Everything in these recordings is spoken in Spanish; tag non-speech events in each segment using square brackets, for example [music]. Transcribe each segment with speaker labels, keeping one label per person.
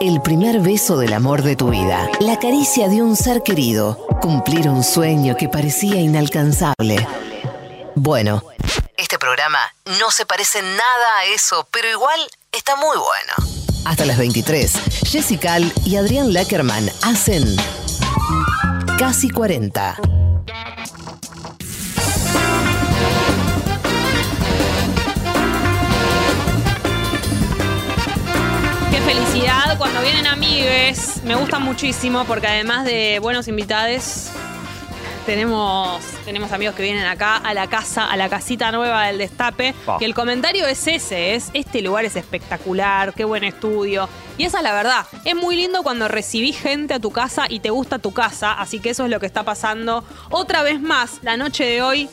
Speaker 1: El primer beso del amor de tu vida. La caricia de un ser querido. Cumplir un sueño que parecía inalcanzable. Bueno, este programa no se parece nada a eso, pero igual está muy bueno. Hasta las 23, Jessica Al y Adrián Lackerman hacen casi 40.
Speaker 2: Qué felicidad cuando vienen amigues. Me gusta muchísimo porque además de buenos invitados, tenemos, tenemos amigos que vienen acá a la casa, a la casita nueva del Destape.
Speaker 3: Pa.
Speaker 2: Que el comentario es ese, es este lugar es espectacular, qué buen estudio. Y esa es la verdad. Es muy lindo cuando recibís gente a tu casa y te gusta tu casa, así que eso es lo que está pasando otra vez más la noche de hoy.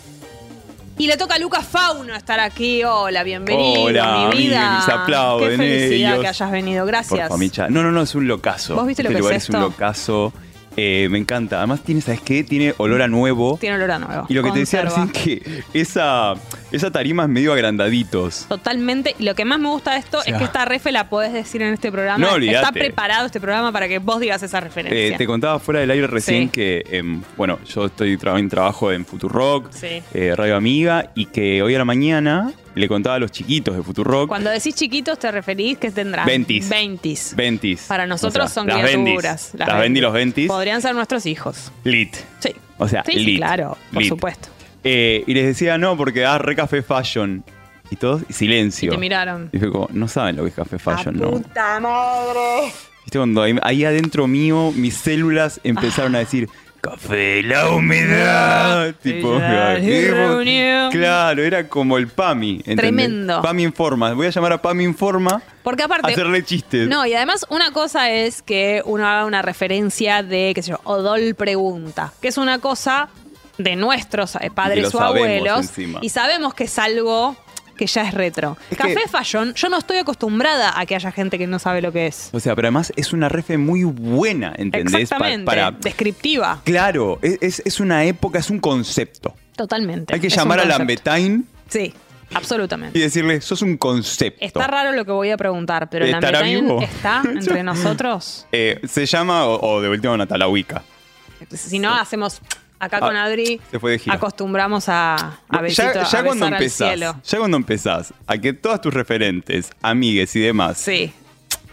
Speaker 2: Y le toca a Lucas Fauno estar aquí. Hola, bienvenido,
Speaker 3: Hola,
Speaker 2: mi vida.
Speaker 3: amigues, aplauden
Speaker 2: Qué felicidad
Speaker 3: ellos.
Speaker 2: que hayas venido,
Speaker 3: Por
Speaker 2: gracias.
Speaker 3: Famicha. No, no, no, es un locazo.
Speaker 2: ¿Vos viste lo
Speaker 3: Este
Speaker 2: que
Speaker 3: lugar
Speaker 2: es
Speaker 3: un
Speaker 2: esto?
Speaker 3: locazo. Eh, me encanta. Además tiene, ¿sabes qué? Tiene olor a nuevo.
Speaker 2: Tiene olor a nuevo.
Speaker 3: y lo que te decía
Speaker 2: Conserva.
Speaker 3: recién que esa, esa tarima es medio agrandaditos.
Speaker 2: Totalmente. Y lo que más me gusta de esto
Speaker 3: O sea,
Speaker 2: es que esta refe la podés decir en este programa.
Speaker 3: no
Speaker 2: Está
Speaker 3: olvidate.
Speaker 2: preparado este programa para que vos digas esa
Speaker 3: Eh,
Speaker 2: referencia.
Speaker 3: te contaba fuera del aire recién
Speaker 2: Sí.
Speaker 3: que, em, bueno, yo estoy tra- en trabajo en Futurock,
Speaker 2: Sí.
Speaker 3: eh, Radio Amiga, y que hoy a la mañana le contaba a los chiquitos de Futurock,
Speaker 2: Cuando decís chiquitos te referís que tendrán
Speaker 3: Ventis.
Speaker 2: Ventis.
Speaker 3: Ventis.
Speaker 2: Para nosotros
Speaker 3: O sea,
Speaker 2: son
Speaker 3: las
Speaker 2: criaturas.
Speaker 3: Ventis. Las Vendi, los Ventis.
Speaker 2: Podrían ser nuestros hijos.
Speaker 3: Lit.
Speaker 2: Sí.
Speaker 3: O sea,
Speaker 2: Sí, sí,
Speaker 3: lit.
Speaker 2: claro, por
Speaker 3: Lit.
Speaker 2: supuesto.
Speaker 3: Eh, y les decía, no, porque das re café fashion. Y todos, y silencio.
Speaker 2: Y te miraron.
Speaker 3: Y fue como, no saben lo que es café fashion,
Speaker 2: ¡La
Speaker 3: ¿no?
Speaker 2: Ah, puta madre!
Speaker 3: Viste, cuando ahí, ahí adentro mío, mis células empezaron a decir, café, la humedad.
Speaker 2: Ah, Sí,
Speaker 3: tipo,
Speaker 2: ya,
Speaker 3: ¿qué?
Speaker 2: sí, reunión.
Speaker 3: claro, era como el PAMI. ¿entendés?
Speaker 2: Tremendo.
Speaker 3: PAMI Informa. Voy a llamar a PAMI Informa
Speaker 2: Porque
Speaker 3: a
Speaker 2: aparte,
Speaker 3: hacerle chistes.
Speaker 2: No, y además una cosa es que uno haga una referencia de, qué sé yo, Odol pregunta, que es una cosa de nuestros eh,
Speaker 3: Y que
Speaker 2: padres
Speaker 3: lo
Speaker 2: o
Speaker 3: sabemos
Speaker 2: abuelos,
Speaker 3: encima.
Speaker 2: y sabemos que es algo que ya es retro.
Speaker 3: Es
Speaker 2: Café
Speaker 3: que-
Speaker 2: Fallón, yo no estoy acostumbrada a que haya gente que no sabe lo que es.
Speaker 3: O sea, pero además es una refe muy buena, ¿entendés? Pa-
Speaker 2: Exactamente,
Speaker 3: para,
Speaker 2: descriptiva,
Speaker 3: Claro, es, es- es una época, es un concepto.
Speaker 2: totalmente.
Speaker 3: Hay que
Speaker 2: Es
Speaker 3: llamar
Speaker 2: un
Speaker 3: a la
Speaker 2: concepto.
Speaker 3: Ambetime
Speaker 2: Sí, absolutamente.
Speaker 3: y decirle, sos un concepto.
Speaker 2: Está raro lo que voy a preguntar, pero la
Speaker 3: ¿Estará vivo?
Speaker 2: Metain
Speaker 3: [laughs]
Speaker 2: está entre nosotros.
Speaker 3: Eh, se llama, o, o de última, Natalahuica.
Speaker 2: Si no, hacemos acá
Speaker 3: Ah,
Speaker 2: con Adri.
Speaker 3: se fue de gira.
Speaker 2: Acostumbramos a, a besito,
Speaker 3: ya, ya
Speaker 2: a besar
Speaker 3: cuando
Speaker 2: al
Speaker 3: empezás,
Speaker 2: cielo.
Speaker 3: ya cuando empezás, a que todas tus referentes, amigues y demás,
Speaker 2: Sí.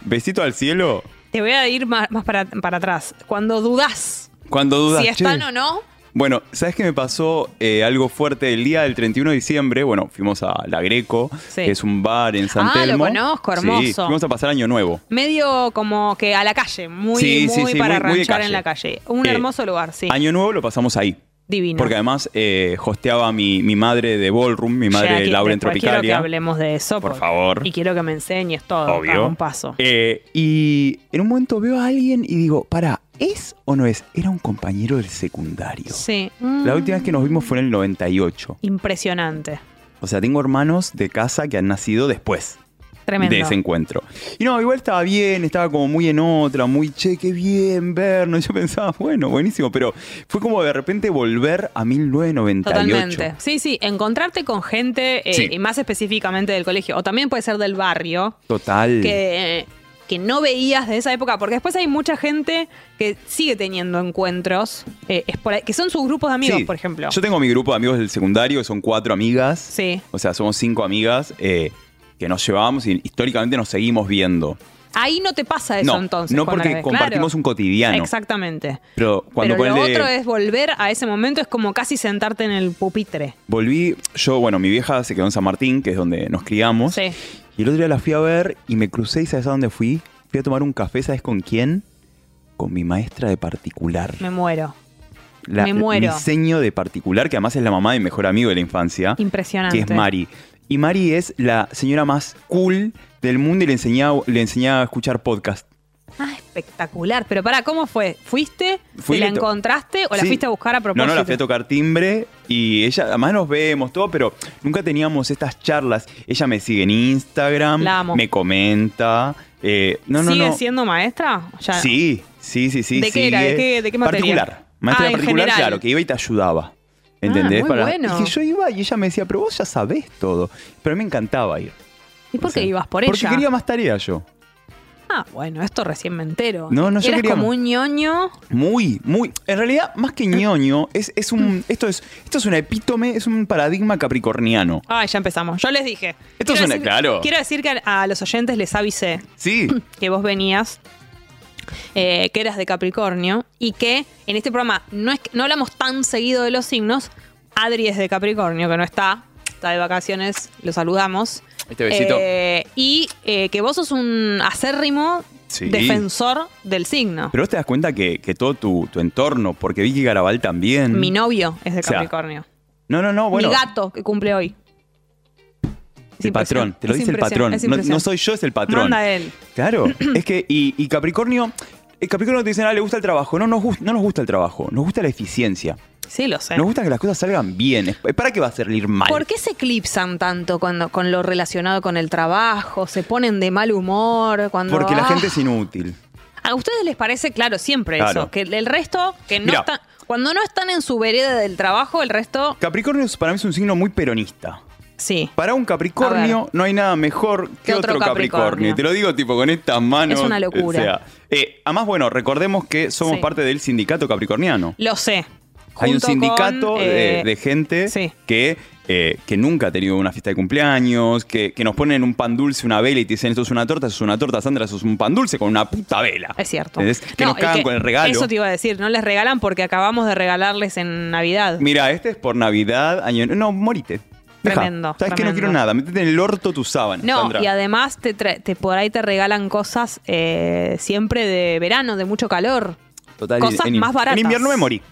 Speaker 3: besito al cielo,
Speaker 2: Te voy a ir más, más para, para atrás. Cuando dudás
Speaker 3: cuando dudas,
Speaker 2: si
Speaker 3: che,
Speaker 2: están o no,
Speaker 3: Bueno, ¿sabes qué me pasó eh, algo fuerte el día del 31 de diciembre? Bueno, fuimos a La Greco,
Speaker 2: Sí.
Speaker 3: que es un bar en San
Speaker 2: Ah, lo
Speaker 3: Telmo.
Speaker 2: conozco,
Speaker 3: Sí,
Speaker 2: hermoso.
Speaker 3: fuimos a pasar Año Nuevo.
Speaker 2: medio como que a la calle, muy,
Speaker 3: Sí, sí,
Speaker 2: muy
Speaker 3: sí,
Speaker 2: para
Speaker 3: muy- muy de
Speaker 2: ranchar
Speaker 3: calle.
Speaker 2: en la calle. Un
Speaker 3: Eh,
Speaker 2: hermoso lugar, sí.
Speaker 3: Año Nuevo lo pasamos ahí.
Speaker 2: Divino.
Speaker 3: Porque además eh, hosteaba mi, mi madre de Ballroom, mi madre
Speaker 2: Che, aquí-
Speaker 3: Laura en
Speaker 2: después Quiero que
Speaker 3: Tropicalia.
Speaker 2: hablemos de eso.
Speaker 3: Por
Speaker 2: porque-
Speaker 3: favor.
Speaker 2: Y quiero que me enseñes todo. a
Speaker 3: Obvio.
Speaker 2: un paso.
Speaker 3: Eh, y en un momento veo a alguien y digo, para, ¿es o no es? Era un compañero del secundario.
Speaker 2: sí.
Speaker 3: La
Speaker 2: Mm,
Speaker 3: última vez que nos vimos fue en el 98.
Speaker 2: Impresionante.
Speaker 3: O sea, tengo hermanos de casa que han nacido después
Speaker 2: Tremendo.
Speaker 3: de ese encuentro. Y no, igual estaba bien, estaba como muy en otra, muy che, qué bien vernos. Yo pensaba, bueno, buenísimo, pero fue como de repente volver a 1998.
Speaker 2: Totalmente. Sí, sí, encontrarte con gente, eh,
Speaker 3: Sí.
Speaker 2: y más específicamente del colegio, o también puede ser del barrio,
Speaker 3: Total.
Speaker 2: que, que no veías de esa época, porque después hay mucha gente que sigue teniendo encuentros, eh, es por ahí- que son sus grupos de amigos,
Speaker 3: Sí.
Speaker 2: por ejemplo.
Speaker 3: Yo tengo mi grupo de amigos del secundario, que son cuatro amigas.
Speaker 2: Sí.
Speaker 3: O sea, somos cinco amigas eh, que nos llevábamos y históricamente nos seguimos viendo.
Speaker 2: Ahí no te pasa eso
Speaker 3: no,
Speaker 2: entonces.
Speaker 3: no
Speaker 2: cuando la
Speaker 3: porque
Speaker 2: ves,
Speaker 3: compartimos
Speaker 2: claro.
Speaker 3: un cotidiano.
Speaker 2: Exactamente.
Speaker 3: Pero cuando
Speaker 2: Pero lo
Speaker 3: ponele-
Speaker 2: otro es volver a ese momento, es como casi sentarte en el pupitre.
Speaker 3: volví, yo, bueno, mi vieja se quedó en San Martín, que es donde nos criamos.
Speaker 2: Sí.
Speaker 3: Y el otro día la fui a ver y me crucé y ¿sabes a dónde fui? Fui a tomar un café, ¿sabes con quién? Con mi maestra de particular.
Speaker 2: Me muero.
Speaker 3: La-
Speaker 2: me muero.
Speaker 3: Mi seño de particular, que además es la mamá de mi mejor amigo de la infancia.
Speaker 2: Impresionante.
Speaker 3: que es Mari. Y Mari es la señora más cool del mundo y le enseñaba, le enseñaba a escuchar podcast.
Speaker 2: Ah, espectacular. Pero pará, ¿cómo fue? ¿Fuiste?
Speaker 3: Fui
Speaker 2: ¿Te la
Speaker 3: y to-
Speaker 2: encontraste [laughs] o la
Speaker 3: Sí.
Speaker 2: fuiste a buscar a propósito?
Speaker 3: No, no, la fui a tocar timbre y ella, además nos vemos todo, pero nunca teníamos estas charlas. Ella me sigue en Instagram,
Speaker 2: La amo.
Speaker 3: me comenta. eh, no, no,
Speaker 2: ¿Sigue
Speaker 3: no.
Speaker 2: siendo maestra? Ya-
Speaker 3: Sí, sí, sí, sí.
Speaker 2: ¿De qué era?
Speaker 3: sigue.
Speaker 2: ¿De qué- de qué materia?
Speaker 3: Particular. Maestra
Speaker 2: Ah, en
Speaker 3: particular,
Speaker 2: general. Ah,
Speaker 3: claro, que iba y te ayudaba. ¿Entendés?
Speaker 2: muy bueno.
Speaker 3: Y que yo iba y ella me decía, pero vos ya sabés todo. Pero a mí me encantaba ir.
Speaker 2: ¿Y por qué
Speaker 3: Sí.
Speaker 2: ibas por
Speaker 3: Porque
Speaker 2: ella?
Speaker 3: quería más tarea yo.
Speaker 2: Ah, bueno, esto recién me entero.
Speaker 3: No, no, yo
Speaker 2: Eras
Speaker 3: quería-
Speaker 2: como un ñoño.
Speaker 3: Muy, muy. En realidad, más que ñoño, es, es un. Esto es. Esto es un epítome, es un paradigma capricorniano.
Speaker 2: Ay, ya empezamos. Yo les dije.
Speaker 3: Esto
Speaker 2: Quiero
Speaker 3: suena
Speaker 2: decir-
Speaker 3: claro.
Speaker 2: Quiero decir que a a los oyentes les avisé
Speaker 3: Sí.
Speaker 2: que vos venías, eh, que eras de Capricornio y que en este programa no, es, que- no hablamos tan seguido de los signos. Adri es de Capricornio, que no está, está de vacaciones, lo saludamos.
Speaker 3: Este besito.
Speaker 2: Eh, y eh, que vos sos un acérrimo
Speaker 3: Sí.
Speaker 2: defensor del signo.
Speaker 3: Pero vos te das cuenta que, que todo tu, tu entorno, porque Vicky Garabal también.
Speaker 2: Mi novio es de
Speaker 3: O sea,
Speaker 2: Capricornio.
Speaker 3: No, no, no, bueno.
Speaker 2: Mi gato que cumple hoy. Es
Speaker 3: El patrón,
Speaker 2: impresión-
Speaker 3: te lo
Speaker 2: es
Speaker 3: dice el
Speaker 2: impresión-
Speaker 3: patrón.
Speaker 2: es
Speaker 3: No,
Speaker 2: impresión.
Speaker 3: no soy yo, es el patrón.
Speaker 2: Manda él. [clears throat]
Speaker 3: Claro, es que, y, y Capricornio, el Capricornio te dicen, ah, le gusta el trabajo. No nos, gus- no nos gusta el trabajo, nos gusta la eficiencia.
Speaker 2: Sí, lo sé.
Speaker 3: Nos gusta que las cosas salgan bien. Es- ¿Para qué va a salir mal?
Speaker 2: ¿Por qué se eclipsan tanto cuando, con lo relacionado con el trabajo? ¿Se ponen de mal humor? Cuando,
Speaker 3: Porque la
Speaker 2: ah.
Speaker 3: gente es inútil.
Speaker 2: A ustedes les parece, claro, siempre
Speaker 3: Claro.
Speaker 2: eso. Que el resto, que no
Speaker 3: Mirá.
Speaker 2: están... Cuando no están en su vereda del trabajo, el resto...
Speaker 3: Capricornio es- para mí es un signo muy peronista.
Speaker 2: Sí.
Speaker 3: Para un
Speaker 2: A
Speaker 3: Capricornio no hay nada mejor que
Speaker 2: Que
Speaker 3: otro,
Speaker 2: otro
Speaker 3: Capricornio.
Speaker 2: Capricornio.
Speaker 3: Y Te lo digo tipo con estas manos.
Speaker 2: Es una locura.
Speaker 3: o sea, eh, además, bueno, recordemos que somos
Speaker 2: Sí.
Speaker 3: parte del sindicato capricorniano.
Speaker 2: Lo sé.
Speaker 3: Hay un
Speaker 2: Junto con,
Speaker 3: sindicato de,
Speaker 2: eh,
Speaker 3: de gente
Speaker 2: sí.
Speaker 3: que, eh, que nunca ha tenido una fiesta de cumpleaños, que, que nos ponen un pan dulce, una vela y te dicen esto es una torta, eso es una torta, Sandra, eso es un pan dulce con una puta vela.
Speaker 2: Es cierto.
Speaker 3: ¿Entendés? Que
Speaker 2: No,
Speaker 3: nos
Speaker 2: y
Speaker 3: cagan
Speaker 2: que
Speaker 3: con el regalo.
Speaker 2: Eso te iba a decir. No les regalan porque acabamos de regalarles en Navidad.
Speaker 3: Mira, este es por Navidad, año. No, morite. Deja.
Speaker 2: Tremendo,
Speaker 3: Sabes que no
Speaker 2: tremendo.
Speaker 3: quiero nada, metete en el orto tu sábana.
Speaker 2: No,
Speaker 3: Sandra.
Speaker 2: y además te tra- te- por ahí te regalan cosas eh, siempre de verano, de mucho calor.
Speaker 3: Total,
Speaker 2: cosas
Speaker 3: in-
Speaker 2: más baratas.
Speaker 3: En invierno me morí.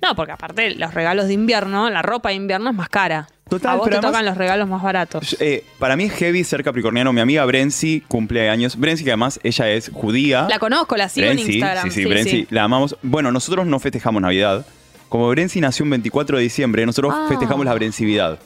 Speaker 2: No, porque aparte los regalos de invierno, la ropa de invierno es más cara.
Speaker 3: Total,
Speaker 2: a vos
Speaker 3: pero
Speaker 2: te tocan
Speaker 3: además-
Speaker 2: los regalos más baratos.
Speaker 3: Yo, eh, para mí es heavy ser capricorniano. Mi amiga Brency cumple años. Brency, que además ella es judía.
Speaker 2: La conozco, la sigo en
Speaker 3: Brency,
Speaker 2: Instagram.
Speaker 3: eh, Sí, sí, Brency, la amamos. Bueno, nosotros no festejamos Navidad. Como Brency nació un 24 de diciembre, nosotros
Speaker 2: Ah.
Speaker 3: festejamos la brencividad.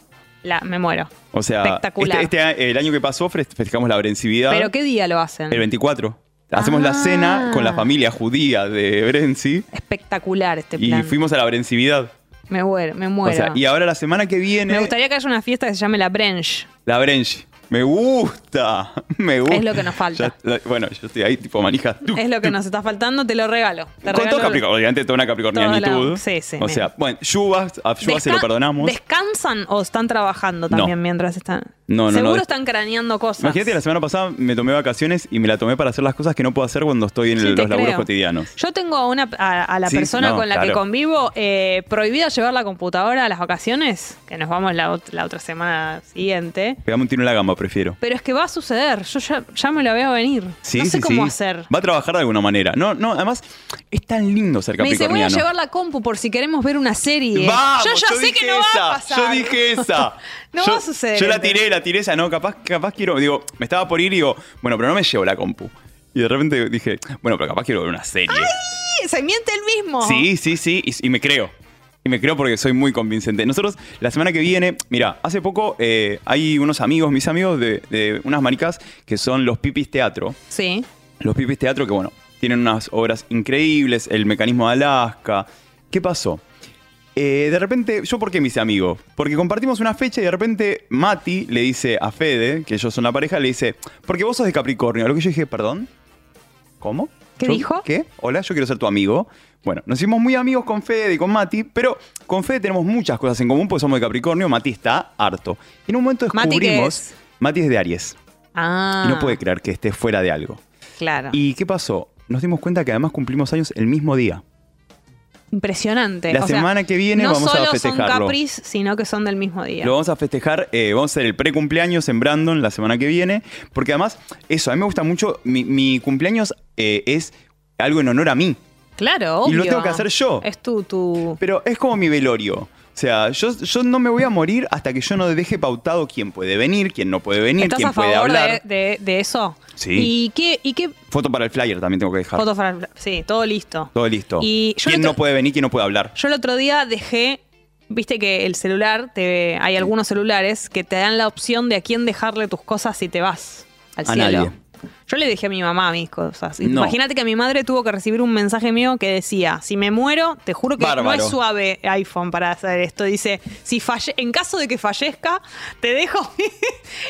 Speaker 2: La- me muero.
Speaker 3: O sea,
Speaker 2: Espectacular.
Speaker 3: este- este- el año que pasó fre- festejamos la brencividad.
Speaker 2: ¿Pero qué día lo hacen?
Speaker 3: El 24. Hacemos
Speaker 2: Ah.
Speaker 3: la cena con la familia judía de Brency
Speaker 2: Espectacular este
Speaker 3: y
Speaker 2: plan.
Speaker 3: fuimos a la brencividad.
Speaker 2: Me muero, me
Speaker 3: O
Speaker 2: muero.
Speaker 3: sea, y ahora la semana que viene,
Speaker 2: Me gustaría que haya una fiesta que se llame La Brench.
Speaker 3: la Brenci. Me gusta, [laughs] me gusta.
Speaker 2: Es lo que nos falta. Eh,
Speaker 3: Ya- la- bueno, yo estoy ahí tipo manija. Tú,
Speaker 2: Es lo que nos está faltando, te lo regalo. Te
Speaker 3: Con todo
Speaker 2: regalo-
Speaker 3: Capricornio, obviamente toda una capricornianitud.
Speaker 2: Toda la- sí, sí,
Speaker 3: O
Speaker 2: me-
Speaker 3: sea, bueno, Yubas, a Yubas se lo
Speaker 2: Desca-
Speaker 3: perdonamos.
Speaker 2: ¿Descansan o están trabajando también
Speaker 3: No.
Speaker 2: mientras están?
Speaker 3: No, no, no,
Speaker 2: Seguro
Speaker 3: des-
Speaker 2: están craneando cosas.
Speaker 3: Imagínate, la semana pasada me tomé vacaciones y me la tomé para hacer las cosas que no puedo hacer cuando estoy en
Speaker 2: Sí,
Speaker 3: el-
Speaker 2: te
Speaker 3: los laburos
Speaker 2: creo.
Speaker 3: cotidianos.
Speaker 2: Yo tengo a, una, a, a la
Speaker 3: Sí,
Speaker 2: persona
Speaker 3: no,
Speaker 2: con la que
Speaker 3: claro.
Speaker 2: convivo eh, prohibida llevar la computadora a las vacaciones, que nos vamos la, ot- la otra semana siguiente.
Speaker 3: Pegame un tiro en la gamba, prefiero.
Speaker 2: Pero es que va a suceder, yo ya, ya me lo veo venir.
Speaker 3: Sí,
Speaker 2: no sé
Speaker 3: sí,
Speaker 2: cómo
Speaker 3: sí.
Speaker 2: hacer.
Speaker 3: Va a trabajar de alguna manera. No, no, además, es tan lindo ser
Speaker 2: Me dice, voy a
Speaker 3: capricorniano.
Speaker 2: llevar la compu por si queremos ver una serie.
Speaker 3: Vamos,
Speaker 2: yo ya sé
Speaker 3: dije
Speaker 2: que no
Speaker 3: esa,
Speaker 2: va a pasar.
Speaker 3: Yo dije esa.
Speaker 2: [laughs] No
Speaker 3: Yo-
Speaker 2: va a suceder,
Speaker 3: Yo la
Speaker 2: ¿entendés?
Speaker 3: tiré, la tiré esa. No, capaz, capaz quiero. Digo, me estaba por ir y digo, bueno, pero no me llevo la compu. Y de repente dije, bueno, pero capaz quiero ver una serie.
Speaker 2: Sí, Se miente el mismo.
Speaker 3: Sí, sí, sí, y, y me creo. Y me creo porque soy muy convincente. Nosotros, la semana que viene, mira, hace poco eh, hay unos amigos, mis amigos de, de unas maricas que son los Pipis Teatro.
Speaker 2: Sí.
Speaker 3: Los Pipis Teatro que, bueno, tienen unas obras increíbles, El Mecanismo de Alaska. ¿Qué pasó? Eh, de repente, ¿yo por qué me hice amigo? Porque compartimos una fecha y de repente Mati le dice a Fede, que ellos son la pareja, le dice, porque vos sos de Capricornio. A Lo que yo dije, perdón, ¿cómo?
Speaker 2: ¿Qué
Speaker 3: ¿Yo-
Speaker 2: dijo?
Speaker 3: ¿Qué? Hola, yo quiero ser tu amigo. Bueno, nos hicimos muy amigos con Fede y con Mati, pero con Fede tenemos muchas cosas en común, porque somos de Capricornio, Mati está harto. Y en un momento
Speaker 2: ¿Mati qué
Speaker 3: descubrimos,
Speaker 2: es?
Speaker 3: Mati es de Aries,
Speaker 2: Ah.
Speaker 3: y no puede creer que esté fuera de algo.
Speaker 2: Claro.
Speaker 3: ¿Y qué pasó? Nos dimos cuenta que además cumplimos años el mismo día.
Speaker 2: Impresionante.
Speaker 3: La
Speaker 2: O sea,
Speaker 3: semana que viene
Speaker 2: no
Speaker 3: vamos a
Speaker 2: solo son
Speaker 3: festejarlo.
Speaker 2: capris, sino que son del mismo día.
Speaker 3: Lo vamos a festejar, eh, vamos a hacer el pre-cumpleaños en Brandon la semana que viene, porque además, eso, a mí me gusta mucho, mi, mi cumpleaños eh, es algo en honor a mí,
Speaker 2: Claro,
Speaker 3: Y
Speaker 2: obvio.
Speaker 3: lo tengo que hacer yo.
Speaker 2: Es tu, tu...
Speaker 3: pero es como mi velorio. O sea, yo, yo no me voy a morir hasta que yo no deje pautado quién puede venir, quién no puede venir,
Speaker 2: ¿Estás
Speaker 3: quién
Speaker 2: a
Speaker 3: puede
Speaker 2: favor de,
Speaker 3: hablar.
Speaker 2: de- de eso?
Speaker 3: Sí.
Speaker 2: ¿Y qué, y qué
Speaker 3: Foto para el flyer también tengo que dejar.
Speaker 2: foto para- Sí, todo listo.
Speaker 3: Todo listo.
Speaker 2: Y yo
Speaker 3: ¿Quién
Speaker 2: el otro-
Speaker 3: no puede venir, quién no puede hablar?
Speaker 2: Yo el otro día dejé, viste que el celular, te, hay algunos celulares que te dan la opción de a quién dejarle tus cosas si te vas al
Speaker 3: A
Speaker 2: cielo.
Speaker 3: nadie.
Speaker 2: Yo le dije a mi mamá mis cosas. Y
Speaker 3: No.
Speaker 2: Imagínate que mi madre tuvo que recibir un mensaje mío que decía, si me muero, te juro que no
Speaker 3: Bárbaro.
Speaker 2: es suave iPhone para hacer esto. Dice, si falle en caso de que fallezca, te dejo. [laughs]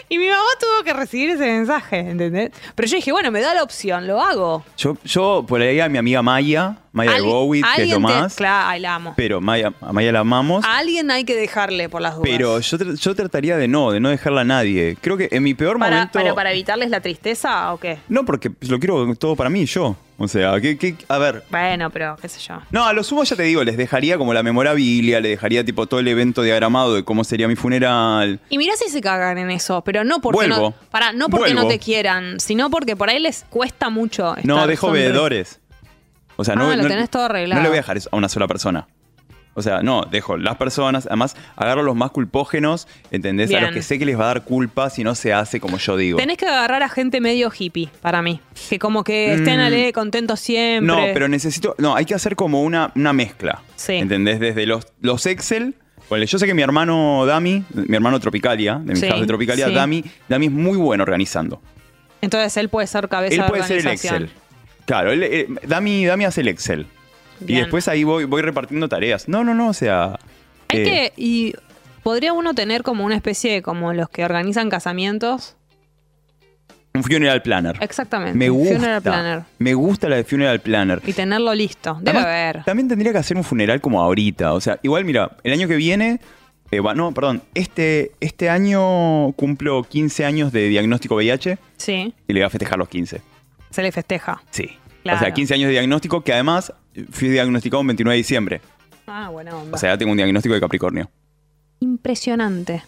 Speaker 2: y mi mamá tuvo que recibir ese mensaje, ¿entendés? Pero yo dije, bueno, me da la opción, lo hago.
Speaker 3: Yo, yo por ahí a mi amiga Maya, Maya de
Speaker 2: Al-
Speaker 3: Bowie, que es
Speaker 2: alguien
Speaker 3: lo
Speaker 2: te-
Speaker 3: más.
Speaker 2: Claro, ay, la amo.
Speaker 3: Pero Maya, a Maya la amamos.
Speaker 2: A alguien hay que dejarle por las dudas.
Speaker 3: Pero yo, tr- yo trataría de no, de no dejarla a nadie. Creo que en mi peor
Speaker 2: para,
Speaker 3: momento.
Speaker 2: para, para evitarles la tristeza o qué?
Speaker 3: No, porque lo quiero todo para mí, yo. O sea, que, que- a ver.
Speaker 2: Bueno, pero qué sé yo.
Speaker 3: No, a lo sumo ya te digo, les dejaría como la memorabilia, les dejaría tipo todo el evento diagramado de cómo sería mi funeral.
Speaker 2: Y mirá si se cagan en eso, pero no porque
Speaker 3: Vuelvo.
Speaker 2: no, pará, no porque no
Speaker 3: Vuelvo.
Speaker 2: te quieran, sino porque por ahí les cuesta mucho.
Speaker 3: No,
Speaker 2: estar
Speaker 3: dejo
Speaker 2: sonri-
Speaker 3: veedores. O sea, no,
Speaker 2: Ah, lo
Speaker 3: no-
Speaker 2: tenés todo arreglado.
Speaker 3: No le voy a dejar eso a una sola persona. O sea, no, dejo las personas, además agarro los más culpógenos, ¿entendés? A
Speaker 2: Bien.
Speaker 3: los que sé que les va a dar culpa si no se hace como yo digo.
Speaker 2: Tenés que agarrar a gente medio hippie, para mí. Que como que estén ale, contentos siempre.
Speaker 3: Mm. No, pero necesito. No, hay que hacer como una, una mezcla.
Speaker 2: Sí.
Speaker 3: ¿Entendés? Desde los, los Excel. ponele, yo sé que mi hermano Dami, mi hermano Tropicalia, de mi
Speaker 2: Sí,
Speaker 3: casa de Tropicalia,
Speaker 2: sí.
Speaker 3: Dami, Dami es muy bueno organizando.
Speaker 2: Entonces él puede ser cabeza
Speaker 3: él
Speaker 2: de
Speaker 3: puede ser el
Speaker 2: organización.
Speaker 3: Excel. Claro, él, eh, Dami, Dami hace el Excel.
Speaker 2: Bien.
Speaker 3: Y después ahí voy, voy repartiendo tareas. No, no, no, o sea.
Speaker 2: Hay
Speaker 3: eh,
Speaker 2: que, y podría uno tener como una especie de como los que organizan casamientos.
Speaker 3: Un funeral planner.
Speaker 2: Exactamente.
Speaker 3: Me
Speaker 2: un
Speaker 3: gusta.
Speaker 2: Funeral planner.
Speaker 3: Me gusta la de funeral planner.
Speaker 2: Y tenerlo listo. Debe
Speaker 3: Además,
Speaker 2: haber.
Speaker 3: También tendría que hacer un funeral como ahorita. O sea, igual, mira, el año que viene. eh, va- no, perdón. Este, este año cumplo 15 años de diagnóstico VIH
Speaker 2: Sí.
Speaker 3: y le voy a festejar los 15.
Speaker 2: Se le festeja.
Speaker 3: Sí. O sea,
Speaker 2: Claro.
Speaker 3: 15 años de diagnóstico que además fui diagnosticado un 29 de diciembre.
Speaker 2: Ah, buena onda.
Speaker 3: O sea, ya tengo un diagnóstico de Capricornio.
Speaker 2: Impresionante.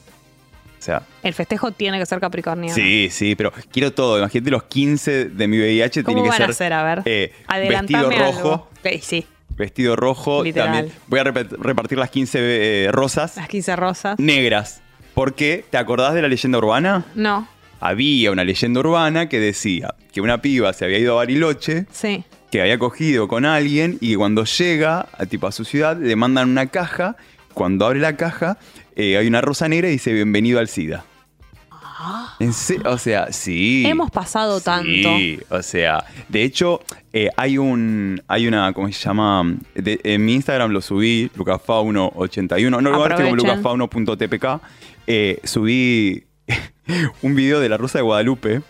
Speaker 3: O sea,
Speaker 2: El festejo tiene que ser capricorniano.
Speaker 3: sí, sí, pero quiero todo. Imagínate los 15 de mi VIH
Speaker 2: ¿Cómo
Speaker 3: tiene que
Speaker 2: van
Speaker 3: ser.
Speaker 2: a ser? A ver.
Speaker 3: eh,
Speaker 2: Adelantame
Speaker 3: vestido rojo.
Speaker 2: algo. Sí, sí.
Speaker 3: Vestido rojo.
Speaker 2: Literal.
Speaker 3: También voy a repet- repartir las 15
Speaker 2: [laughs]
Speaker 3: eh, rosas
Speaker 2: Las 15 rosas.
Speaker 3: negras. Porque, ¿te acordás de la leyenda urbana?
Speaker 2: No.
Speaker 3: Había una leyenda urbana que decía que una piba se había ido a Bariloche,
Speaker 2: Sí.
Speaker 3: que había cogido con alguien y que cuando llega a, tipo, a su ciudad le mandan una caja. Cuando abre la caja eh, hay una rosa negra y dice bienvenido al SIDA. En se- o sea, sí.
Speaker 2: Ah. Hemos pasado tanto.
Speaker 3: Sí, o sea, de hecho, eh, hay un, hay una, ¿cómo se llama? De- en mi Instagram lo subí, lucasfauno81, no, ahora estoy como
Speaker 2: Aprovechen.
Speaker 3: lucasfauno.tpk, eh, subí un video de La Rosa de Guadalupe,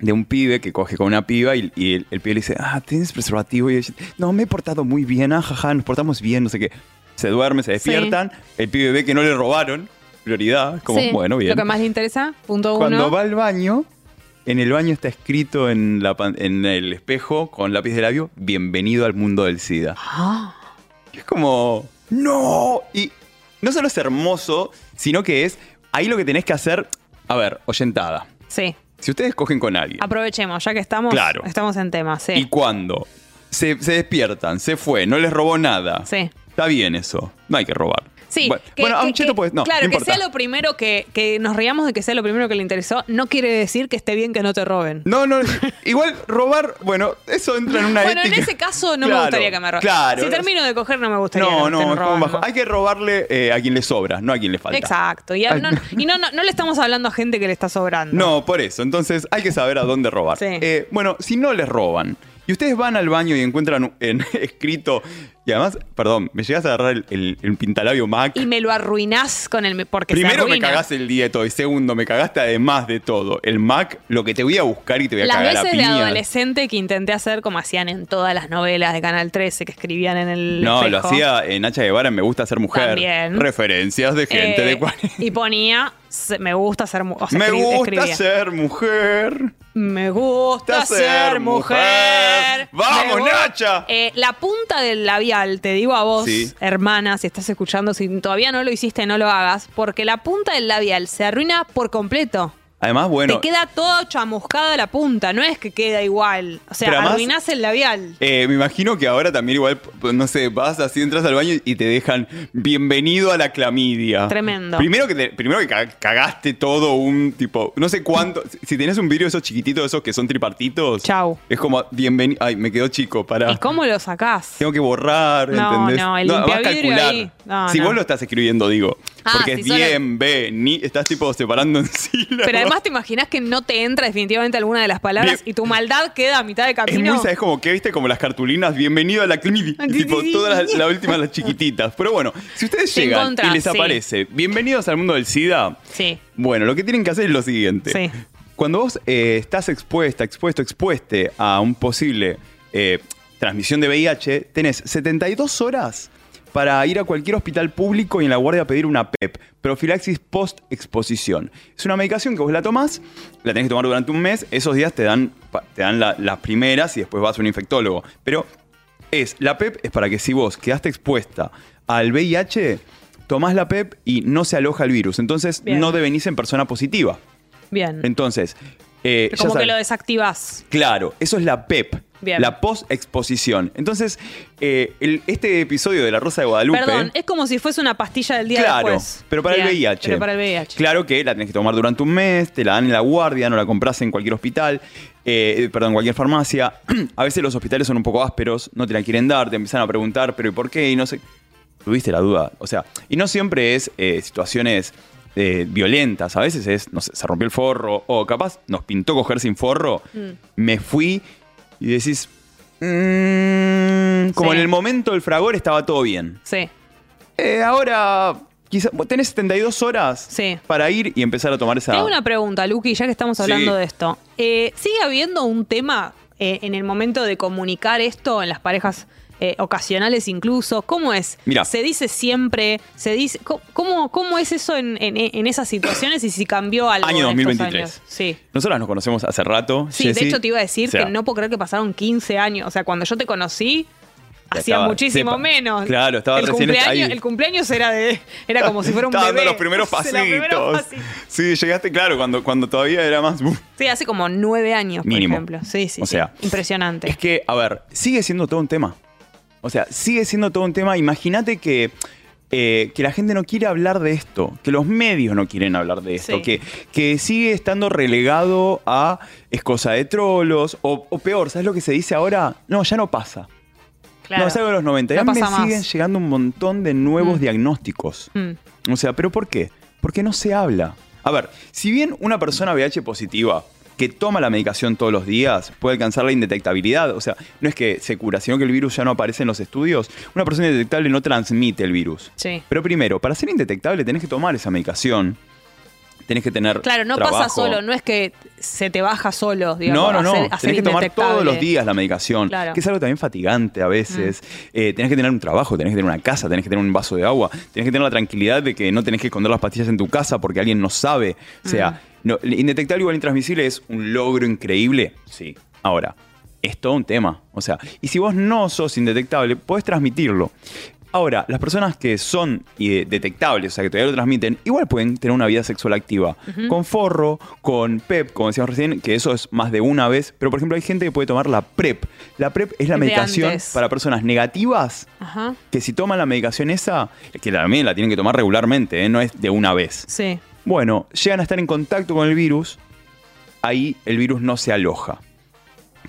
Speaker 3: de un pibe que coge con una piba y, y el, el pibe le dice, ah, ¿tienes preservativo? Y ella, no, me he portado muy bien, ajaja, nos portamos bien, no sé qué. Se duerme, se
Speaker 2: Sí.
Speaker 3: despiertan, el pibe ve que no le robaron, prioridad, como,
Speaker 2: Sí.
Speaker 3: bueno, bien.
Speaker 2: Lo que más le interesa, punto
Speaker 3: Cuando
Speaker 2: uno.
Speaker 3: va al baño, en el baño está escrito en, la pan- en el espejo con lápiz de labio, bienvenido al mundo del SIDA.
Speaker 2: Ah,
Speaker 3: Y es como, no. Y no solo es hermoso, sino que es, ahí lo que tenés que hacer, a ver, oyentada.
Speaker 2: sí.
Speaker 3: Si ustedes cogen con alguien
Speaker 2: Aprovechemos, ya que estamos,
Speaker 3: Claro.
Speaker 2: estamos en tema.
Speaker 3: y
Speaker 2: Ah, Sí.
Speaker 3: cuando se, se despiertan, se fue, no les robó nada.
Speaker 2: Sí.
Speaker 3: Está bien eso, no hay que robar.
Speaker 2: Sí,
Speaker 3: bueno,
Speaker 2: que-
Speaker 3: bueno, a
Speaker 2: que-
Speaker 3: un cheto
Speaker 2: que-
Speaker 3: pues, no,
Speaker 2: claro,
Speaker 3: no
Speaker 2: que
Speaker 3: importa.
Speaker 2: sea lo primero que, que nos riamos de que sea lo primero que le interesó, no quiere decir que esté bien que no te roben.
Speaker 3: No, no, igual robar, bueno, eso entra en una
Speaker 2: bueno,
Speaker 3: ética.
Speaker 2: en ese caso no
Speaker 3: Claro,
Speaker 2: me gustaría que me roben.
Speaker 3: Claro.
Speaker 2: si termino de coger, no me gustaría
Speaker 3: No,
Speaker 2: que me
Speaker 3: no,
Speaker 2: estén
Speaker 3: es como
Speaker 2: robando.
Speaker 3: bajo. Hay que robarle eh, a quien le sobra, no a quien le falta.
Speaker 2: Exacto. Y, a-
Speaker 3: Ay.
Speaker 2: no, y no, no, no le estamos hablando a gente que le está sobrando.
Speaker 3: No, por eso. Entonces hay que saber a dónde robar.
Speaker 2: Sí.
Speaker 3: Eh, bueno, si no les roban y ustedes van al baño y encuentran en [laughs] escrito. Y además, perdón, me llegas a agarrar el, el- el pintalabio Mac.
Speaker 2: Y me lo arruinás con el... Porque se
Speaker 3: Primero me
Speaker 2: arruina.
Speaker 3: cagás el dieto y segundo me cagaste además de todo. El Mac, lo que te voy a buscar y te voy a
Speaker 2: Las
Speaker 3: cagar a
Speaker 2: veces de
Speaker 3: piñas.
Speaker 2: adolescente que intenté hacer como hacían en todas las novelas de Canal 13 que escribían en el
Speaker 3: No, lo
Speaker 2: espejo.
Speaker 3: hacía en Hacha Guevara en Me gusta ser mujer.
Speaker 2: También.
Speaker 3: Referencias de gente
Speaker 2: Eh, [laughs]
Speaker 3: de 40.
Speaker 2: Y ponía, se- me gusta ser mujer.
Speaker 3: Me gusta ser mujer.
Speaker 2: Me gusta ser mujer.
Speaker 3: ¡Vamos,
Speaker 2: Me gu-
Speaker 3: Nacha!
Speaker 2: Eh, la punta del labial, te digo a vos,
Speaker 3: Sí.
Speaker 2: hermana, si estás escuchando, si todavía no lo hiciste, no lo hagas, porque la punta del labial se arruina por completo.
Speaker 3: Además, bueno,
Speaker 2: Te queda toda chamuscada la punta, no es que queda igual. O sea,
Speaker 3: Pero además-
Speaker 2: arruinás el labial.
Speaker 3: eh, me imagino que ahora también igual, no sé, vas así, entras al baño y te dejan bienvenido a la clamidia.
Speaker 2: Tremendo.
Speaker 3: Primero que, te- primero que ca- cagaste todo un tipo, no sé cuánto, si- si tenés un vidrio de esos chiquititos, esos que son tripartitos.
Speaker 2: Chau.
Speaker 3: Es como, bienvenido, ay, me quedó chico, para.
Speaker 2: ¿Y cómo lo sacás?
Speaker 3: Tengo que borrar,
Speaker 2: No,
Speaker 3: ¿entendés?
Speaker 2: no, el
Speaker 3: vas a
Speaker 2: limpiavidrio
Speaker 3: calcular.
Speaker 2: ahí. No,
Speaker 3: si
Speaker 2: no.
Speaker 3: vos lo estás escribiendo, digo,
Speaker 2: Ah,
Speaker 3: porque
Speaker 2: sí,
Speaker 3: es
Speaker 2: son el-
Speaker 3: bien, ve, ni, estás tipo separando [laughs] en sílabas.
Speaker 2: Pero además te imaginas que no te entra definitivamente alguna de las palabras
Speaker 3: Bien.
Speaker 2: y tu maldad queda a mitad de
Speaker 3: Es
Speaker 2: camino.
Speaker 3: muy, ¿sabes? Como que viste como las cartulinas, bienvenido a la clínica. tipo, todas las, las últimas, las chiquititas. Pero bueno, si ustedes
Speaker 2: Te
Speaker 3: llegan
Speaker 2: encontrás,
Speaker 3: y les
Speaker 2: sí.
Speaker 3: aparece, bienvenidos al mundo del SIDA.
Speaker 2: Sí.
Speaker 3: Bueno, lo que tienen que hacer es lo siguiente.
Speaker 2: Sí.
Speaker 3: Cuando vos eh, estás expuesta, expuesto, expueste a un posible eh, transmisión de VIH, tenés 72 horas para ir a cualquier hospital público y en la guardia a pedir una PEP, profilaxis post-exposición. Es una medicación que vos la tomás, la tenés que tomar durante un mes, esos días te dan, pa- te dan la- las primeras y después vas a un infectólogo. Pero es, la PEP es para que si vos quedaste expuesta al VIH, tomás la PEP y no se aloja el virus. Entonces
Speaker 2: Bien.
Speaker 3: no devenís en persona positiva.
Speaker 2: Bien.
Speaker 3: Entonces, eh, ya
Speaker 2: Como que
Speaker 3: saben.
Speaker 2: lo desactivás.
Speaker 3: Claro, eso es la PEP.
Speaker 2: Bien.
Speaker 3: La post-exposición. Entonces, eh, el- este episodio de La Rosa de Guadalupe.
Speaker 2: Perdón, es como si fuese una pastilla del día
Speaker 3: claro,
Speaker 2: después.
Speaker 3: pero para
Speaker 2: Bien,
Speaker 3: el VIH.
Speaker 2: Pero para el VIH.
Speaker 3: Claro que la tenés que tomar durante un mes, te la dan en la guardia, no la compras en cualquier hospital, eh, perdón, cualquier farmacia. [clears throat] a veces los hospitales son un poco ásperos, no te la quieren dar, te empiezan a preguntar, pero ¿y por qué? Y no sé. Tuviste la duda. O sea, y no siempre es eh, situaciones eh, violentas. A veces es, no sé, se rompió el forro, o capaz nos pintó coger sin forro.
Speaker 2: Mm.
Speaker 3: Me fui y decís. mm, como
Speaker 2: Sí.
Speaker 3: en el momento del fragor estaba todo bien.
Speaker 2: Sí.
Speaker 3: Eh, ahora, quizás tenés 72 horas
Speaker 2: Sí.
Speaker 3: para ir y empezar a tomar esa.
Speaker 2: Tengo una pregunta, Luqui, ya que estamos hablando
Speaker 3: Sí.
Speaker 2: de esto. Eh, ¿Sigue habiendo un tema eh, en el momento de comunicar esto en las parejas eh, ocasionales incluso? ¿Cómo es?
Speaker 3: Mirá.
Speaker 2: ¿Se dice siempre? ¿Se dice co- ¿Cómo, cómo es eso en, en- en esas situaciones y si cambió algo?
Speaker 3: Año
Speaker 2: en estos
Speaker 3: 2023.
Speaker 2: años? Sí.
Speaker 3: Nosotras nos conocemos hace rato.
Speaker 2: Sí, de
Speaker 3: Jessy.
Speaker 2: hecho te iba a decir
Speaker 3: O sea,
Speaker 2: que no puedo creer que pasaron 15 años. O sea, cuando yo te conocí,
Speaker 3: Ya
Speaker 2: hacía
Speaker 3: estaba,
Speaker 2: muchísimo
Speaker 3: sepa.
Speaker 2: menos.
Speaker 3: Claro, estaba
Speaker 2: el
Speaker 3: recién
Speaker 2: cumpleaños,
Speaker 3: ahí.
Speaker 2: El cumpleaños era de era como si fuera un
Speaker 3: [laughs] estaba
Speaker 2: bebé.
Speaker 3: dando
Speaker 2: [laughs]
Speaker 3: los primeros
Speaker 2: Los
Speaker 3: pasitos.
Speaker 2: primeros pasitos.
Speaker 3: Sí, llegaste, claro, cuando, cuando todavía era más.
Speaker 2: Sí, hace como nueve años,
Speaker 3: Mínimo.
Speaker 2: por ejemplo. Sí, sí.
Speaker 3: O
Speaker 2: sí.
Speaker 3: sea,
Speaker 2: Impresionante.
Speaker 3: Es que, a ver, sigue siendo todo un tema. O sea, sigue siendo todo un tema. Imagínate que, eh, que la gente no quiere hablar de esto, que los medios no quieren hablar de esto,
Speaker 2: Sí.
Speaker 3: que, que sigue estando relegado a es cosa de trolos, o, o peor, ¿sabes lo que se dice ahora? No, ya no pasa.
Speaker 2: claro.
Speaker 3: No, es algo de los 90.
Speaker 2: No
Speaker 3: Ya me
Speaker 2: pasa más.
Speaker 3: siguen llegando un montón de nuevos
Speaker 2: Mm.
Speaker 3: diagnósticos.
Speaker 2: Mm,
Speaker 3: O sea, ¿pero por qué? Porque no se habla. A ver, si bien una persona VIH positiva que toma la medicación todos los días puede alcanzar la indetectabilidad, o sea, no es que se cura, sino que el virus ya no aparece en los estudios, una persona indetectable no transmite el virus.
Speaker 2: sí.
Speaker 3: Pero primero, para ser indetectable tenés que tomar esa medicación, tenés que tener...
Speaker 2: Claro, no pasa
Speaker 3: trabajo.
Speaker 2: solo, no es que se te baja solo, digamos.
Speaker 3: No, no, no.
Speaker 2: a ser- a ser
Speaker 3: tenés que tomar
Speaker 2: indetectable.
Speaker 3: todos los días la medicación,
Speaker 2: Claro. Mm.
Speaker 3: que es algo también fatigante a veces. Eh, tenés que tener un trabajo, tenés que tener una casa, tenés que tener un vaso de agua, tenés que tener la tranquilidad de que no tenés que esconder las pastillas en tu casa porque alguien no sabe. O sea,
Speaker 2: Mm.
Speaker 3: no, indetectable igual intransmisible es un logro increíble. Sí. Ahora, es todo un tema. O sea, y si vos no sos indetectable, podés transmitirlo. Ahora, las personas que son eh, detectables, o sea, que todavía lo transmiten, igual pueden tener una vida sexual activa. Con forro, con PEP, como decíamos recién, que eso es más de una vez. Pero, por ejemplo, hay gente que puede tomar la PrEP. La PrEP es la
Speaker 2: De
Speaker 3: medicación
Speaker 2: antes.
Speaker 3: para personas negativas,
Speaker 2: Ajá.
Speaker 3: que si toman la medicación esa, que también la tienen que tomar regularmente, ¿eh? no es de una vez.
Speaker 2: Sí.
Speaker 3: Bueno, llegan a estar en contacto con el virus, ahí el virus no se aloja.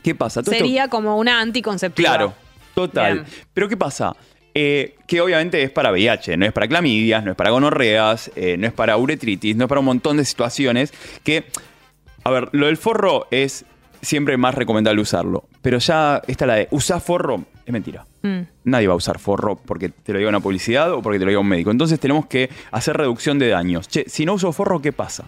Speaker 3: ¿Qué pasa? Todo esto-
Speaker 2: Sería como una anticonceptiva.
Speaker 3: Claro, total.
Speaker 2: Bien.
Speaker 3: Pero ¿qué pasa? Eh, que obviamente es para VIH, no es para clamidias, no es para gonorreas, eh, no es para uretritis, no es para un montón de situaciones que... A ver, lo del forro es siempre más recomendable usarlo. Pero ya está la de usar forro, es mentira.
Speaker 2: Mm.
Speaker 3: Nadie va a usar forro porque te lo diga una publicidad o porque te lo diga un médico. Entonces tenemos que hacer reducción de daños. Che, si no uso forro, ¿qué pasa?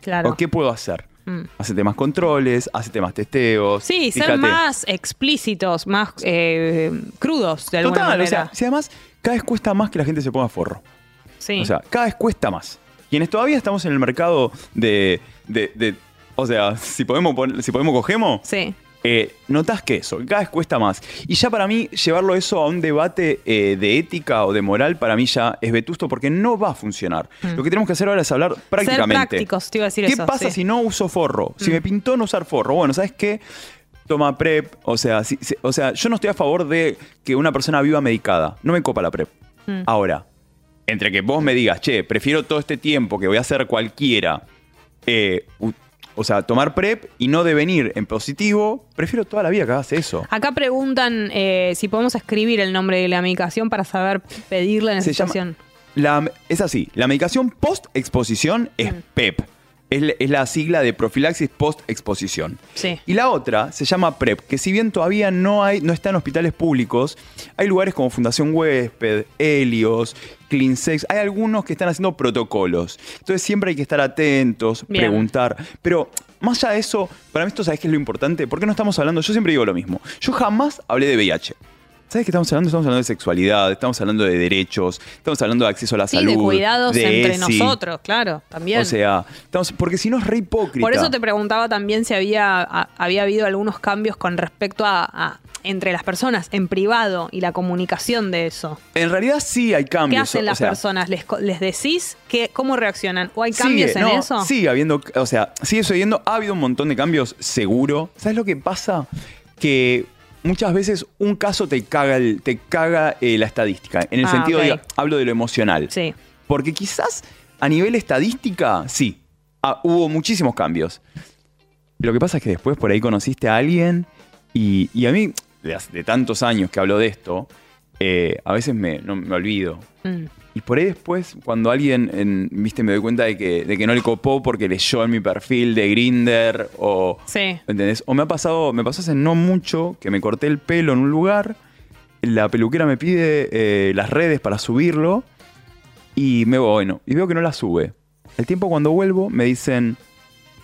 Speaker 2: Claro.
Speaker 3: ¿O qué puedo hacer?
Speaker 2: Mm.
Speaker 3: Hacete más controles, hacete más testeos.
Speaker 2: Sí, ser
Speaker 3: fíjate.
Speaker 2: más explícitos, más eh, crudos de alguna
Speaker 3: Total, o
Speaker 2: manera.
Speaker 3: sea, si además cada vez cuesta más que la gente se ponga forro.
Speaker 2: sí.
Speaker 3: O sea, cada vez cuesta más. Quienes todavía estamos en el mercado de. de- de- o sea, si podemos, pon- si podemos cogemos,
Speaker 2: sí.
Speaker 3: eh, notás que eso, que cada vez cuesta más. Y ya para mí, llevarlo eso a un debate eh, de ética o de moral, para mí ya es vetusto porque no va a funcionar. Lo que tenemos que hacer ahora es hablar prácticamente.
Speaker 2: Mm. prácticos, te iba a decir
Speaker 3: ¿Qué
Speaker 2: eso,
Speaker 3: pasa
Speaker 2: sí. Mm.
Speaker 3: si no uso forro? Si me pintó no usar forro. Bueno, ¿sabes qué? Toma PrEP. O sea, si- si- o sea, yo no estoy a favor de que una persona viva medicada. No me copa la PrEP.
Speaker 2: Mm.
Speaker 3: Ahora, entre que vos me digas, che, prefiero todo este tiempo que voy a hacer cualquiera, eh, u- o sea, tomar PrEP y no devenir en positivo, prefiero toda la vida que hagas eso.
Speaker 2: Acá preguntan eh, si podemos escribir el nombre de la medicación para saber pedirla en esa
Speaker 3: Se llama
Speaker 2: situación.
Speaker 3: la- es así, la medicación post-exposición es
Speaker 2: Mm.
Speaker 3: PEP. Es, la- es la sigla de profilaxis post-exposición.
Speaker 2: Sí.
Speaker 3: Y la otra se llama PrEP, que si bien todavía no, hay, no está en hospitales públicos, hay lugares como Fundación Huésped, Helios, CleanSex, hay algunos que están haciendo protocolos. Entonces siempre hay que estar atentos,
Speaker 2: Bien.
Speaker 3: preguntar. Pero más allá de eso, para mí esto, ¿sabes qué es lo importante? ¿Por qué no estamos hablando? Yo siempre digo lo mismo. Yo jamás hablé de VIH. ¿Sabes qué estamos hablando? Estamos hablando de sexualidad, estamos hablando de derechos, estamos hablando de acceso a la
Speaker 2: Sí,
Speaker 3: salud.
Speaker 2: de cuidados
Speaker 3: de
Speaker 2: entre
Speaker 3: ESI.
Speaker 2: nosotros, claro, también.
Speaker 3: O sea, estamos, porque si no es re hipócrita.
Speaker 2: Por eso te preguntaba también si había, a- había habido algunos cambios con respecto a, a- entre las personas, en privado, y la comunicación de eso.
Speaker 3: En realidad sí hay
Speaker 2: ¿Qué
Speaker 3: cambios.
Speaker 2: hacen
Speaker 3: o
Speaker 2: las
Speaker 3: sea,
Speaker 2: personas? ¿Les, co- les decís que, cómo reaccionan? ¿O hay cambios
Speaker 3: Sigue,
Speaker 2: en
Speaker 3: no,
Speaker 2: eso?
Speaker 3: Sigue habiendo, o sea, sigue sucediendo. Ha habido un montón de cambios, seguro. ¿Sabes lo que pasa? Que muchas veces un caso te caga, el- te caga eh, la estadística. En el
Speaker 2: Ah,
Speaker 3: sentido, de,
Speaker 2: ok.
Speaker 3: hablo de lo emocional.
Speaker 2: Sí.
Speaker 3: Porque quizás a nivel estadística, sí, ah, hubo muchísimos cambios. Lo que pasa es que después por ahí conociste a alguien y, y a mí, de, hace- de tantos años que hablo de esto, eh, a veces me, no, me olvido.
Speaker 2: Mm.
Speaker 3: Y por ahí después, cuando alguien, en- viste, me doy cuenta de que, de que no le copó porque leyó en mi perfil de Grinder o...
Speaker 2: Sí.
Speaker 3: ¿Entendés? O me ha pasado, me pasó hace no mucho que me corté el pelo en un lugar, la peluquera me pide eh, las redes para subirlo y me voy, bueno, y veo que no la sube. El tiempo cuando vuelvo me dicen,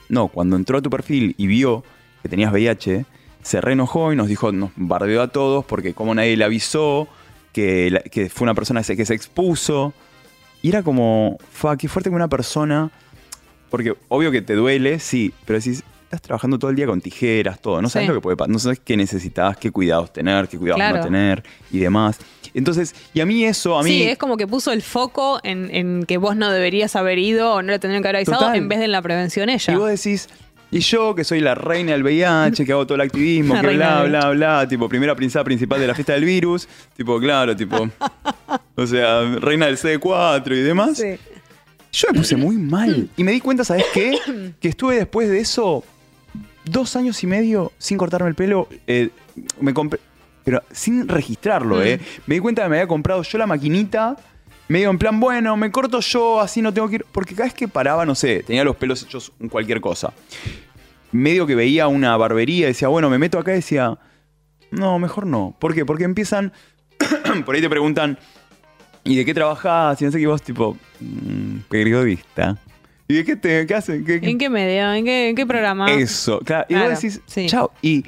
Speaker 3: no, cuando entró a tu perfil y vio que tenías VIH, se reenojó y nos dijo, nos bardeó a todos porque como nadie le avisó, que, la- que fue una persona que se- que se expuso. Y era como, fa, qué fuerte que una persona. Porque obvio que te duele, sí, pero decís, estás trabajando todo el día con tijeras, todo. No sabes
Speaker 2: Sí.
Speaker 3: lo que puede pasar, no sabes qué necesitas, qué cuidados tener, qué cuidados
Speaker 2: Claro.
Speaker 3: no tener y demás. Entonces, y a mí eso, a mí.
Speaker 2: Sí, es como que puso el foco en, en que vos no deberías haber ido o no le tendrían que haber avisado
Speaker 3: Total.
Speaker 2: en vez de en la prevención ella.
Speaker 3: Y vos decís, y yo que soy la reina del VIH, que hago todo el activismo,
Speaker 2: La
Speaker 3: que
Speaker 2: reina
Speaker 3: bla,
Speaker 2: del
Speaker 3: bla, bla, tipo, primera princesa principal de la fiesta del virus, tipo, claro, tipo, o sea, reina del C4 y demás.
Speaker 2: Sí.
Speaker 3: Yo me puse muy mal. Y me di cuenta, ¿sabes
Speaker 2: [coughs]
Speaker 3: qué? Que estuve después de eso dos años y medio sin cortarme el pelo. eh, me compré. Pero sin registrarlo, ¿eh? Me di cuenta que me había comprado yo la maquinita. Medio en plan, bueno, me corto yo, así no tengo que ir. Porque cada vez que paraba, no sé, tenía los pelos hechos un cualquier cosa. Medio que veía una barbería y decía, bueno, me meto acá y decía, no, mejor no. ¿Por qué? Porque empiezan. [clears throat] por ahí te preguntan, ¿Y de qué trabajás? Y no sé qué vos, tipo, mm, periodista. ¿Y de qué te qué haces? ¿Qué- qué-
Speaker 2: ¿En qué medio? ¿En qué, en qué programa?
Speaker 3: Eso, claro. Y
Speaker 2: Ah, Claro,
Speaker 3: vos decís,
Speaker 2: sí.
Speaker 3: chao. Y,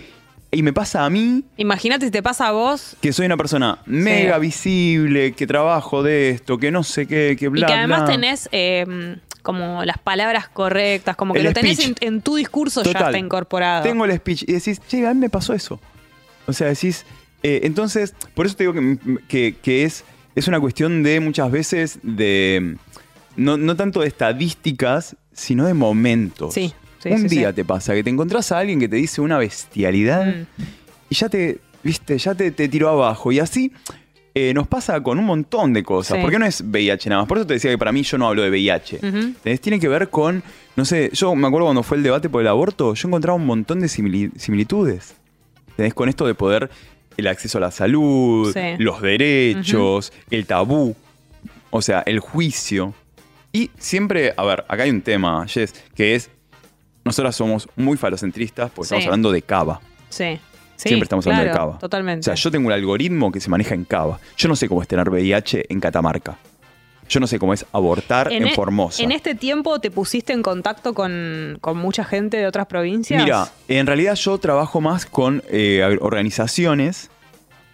Speaker 3: y me pasa a mí
Speaker 2: Imagínate si te pasa a vos
Speaker 3: que soy una persona mega visible, que trabajo de esto, que no sé qué, que
Speaker 2: y
Speaker 3: bla,
Speaker 2: que además
Speaker 3: bla.
Speaker 2: tenés eh, como las palabras correctas, como que
Speaker 3: El
Speaker 2: lo tenés en,
Speaker 3: speech.
Speaker 2: en tu discurso ya
Speaker 3: Total.
Speaker 2: está incorporado.
Speaker 3: Tengo el speech y decís, che, a mí me pasó eso. O sea, decís, eh, entonces, por eso te digo que, que- que es, es una cuestión de muchas veces de, no, no tanto de estadísticas, sino de momentos.
Speaker 2: Sí, sí,
Speaker 3: Un
Speaker 2: sí,
Speaker 3: día
Speaker 2: sí.
Speaker 3: te pasa que te encontrás a alguien que te dice una bestialidad
Speaker 2: Mm.
Speaker 3: y ya te, viste, ya te, te tiró abajo. Y así eh, nos pasa con un montón de cosas.
Speaker 2: Sí.
Speaker 3: Porque no es VIH nada más. Por eso te decía que para mí yo no hablo de VIH.
Speaker 2: Mm. Ujú.
Speaker 3: Entonces, tiene que ver con, no sé, yo me acuerdo cuando fue el debate por el aborto, yo encontraba un montón de simili- similitudes. Tenés con esto de poder el acceso a la salud,
Speaker 2: Sí.
Speaker 3: los derechos, el tabú, o sea, el juicio. Y siempre, a ver, acá hay un tema, Jess, que es, nosotras somos muy falocentristas porque
Speaker 2: Sí.
Speaker 3: estamos hablando de cava.
Speaker 2: Sí. Sí,
Speaker 3: Siempre estamos hablando de
Speaker 2: claro,
Speaker 3: Cava.
Speaker 2: Totalmente.
Speaker 3: O sea, yo tengo un algoritmo que se maneja en Cava. Yo no sé cómo es tener VIH en Catamarca. Yo no sé cómo es abortar en,
Speaker 2: e-
Speaker 3: Formosa.
Speaker 2: En este tiempo te pusiste en contacto con, con mucha gente de otras provincias.
Speaker 3: Mira, en realidad yo trabajo más con eh, agr- organizaciones,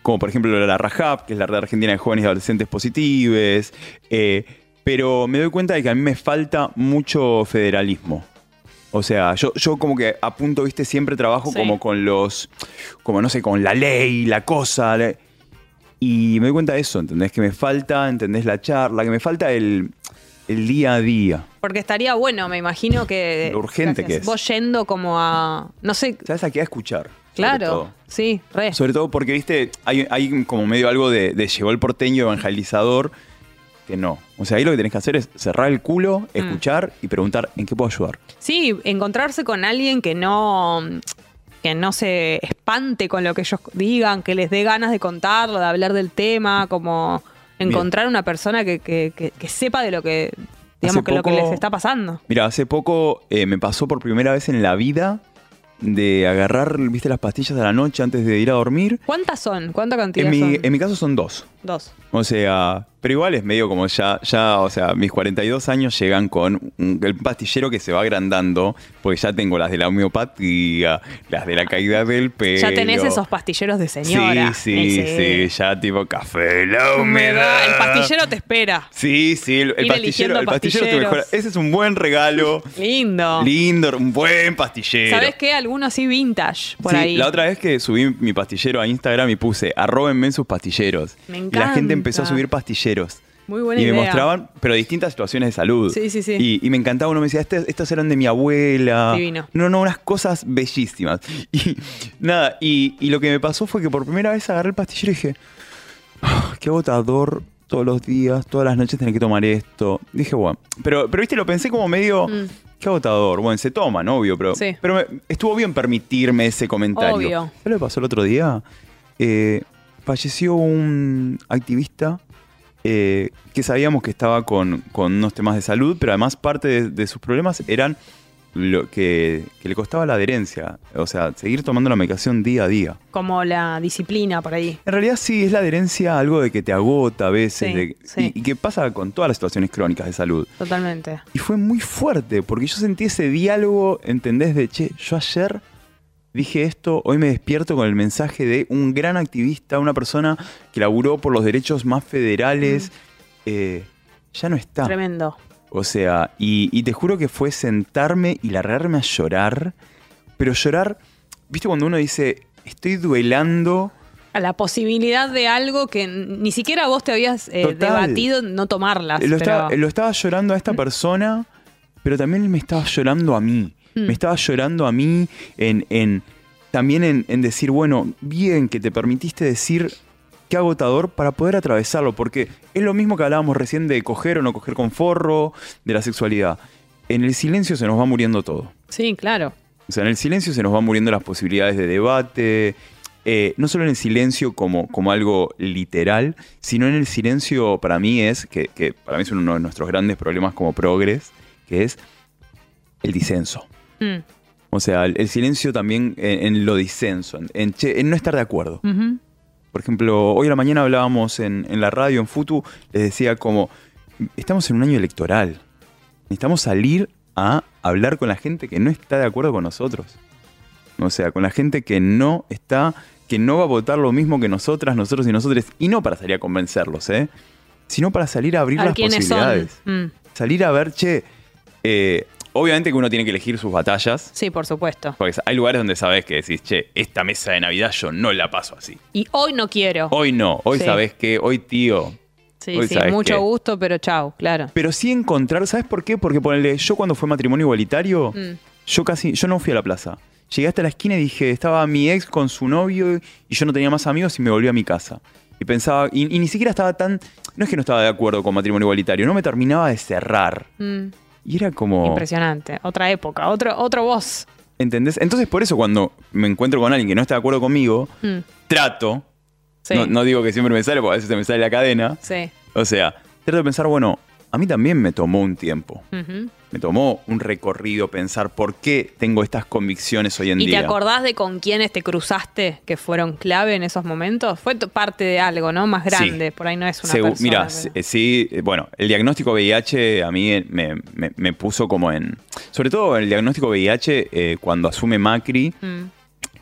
Speaker 3: como por ejemplo la RAJAP, que es la Red Argentina de Jóvenes y Adolescentes Positives, eh, pero me doy cuenta de que a mí me falta mucho federalismo. O sea, yo, yo como que apunto, viste, siempre trabajo
Speaker 2: Sí.
Speaker 3: como con los, como no sé, con la ley, la cosa. la- y me doy cuenta de eso, ¿entendés? Que me falta, ¿entendés? La charla, que me falta el, el día a día.
Speaker 2: Porque estaría bueno, me imagino que.
Speaker 3: Lo urgente que es.
Speaker 2: Vos yendo como a. No sé,
Speaker 3: ¿Sabes a qué? A escuchar. sobre todo.
Speaker 2: claro. Sí, re.
Speaker 3: Sobre todo porque, viste, hay, hay como medio algo de, de llegó el porteño evangelizador, que no. O sea, ahí lo que tenés que hacer es cerrar el
Speaker 2: Mm.
Speaker 3: culo, escuchar y preguntar en qué puedo ayudar.
Speaker 2: Sí, encontrarse con alguien que no que no se espante con lo que ellos digan, que les dé ganas de contarlo, de hablar del tema, como encontrar una persona que, que- que- que sepa de lo que, digamos,
Speaker 3: Hace
Speaker 2: que lo que
Speaker 3: poco-
Speaker 2: les está pasando.
Speaker 3: Mira, hace poco eh, me pasó por primera vez en la vida de agarrar, viste, las pastillas a la noche antes de ir a dormir.
Speaker 2: ¿Cuántas son? ¿Cuánta cantidad
Speaker 3: En mi,
Speaker 2: son?
Speaker 3: en mi caso son dos.
Speaker 2: Dos.
Speaker 3: O sea, pero igual es medio como ya, ya, o sea, mis 42 años llegan con un- el pastillero que se va agrandando, porque ya tengo las de la homeopatía, las de la caída del pelo.
Speaker 2: Ya tenés esos pastilleros de señora.
Speaker 3: Eh, Sí, sí, sí, ya tipo café, la humedad.
Speaker 2: El pastillero te espera.
Speaker 3: Sí, sí, el, el
Speaker 2: Ir eligiendo
Speaker 3: pastillero, el pastillero te
Speaker 2: pastilleros.
Speaker 3: mejora. Ese es un buen regalo.
Speaker 2: Lindo.
Speaker 3: Lindo, un buen pastillero.
Speaker 2: ¿Sabes qué? Algunos sí vintage por
Speaker 3: Sí,
Speaker 2: ahí.
Speaker 3: La otra vez que subí mi pastillero a Instagram y puse arrobenme sus pastilleros.
Speaker 2: Me
Speaker 3: Y la gente empezó a
Speaker 2: encanta.
Speaker 3: subir pastilleros.
Speaker 2: Muy buena
Speaker 3: y me
Speaker 2: idea.
Speaker 3: mostraban, pero distintas situaciones de salud.
Speaker 2: Sí, sí, sí.
Speaker 3: Y, y me encantaba, uno me decía, "Este- estos eran de mi abuela.
Speaker 2: Divino.
Speaker 3: No, no, unas cosas bellísimas. [laughs] Y nada, y, y lo que me pasó fue que por primera vez agarré el pastillero y dije, "Ah, qué agotador todos los días, todas las noches tener que tomar esto. Dije, bueno, pero, pero viste, lo pensé como medio, qué agotador. Bueno, se toman, obvio, pero,
Speaker 2: Mm. Sí.
Speaker 3: pero me- estuvo bien permitirme ese comentario.
Speaker 2: Obvio.
Speaker 3: ¿Sabes lo que pasó el otro día? Eh, falleció un activista eh, que sabíamos que estaba con, con unos temas de salud, pero además parte de, de sus problemas eran lo que, que le costaba la adherencia, o sea, seguir tomando la medicación día a día.
Speaker 2: Como la disciplina por ahí.
Speaker 3: En realidad sí, es la adherencia a algo de que te agota a veces
Speaker 2: Sí,
Speaker 3: de-
Speaker 2: sí.
Speaker 3: Y, y que pasa con todas las situaciones crónicas de salud.
Speaker 2: Totalmente.
Speaker 3: Y fue muy fuerte, porque yo sentí ese diálogo, ¿entendés? De, che, yo ayer dije esto, hoy me despierto con el mensaje de un gran activista, una persona que laburó por los derechos más federales, eh, ya no está.
Speaker 2: Tremendo.
Speaker 3: O sea, y, y te juro que fue sentarme y largarme a llorar, pero llorar, ¿viste cuando uno dice, estoy duelando?
Speaker 2: A la posibilidad de algo que n- ni siquiera vos te habías eh,
Speaker 3: Total.
Speaker 2: debatido no tomarlas.
Speaker 3: Lo, estaba,
Speaker 2: pero-
Speaker 3: lo estaba llorando a esta persona, pero también me estaba llorando a mí.
Speaker 2: Mm.
Speaker 3: Me estaba llorando a mí en, en- también en, en decir, bueno, bien que te permitiste decir qué agotador para poder atravesarlo, porque es lo mismo que hablábamos recién de coger o no coger con forro, de la sexualidad. En el silencio se nos va muriendo todo.
Speaker 2: Sí, claro.
Speaker 3: O sea, en el silencio se nos van muriendo las posibilidades de debate. eh, no solo en el silencio como, como algo literal, sino en el silencio para mí es, que, que para mí es uno de nuestros grandes problemas como progres, que es el disenso.
Speaker 2: Mm.
Speaker 3: O sea, el, el silencio también en, en lo disenso, en, en che- en no estar de acuerdo.
Speaker 2: Ujú.
Speaker 3: Por ejemplo, hoy a la mañana hablábamos en, en la radio, en Futu, les decía como, estamos en un año electoral, necesitamos salir a hablar con la gente que no está de acuerdo con nosotros. O sea, con la gente que no está, que no va a votar lo mismo que nosotras, nosotros y nosotres, y no para salir a convencerlos, ¿eh? sino para salir a abrir
Speaker 2: A
Speaker 3: las
Speaker 2: quiénes son.
Speaker 3: posibilidades.
Speaker 2: Mm.
Speaker 3: Salir a ver, che, eh, obviamente que uno tiene que elegir sus batallas,
Speaker 2: Sí, por supuesto.
Speaker 3: porque hay lugares donde sabes que decís, che, esta mesa de Navidad yo no la paso así.
Speaker 2: Y hoy no quiero.
Speaker 3: Hoy no, hoy
Speaker 2: Sí.
Speaker 3: sabes que, hoy tío.
Speaker 2: sí,
Speaker 3: hoy
Speaker 2: sí,
Speaker 3: sabes
Speaker 2: mucho
Speaker 3: qué.
Speaker 2: gusto, pero chau, claro.
Speaker 3: Pero sí encontrar, ¿sabes por qué? Porque ponele, yo cuando fue matrimonio igualitario,
Speaker 2: Mm.
Speaker 3: yo casi, yo no fui a la plaza. Llegué hasta la esquina y dije, estaba mi ex con su novio y yo no tenía más amigos y me volví a mi casa. Y pensaba, y, y ni siquiera estaba tan, no es que no estaba de acuerdo con matrimonio igualitario, no me terminaba de cerrar.
Speaker 2: Mm.
Speaker 3: Y era como,
Speaker 2: Impresionante. Otra época, otro, otro voz.
Speaker 3: ¿entendés? Entonces por eso cuando me encuentro con alguien que no está de acuerdo conmigo,
Speaker 2: Mm.
Speaker 3: trato,
Speaker 2: Sí.
Speaker 3: no, no digo que siempre me sale, porque a veces se me sale la cadena,
Speaker 2: Sí.
Speaker 3: O sea, trato de pensar, bueno, a mí también me tomó un tiempo.
Speaker 2: Ujú.
Speaker 3: Me tomó un recorrido pensar por qué tengo estas convicciones hoy en
Speaker 2: ¿Y
Speaker 3: día.
Speaker 2: te acordás de con quiénes te cruzaste que fueron clave en esos momentos? Fue t- parte de algo, ¿no? Más grande,
Speaker 3: Sí.
Speaker 2: por ahí no es una
Speaker 3: Segu-
Speaker 2: persona.
Speaker 3: Mira,
Speaker 2: pero-
Speaker 3: s- eh, sí, eh, bueno, el diagnóstico VIH a mí eh, me, me- me puso como en. Sobre todo el diagnóstico VIH eh, cuando asume Macri,
Speaker 2: Mm,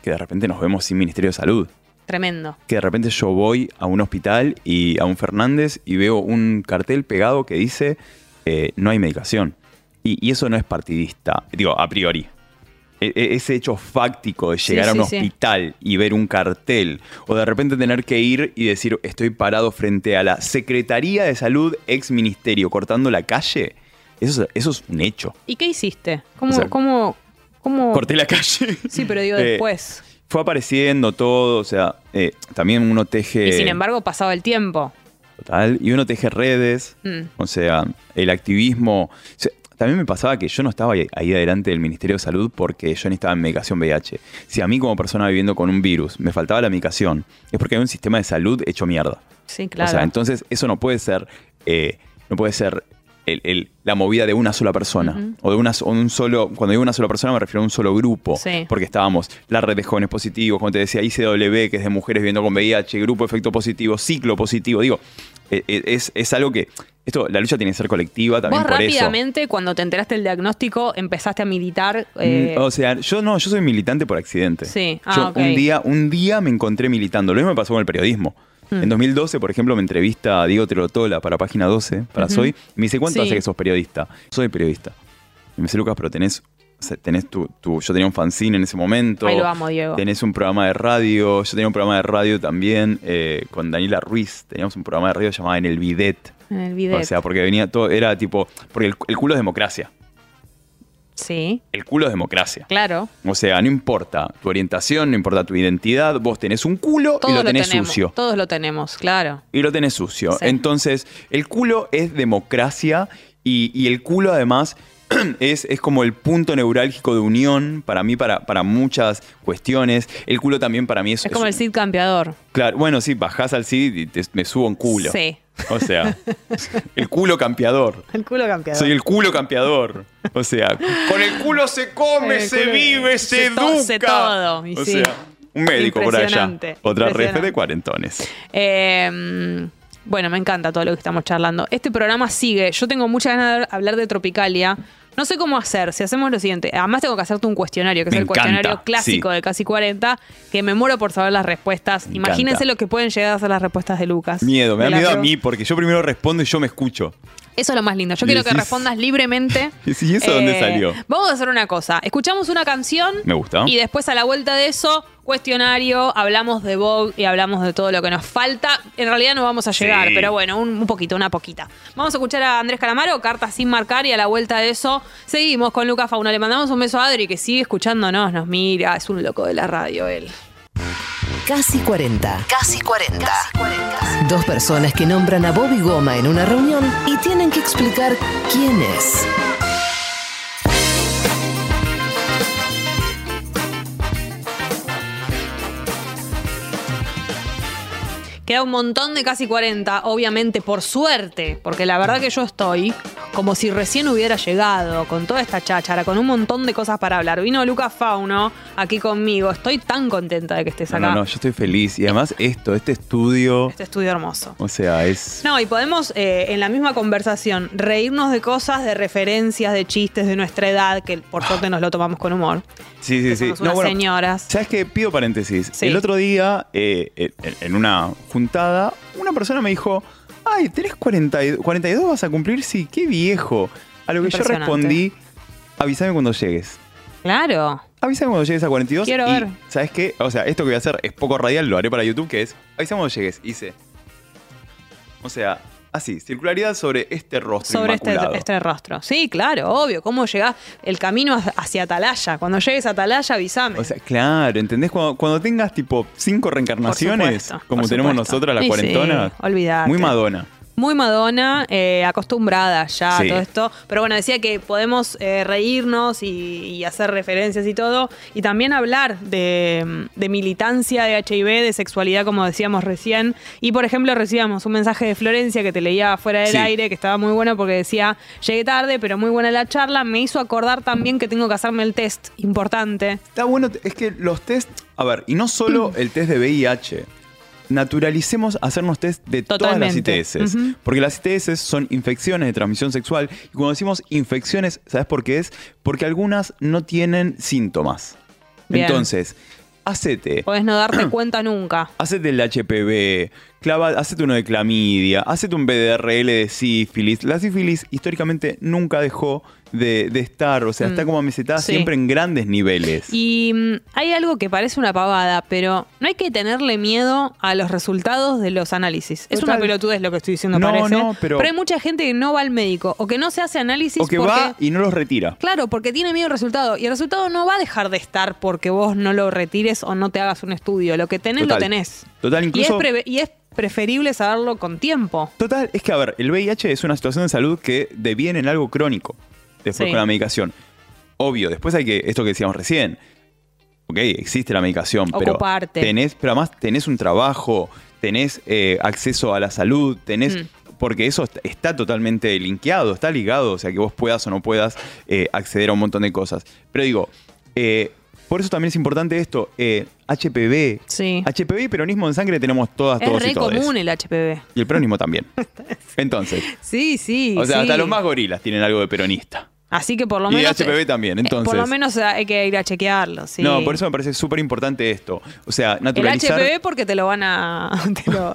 Speaker 3: que de repente nos vemos sin Ministerio de Salud.
Speaker 2: tremendo.
Speaker 3: Que de repente yo voy a un hospital y a un Fernández y veo un cartel pegado que dice eh, no hay medicación. Y, y eso no es partidista, digo, a priori. E- e- ese hecho fáctico de llegar
Speaker 2: Sí,
Speaker 3: a un
Speaker 2: sí, sí.
Speaker 3: hospital y ver un cartel, o de repente tener que ir y decir, estoy parado frente a la Secretaría de Salud, ex ministerio, cortando la calle, eso es, eso es un hecho.
Speaker 2: ¿Y qué hiciste? ¿Cómo,
Speaker 3: O sea,
Speaker 2: cómo, cómo?
Speaker 3: Corté la calle.
Speaker 2: Oh. Sí, pero digo
Speaker 3: [laughs] Eh,
Speaker 2: después.
Speaker 3: fue apareciendo todo, o sea, eh, también uno teje...
Speaker 2: y sin embargo pasaba el tiempo.
Speaker 3: Total. Y uno teje redes.
Speaker 2: Mm.
Speaker 3: O sea, el activismo. o sea, también me pasaba que yo no estaba ahí, ahí adelante del Ministerio de Salud porque yo necesitaba medicación VIH. Si a mí como persona viviendo con un virus me faltaba la medicación, es porque hay un sistema de salud hecho mierda.
Speaker 2: Sí, claro.
Speaker 3: O sea, entonces eso no puede ser, eh, no puede ser el- el- la movida de una sola persona. O de una, o de un solo, cuando digo una sola persona me refiero a un solo grupo.
Speaker 2: Sí.
Speaker 3: Porque estábamos la red de jóvenes positivos, como te decía, ICW, que es de mujeres viviendo con VIH, grupo efecto positivo, ciclo positivo. Digo, eh, eh, es, es algo que. Esto, la lucha tiene que ser colectiva también
Speaker 2: Vos
Speaker 3: por eso.
Speaker 2: rápidamente, cuando te enteraste del diagnóstico, empezaste a militar. eh,
Speaker 3: Mm, O sea, yo no, yo soy militante por accidente.
Speaker 2: Sí, ah,
Speaker 3: Yo
Speaker 2: ok.
Speaker 3: un día, un día me encontré militando. Lo mismo me pasó con el periodismo.
Speaker 2: Hmm.
Speaker 3: En 2012, por ejemplo, me entrevista a Diego Terotola para Página 12, para Soy, y me dice, ¿cuánto
Speaker 2: Sí.
Speaker 3: hace que sos periodista? Soy periodista. Y me dice, Lucas, pero tenés, o sea, tenés tu, tu- yo tenía un fanzine en ese momento.
Speaker 2: Ahí lo amo, Diego.
Speaker 3: Tenés un programa de radio, yo tenía un programa de radio también eh, con Daniela Ruiz, teníamos un programa de radio llamado En el Bidet.
Speaker 2: en el video.
Speaker 3: O sea, porque venía todo, era tipo, porque el, el culo es democracia,
Speaker 2: sí,
Speaker 3: el culo es democracia.
Speaker 2: claro.
Speaker 3: O sea, no importa tu orientación, no importa tu identidad, vos tenés un culo
Speaker 2: Todos
Speaker 3: y lo tenés
Speaker 2: tenemos,
Speaker 3: sucio.
Speaker 2: Todos lo tenemos, claro.
Speaker 3: Y lo tenés sucio.
Speaker 2: Sí.
Speaker 3: Entonces, el culo es democracia y, y el culo además [clears throat] es, es como el punto neurálgico de unión para mí, para, para muchas cuestiones. El culo también para mí es...
Speaker 2: Es como el
Speaker 3: es-
Speaker 2: Cid campeador.
Speaker 3: Claro, bueno, sí, bajás al CID y te- me subo un culo.
Speaker 2: Sí.
Speaker 3: O
Speaker 2: [laughs]
Speaker 3: sea, el culo campeador.
Speaker 2: El culo campeador.
Speaker 3: Soy el culo campeador. O sea, con el culo se come,
Speaker 2: El
Speaker 3: se
Speaker 2: culo-
Speaker 3: vive, se,
Speaker 2: se to-
Speaker 3: educa.
Speaker 2: se todo, y
Speaker 3: O
Speaker 2: sí.
Speaker 3: sea, un médico por allá.
Speaker 2: Impresionante,
Speaker 3: Otra refe
Speaker 2: impresionante.
Speaker 3: de cuarentones.
Speaker 2: Eh, bueno, me encanta todo lo que estamos charlando. Este programa sigue. Yo tengo muchas ganas de hablar de Tropicalia. No sé cómo hacer. Si hacemos lo siguiente. Además, tengo que hacerte un cuestionario, que es
Speaker 3: Me
Speaker 2: el cuestionario
Speaker 3: encanta,
Speaker 2: clásico
Speaker 3: sí.
Speaker 2: de casi 40, que me muero por saber las respuestas.
Speaker 3: Me
Speaker 2: Imagínense
Speaker 3: encanta.
Speaker 2: lo que pueden llegar a ser las respuestas de Lucas.
Speaker 3: Miedo, me
Speaker 2: De
Speaker 3: da
Speaker 2: la
Speaker 3: miedo a
Speaker 2: pro-
Speaker 3: mí porque yo primero respondo y yo me escucho.
Speaker 2: Eso es lo más lindo. Yo
Speaker 3: Y
Speaker 2: quiero que
Speaker 3: decís-
Speaker 2: respondas libremente. Eh,
Speaker 3: Y decís, [laughs] ¿y eso dónde salió?
Speaker 2: Vamos a hacer una cosa. Escuchamos una canción.
Speaker 3: Me gusta.
Speaker 2: Y después a la vuelta de eso, cuestionario, hablamos de Vogue y hablamos de todo lo que nos falta. En realidad no vamos a llegar,
Speaker 3: Sí.
Speaker 2: pero bueno, un, un poquito, una poquita. Vamos a escuchar a Andrés Calamaro, Cartas sin marcar, y a la vuelta de eso seguimos con Lucas Fauna. Le mandamos un beso a Adri que sigue escuchándonos, nos mira, es un loco de la radio él.
Speaker 1: Casi 40. Casi 40. Dos personas que nombran a Bobby Goma en una reunión y tienen que explicar quién es.
Speaker 2: Queda un montón de casi 40, obviamente, por suerte, porque la verdad que yo estoy como si recién hubiera llegado, con toda esta cháchara, con un montón de cosas para hablar. Vino Lucas Fauno aquí conmigo, estoy tan contenta de que estés
Speaker 3: No,
Speaker 2: acá.
Speaker 3: no, no, yo estoy feliz. Y además esto, este estudio,
Speaker 2: Este estudio hermoso.
Speaker 3: o sea, es...
Speaker 2: No, y podemos eh, en la misma conversación reírnos de cosas, de referencias, de chistes de nuestra edad, que
Speaker 3: Ah.
Speaker 2: por suerte nos lo tomamos con humor.
Speaker 3: Sí,
Speaker 2: que
Speaker 3: sí, sí.
Speaker 2: somos
Speaker 3: No,
Speaker 2: unas
Speaker 3: bueno,
Speaker 2: señoras.
Speaker 3: ¿Sabes qué? Pido paréntesis.
Speaker 2: Sí.
Speaker 3: El otro día, eh, eh, en una juntada, una persona me dijo, ay, tenés 40 y- 42, vas a cumplir, sí, qué viejo. A lo que yo
Speaker 2: Impresionante.
Speaker 3: respondí, avísame cuando llegues.
Speaker 2: Claro.
Speaker 3: Avísame cuando llegues a 42.
Speaker 2: Quiero
Speaker 3: y,
Speaker 2: ver.
Speaker 3: ¿Sabes qué? O sea, esto que voy a hacer es poco radial, lo haré para YouTube, que es, avísame cuando llegues, hice. O sea, así, circularidad sobre este rostro
Speaker 2: Sobre este,
Speaker 3: inmaculado.
Speaker 2: este rostro. Sí, claro, obvio. ¿Cómo llegás el camino hacia Atalaya? Cuando llegues a Atalaya, avísame.
Speaker 3: O sea, claro, ¿entendés? Cuando, cuando tengas tipo cinco
Speaker 2: Por
Speaker 3: reencarnaciones,
Speaker 2: supuesto,
Speaker 3: como
Speaker 2: por
Speaker 3: tenemos
Speaker 2: supuesto.
Speaker 3: nosotras las
Speaker 2: Y sí,
Speaker 3: cuarentonas,
Speaker 2: olvidate.
Speaker 3: muy Madonna.
Speaker 2: Muy Madonna, eh, acostumbrada ya
Speaker 3: Sí.
Speaker 2: a todo esto. Pero bueno, decía que podemos eh, reírnos y, y hacer referencias y todo. Y también hablar de, de militancia, de HIV, de sexualidad, como decíamos recién. Y por ejemplo, recibíamos un mensaje de Florencia que te leía fuera del
Speaker 3: Sí.
Speaker 2: aire, que estaba muy bueno porque decía: Llegué tarde, pero muy buena la charla. Me hizo acordar también que tengo que hacerme el test, importante.
Speaker 3: Está bueno, es que los test, a ver, y
Speaker 2: [clears throat]
Speaker 3: no solo el test de VIH, naturalicemos hacernos test de
Speaker 2: Totalmente.
Speaker 3: todas las ITS,
Speaker 2: Ujú.
Speaker 3: porque las ITS son infecciones de transmisión sexual, y cuando decimos infecciones, ¿sabes por qué es? Porque algunas no tienen síntomas.
Speaker 2: Bien.
Speaker 3: Entonces, hacete
Speaker 2: Podés no
Speaker 3: [clears throat]
Speaker 2: darte cuenta nunca.
Speaker 3: Hacete el HPV, clava, hacete uno de clamidia, hacete un BDRL de sífilis. La sífilis históricamente nunca dejó de, de estar, o sea, está como amesetada
Speaker 2: Mm, Sí.
Speaker 3: siempre en grandes niveles.
Speaker 2: Y mm, hay algo que parece una pavada, pero no hay que tenerle miedo a los resultados de los análisis. Es
Speaker 3: Total.
Speaker 2: una pelotudez lo que estoy diciendo,
Speaker 3: No,
Speaker 2: parece.
Speaker 3: no, pero-
Speaker 2: hay mucha gente que no va al médico o que no se hace análisis
Speaker 3: o que
Speaker 2: porque.
Speaker 3: va y no los retira.
Speaker 2: Claro, porque tiene miedo al resultado. Y el resultado no va a dejar de estar porque vos no lo retires o no te hagas un estudio. Lo que tenés,
Speaker 3: Total.
Speaker 2: lo tenés. Y
Speaker 3: Total,
Speaker 2: es,
Speaker 3: incluso.
Speaker 2: preve- y es preferible saberlo con tiempo.
Speaker 3: Total, es que a ver, el VIH es una situación de salud que deviene en algo crónico. después
Speaker 2: Sí.
Speaker 3: con la medicación. Obvio, después hay que, esto que decíamos recién, ok, existe la medicación,
Speaker 2: Ocuparte.
Speaker 3: pero tenés, pero además tenés un trabajo, tenés eh, acceso a la salud, tenés.
Speaker 2: Mm.
Speaker 3: Porque eso est- está totalmente linkeado, está ligado, o sea que vos puedas o no puedas eh, acceder a un montón de cosas. Pero digo, eh, por eso también es importante esto, eh, HPV.
Speaker 2: Sí.
Speaker 3: HPV y peronismo en sangre tenemos todas,
Speaker 2: Es
Speaker 3: todos
Speaker 2: re
Speaker 3: y todes.
Speaker 2: común el HPV.
Speaker 3: Y el
Speaker 2: [laughs]
Speaker 3: peronismo también. Entonces,
Speaker 2: Sí, sí.
Speaker 3: o sea,
Speaker 2: sí.
Speaker 3: hasta los más gorilas tienen algo de peronista.
Speaker 2: Así que por lo
Speaker 3: Y
Speaker 2: menos.
Speaker 3: HPV también,
Speaker 2: eh,
Speaker 3: entonces.
Speaker 2: Por lo menos hay que ir a chequearlo, sí.
Speaker 3: No, por eso me parece súper importante esto. O sea,
Speaker 2: El
Speaker 3: naturalizar.
Speaker 2: HPV porque te lo van a. [laughs] Te lo,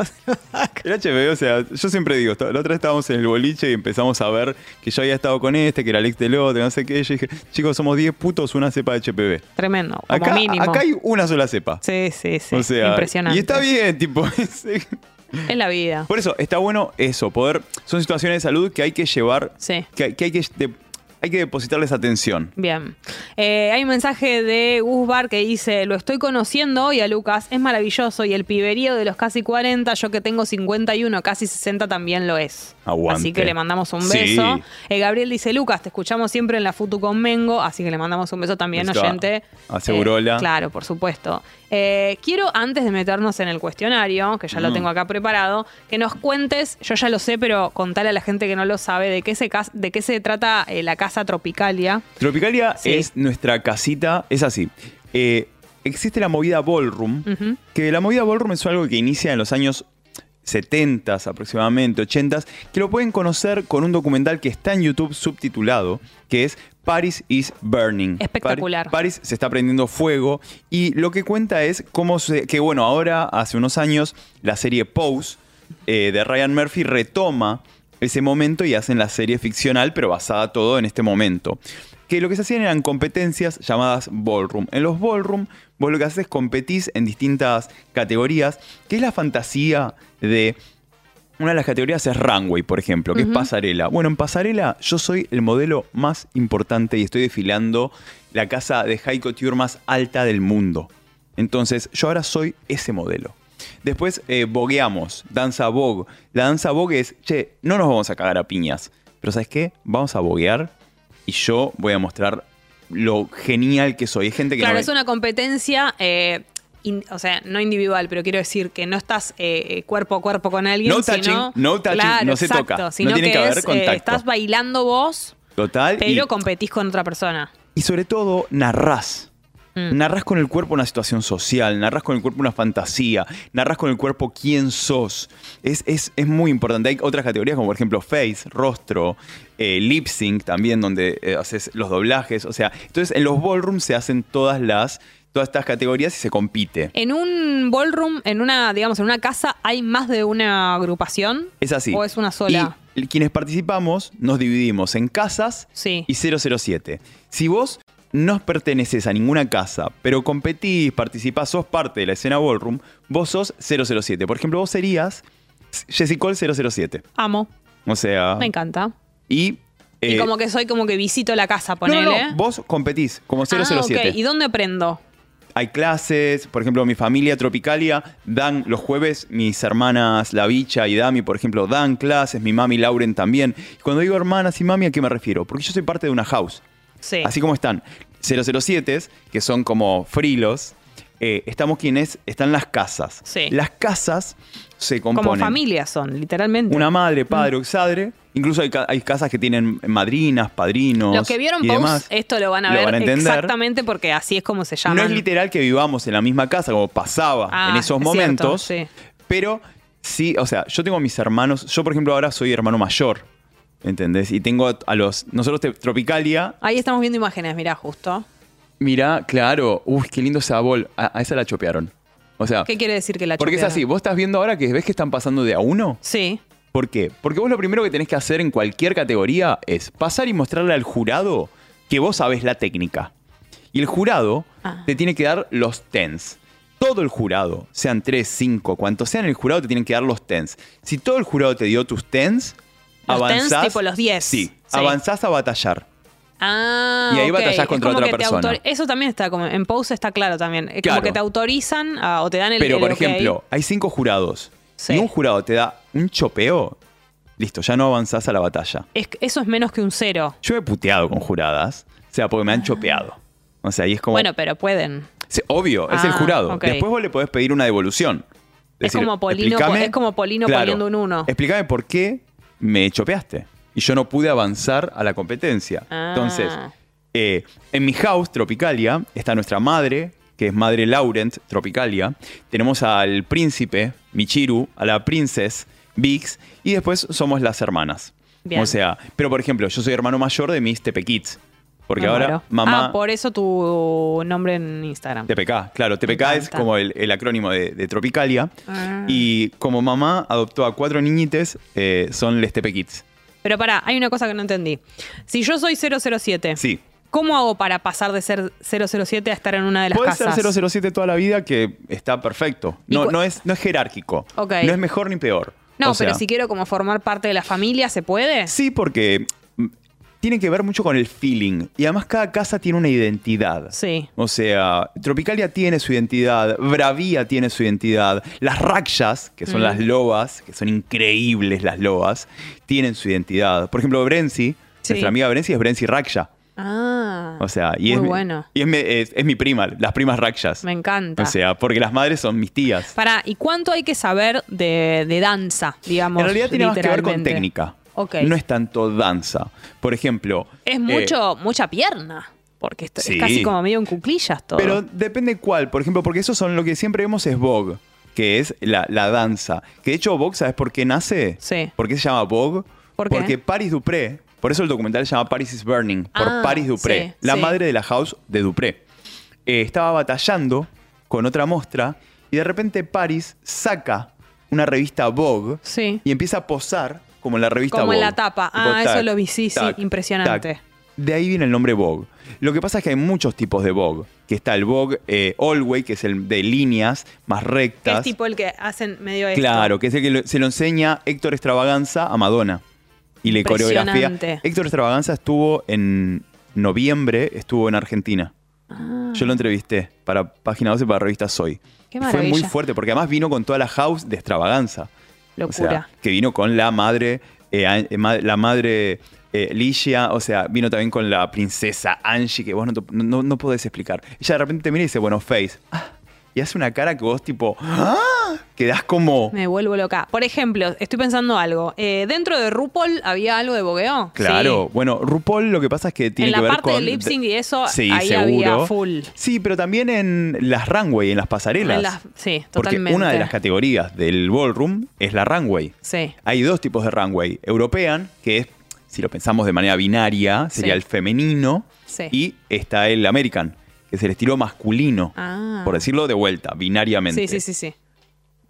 Speaker 3: El HPV, o sea, yo siempre digo, esta- la otra vez estábamos en el boliche y empezamos a ver que yo había estado con este, que era el ex del otro, no sé qué. Yo dije, chicos, somos 10 putos, una cepa de HPV.
Speaker 2: tremendo. Como
Speaker 3: Acá,
Speaker 2: mínimo.
Speaker 3: acá hay una sola cepa.
Speaker 2: Sí, sí, sí.
Speaker 3: o sea,
Speaker 2: Impresionante.
Speaker 3: y está bien, tipo. [laughs] es-
Speaker 2: Es la vida.
Speaker 3: Por eso, está bueno eso, poder. Son situaciones de salud que hay que llevar.
Speaker 2: Sí.
Speaker 3: Que, que hay que. de- hay que depositarles atención.
Speaker 2: Bien. Eh, hay un mensaje de Gusbar que dice: Lo estoy conociendo hoy a Lucas, es maravilloso y el piberío de los casi 40, yo que tengo 51, casi 60 también lo es.
Speaker 3: Aguante.
Speaker 2: Así que le mandamos un
Speaker 3: Sí.
Speaker 2: beso. Eh, Gabriel dice: Lucas, te escuchamos siempre en la Futu con Mengo, así que le mandamos un beso también,
Speaker 3: Besito a-
Speaker 2: oyente.
Speaker 3: a Segurola.
Speaker 2: Eh, claro, por supuesto. Eh, quiero, antes de meternos en el cuestionario, que ya lo
Speaker 3: Mm.
Speaker 2: tengo acá preparado, que nos cuentes, yo ya lo sé, pero contale a la gente que no lo sabe, de qué se, cas- de qué se trata eh, la Casa Tropicalia.
Speaker 3: Tropicalia
Speaker 2: Sí.
Speaker 3: es nuestra casita, es así. Eh, existe la movida ballroom,
Speaker 2: Ujú.
Speaker 3: que la movida ballroom es algo que inicia en los años 70 aproximadamente, 80 que lo pueden conocer con un documental que está en YouTube subtitulado, que es Paris is Burning.
Speaker 2: Espectacular.
Speaker 3: Par- París se está prendiendo fuego y lo que cuenta es cómo se, que bueno, ahora hace unos años la serie Pose eh, de Ryan Murphy retoma ese momento y hacen la serie ficcional pero basada todo en este momento. Que lo que se hacían eran competencias llamadas ballroom. En los ballroom vos lo que haces es competís en distintas categorías, que es la fantasía de una de las categorías es runway, por ejemplo, que es pasarela. Bueno, en pasarela yo soy el modelo más importante y estoy defilando la casa de high couture más alta del mundo. Entonces, yo ahora soy ese modelo. Después eh, bogueamos, danza vogue. La danza vogue es, che, no nos vamos a cagar a piñas, pero ¿sabes qué? Vamos a boguear y yo voy a mostrar lo genial que soy. Hay gente que
Speaker 2: Claro,
Speaker 3: no
Speaker 2: es una competencia, eh, in- o sea, no individual, pero quiero decir que no estás eh, eh, cuerpo a cuerpo con alguien.
Speaker 3: No
Speaker 2: sino-
Speaker 3: touching, no touching,
Speaker 2: Claro,
Speaker 3: no se
Speaker 2: exacto,
Speaker 3: toca, no
Speaker 2: sino
Speaker 3: tiene que
Speaker 2: es,
Speaker 3: haber
Speaker 2: eh,
Speaker 3: contacto.
Speaker 2: estás bailando vos,
Speaker 3: Total. y-
Speaker 2: pero competís con otra persona.
Speaker 3: Y sobre todo, narrás.
Speaker 2: Mm.
Speaker 3: Narrás con el cuerpo una situación social, narrás con el cuerpo una fantasía, narrás con el cuerpo quién sos. Es, es- es muy importante. Hay otras categorías como por ejemplo face, rostro, eh, lip sync también, donde eh, haces los doblajes. O sea, entonces en los ballrooms se hacen todas las, todas estas categorías y se compite.
Speaker 2: En un ballroom, en una, digamos, en una casa, ¿hay más de una agrupación?
Speaker 3: Es así.
Speaker 2: ¿O es una sola?
Speaker 3: Y quienes participamos nos dividimos en casas
Speaker 2: Sí.
Speaker 3: y 007. Si vos no perteneces a ninguna casa, pero competís, participás, sos parte de la escena ballroom, vos sos 007. Por ejemplo, vos serías Jessica Cole 007.
Speaker 2: Amo,
Speaker 3: O sea,
Speaker 2: me encanta.
Speaker 3: y...
Speaker 2: y
Speaker 3: Ah. eh,
Speaker 2: como que soy como que visito la casa,
Speaker 3: no, no,
Speaker 2: ponele.
Speaker 3: no, vos competís como 007.
Speaker 2: Ah, ok. ¿Y dónde aprendo?
Speaker 3: Hay clases, por ejemplo, mi familia Tropicalia dan los jueves, mis hermanas La Bicha y Dami, por ejemplo, dan clases, mi mami Lauren también. Y cuando digo hermanas y mami, ¿a qué me refiero? Porque yo soy parte de una house.
Speaker 2: Sí.
Speaker 3: Así como están 007, que son como frilos, eh, estamos quienes están las casas.
Speaker 2: Sí.
Speaker 3: Las casas se componen.
Speaker 2: como Mm. familias son, literalmente.
Speaker 3: Una madre, padre, oxadre. Incluso hay, ca- hay casas que tienen madrinas, padrinos.
Speaker 2: Los que vieron
Speaker 3: y
Speaker 2: Pose,
Speaker 3: demás.
Speaker 2: esto lo van a ver
Speaker 3: entender.
Speaker 2: exactamente porque así es como se llama.
Speaker 3: No es literal que vivamos en la misma casa, como pasaba
Speaker 2: Ah,
Speaker 3: en esos
Speaker 2: es
Speaker 3: momentos.
Speaker 2: cierto, sí.
Speaker 3: Pero sí, o sea, yo tengo mis hermanos. Yo, por ejemplo, ahora soy hermano mayor. ¿Entendés? Y tengo a- a los. Nosotros, te- Tropicalia,
Speaker 2: Ahí estamos viendo imágenes, mirá, justo.
Speaker 3: Mirá, claro. Uy, qué lindo esa bol. A, a esa la chopearon. O sea,
Speaker 2: ¿Qué quiere decir que la
Speaker 3: porque es
Speaker 2: chopearon?
Speaker 3: así. Vos estás viendo ahora que ves que están pasando de a uno.
Speaker 2: Sí,
Speaker 3: ¿Por qué? Porque vos lo primero que tenés que hacer en cualquier categoría es pasar y mostrarle al jurado que vos sabés la técnica. Y el jurado
Speaker 2: Ah.
Speaker 3: te tiene que dar los tens. Todo el jurado, sean tres, cinco, cuantos sean el jurado, te tienen que dar los tens. Si todo el jurado te dio tus tens,
Speaker 2: Los tens
Speaker 3: avanzás.
Speaker 2: tipo los 10.
Speaker 3: Sí,
Speaker 2: Sí.
Speaker 3: avanzás a batallar.
Speaker 2: Ah,
Speaker 3: Y ahí
Speaker 2: ok.
Speaker 3: batallás
Speaker 2: Es
Speaker 3: contra
Speaker 2: como
Speaker 3: otra
Speaker 2: que te
Speaker 3: persona.
Speaker 2: autor- Eso también está, como en Pose está claro también. Es
Speaker 3: Claro.
Speaker 2: como que te autorizan a- o te dan el
Speaker 3: Pero,
Speaker 2: el
Speaker 3: por
Speaker 2: ok.
Speaker 3: ejemplo, hay cinco jurados.
Speaker 2: Sí.
Speaker 3: Y un jurado te da un chopeo. listo, ya no avanzás a la batalla.
Speaker 2: Es- eso es menos que un cero.
Speaker 3: Yo he puteado con juradas, o sea, porque me han chopeado. O sea, y es como...
Speaker 2: Bueno, pero pueden.
Speaker 3: Sí, obvio, es el
Speaker 2: Ah,
Speaker 3: jurado.
Speaker 2: ok.
Speaker 3: Después vos le podés pedir una devolución.
Speaker 2: Es como Polino-
Speaker 3: "Explícame-
Speaker 2: es como Polino poniendo un uno".
Speaker 3: Explícame por qué me chopeaste y yo no pude avanzar a la competencia.
Speaker 2: Ah.
Speaker 3: Entonces, eh, en mi house, Tropicalia, está nuestra madre, que es madre Laurent Tropicalia. Tenemos al príncipe, Michiru, a la princesa, Vix, y después somos las hermanas.
Speaker 2: Bien.
Speaker 3: O sea, pero por ejemplo, yo soy hermano mayor de mis Tepekids. Porque
Speaker 2: Me
Speaker 3: ahora
Speaker 2: muero.
Speaker 3: mamá.
Speaker 2: Ah, por eso tu nombre en Instagram.
Speaker 3: TPK, claro, TPK es
Speaker 2: encanta.
Speaker 3: como el, el acrónimo de, de Tropicalia.
Speaker 2: Ah.
Speaker 3: Y como mamá adoptó a cuatro niñites, eh, son les TP Kids.
Speaker 2: Pero pará, hay una cosa que no entendí. Si yo soy 007,
Speaker 3: Sí.
Speaker 2: ¿cómo hago para pasar de ser 007 a estar en una de las
Speaker 3: Puede
Speaker 2: casas?
Speaker 3: ser 007 toda la vida, que está perfecto.
Speaker 2: ¿Y
Speaker 3: No,
Speaker 2: cu-
Speaker 3: no, es, no es jerárquico.
Speaker 2: Ok.
Speaker 3: No es mejor ni peor.
Speaker 2: No,
Speaker 3: O sea,
Speaker 2: pero si quiero como formar parte de la familia, ¿se puede?
Speaker 3: Sí, porque mm, tiene que ver mucho con el feeling. Y además cada casa tiene una identidad.
Speaker 2: Sí.
Speaker 3: O sea, Tropicalia tiene su identidad, Bravía tiene su identidad, las Rakshas, que
Speaker 2: Mm.
Speaker 3: son las lobas, que son increíbles las lobas, tienen su identidad. Por ejemplo, Brency,
Speaker 2: Sí.
Speaker 3: nuestra amiga Brency es Brency Raksha.
Speaker 2: Ah.
Speaker 3: O sea, y,
Speaker 2: muy
Speaker 3: es, mi-
Speaker 2: bueno.
Speaker 3: y es, mi- es- es mi prima, las primas Rakshas.
Speaker 2: Me encanta.
Speaker 3: O sea, porque las madres son mis tías.
Speaker 2: Pará, ¿y cuánto hay que saber de, de danza, digamos?
Speaker 3: en realidad tiene más que ver con
Speaker 2: literalmente?
Speaker 3: técnica.
Speaker 2: Ok.
Speaker 3: No es tanto danza. Por ejemplo. eh,
Speaker 2: Es mucho, mucha pierna, porque esto
Speaker 3: Sí.
Speaker 2: es casi como medio en cuclillas todo.
Speaker 3: Pero depende cuál, por ejemplo, porque eso son lo que siempre vemos es Vogue, que es la, la danza. Que de hecho Vogue, ¿sabes por qué nace?
Speaker 2: Sí.
Speaker 3: ¿Por qué se llama Vogue?
Speaker 2: ¿Por qué?
Speaker 3: Porque Paris Dupré, por eso el documental se llama Paris is Burning, por
Speaker 2: Ah,
Speaker 3: Paris Dupré,
Speaker 2: sí,
Speaker 3: la
Speaker 2: sí.
Speaker 3: madre de la house de Dupré. Eh, estaba batallando con otra mostra y de repente Paris saca una revista Vogue
Speaker 2: Sí.
Speaker 3: y empieza a posar como en la revista
Speaker 2: Como en
Speaker 3: Vogue.
Speaker 2: la tapa. Ah, eso lo vi, sí, sí, impresionante.
Speaker 3: De ahí viene el nombre Vogue. Lo que pasa es que hay muchos tipos de Vogue. Que está el Vogue eh, All Way, que es el de líneas más
Speaker 2: que
Speaker 3: rectas.
Speaker 2: es tipo el que hacen medio esto.
Speaker 3: Claro, que es el que lo- se lo enseña Héctor Extravaganza a Madonna. Y le coreografía.
Speaker 2: Impresionante.
Speaker 3: Héctor Extravaganza estuvo en noviembre, estuvo en Argentina. Yo lo entrevisté para Página 12 para revista Soy.
Speaker 2: Ah. Qué
Speaker 3: Fue muy
Speaker 2: maravilla.
Speaker 3: fuerte, porque además vino con toda la house de extravaganza. O sea,
Speaker 2: Locura.
Speaker 3: que vino con la madre, eh, An- eh, ma- la madre eh, Ligia, o sea, vino también con la princesa Angie, que vos no, te- no, no podés explicar. Ella de repente te mira y dice, bueno, Face. Ah, y hace una cara que vos tipo, ¡ah! quedás como...
Speaker 2: Me vuelvo loca. Por ejemplo, estoy pensando algo. Eh, ¿Dentro de RuPaul había algo de bogueo?
Speaker 3: Claro,
Speaker 2: Sí.
Speaker 3: bueno, RuPaul lo que pasa es que tiene
Speaker 2: En
Speaker 3: que
Speaker 2: la
Speaker 3: ver
Speaker 2: parte
Speaker 3: con...
Speaker 2: del lip sync y eso,
Speaker 3: sí,
Speaker 2: ahí
Speaker 3: seguro.
Speaker 2: había full.
Speaker 3: Sí, pero también en las runway, en las pasarelas.
Speaker 2: En las- sí,
Speaker 3: Porque
Speaker 2: totalmente.
Speaker 3: una de las categorías del ballroom es la runway.
Speaker 2: Sí.
Speaker 3: Hay dos tipos de runway. European, que es, si lo pensamos de manera binaria, sería
Speaker 2: Sí.
Speaker 3: el femenino.
Speaker 2: Sí.
Speaker 3: Y está el American, que es el estilo masculino.
Speaker 2: Ah.
Speaker 3: Por decirlo de vuelta, binariamente.
Speaker 2: Sí, sí, sí, sí.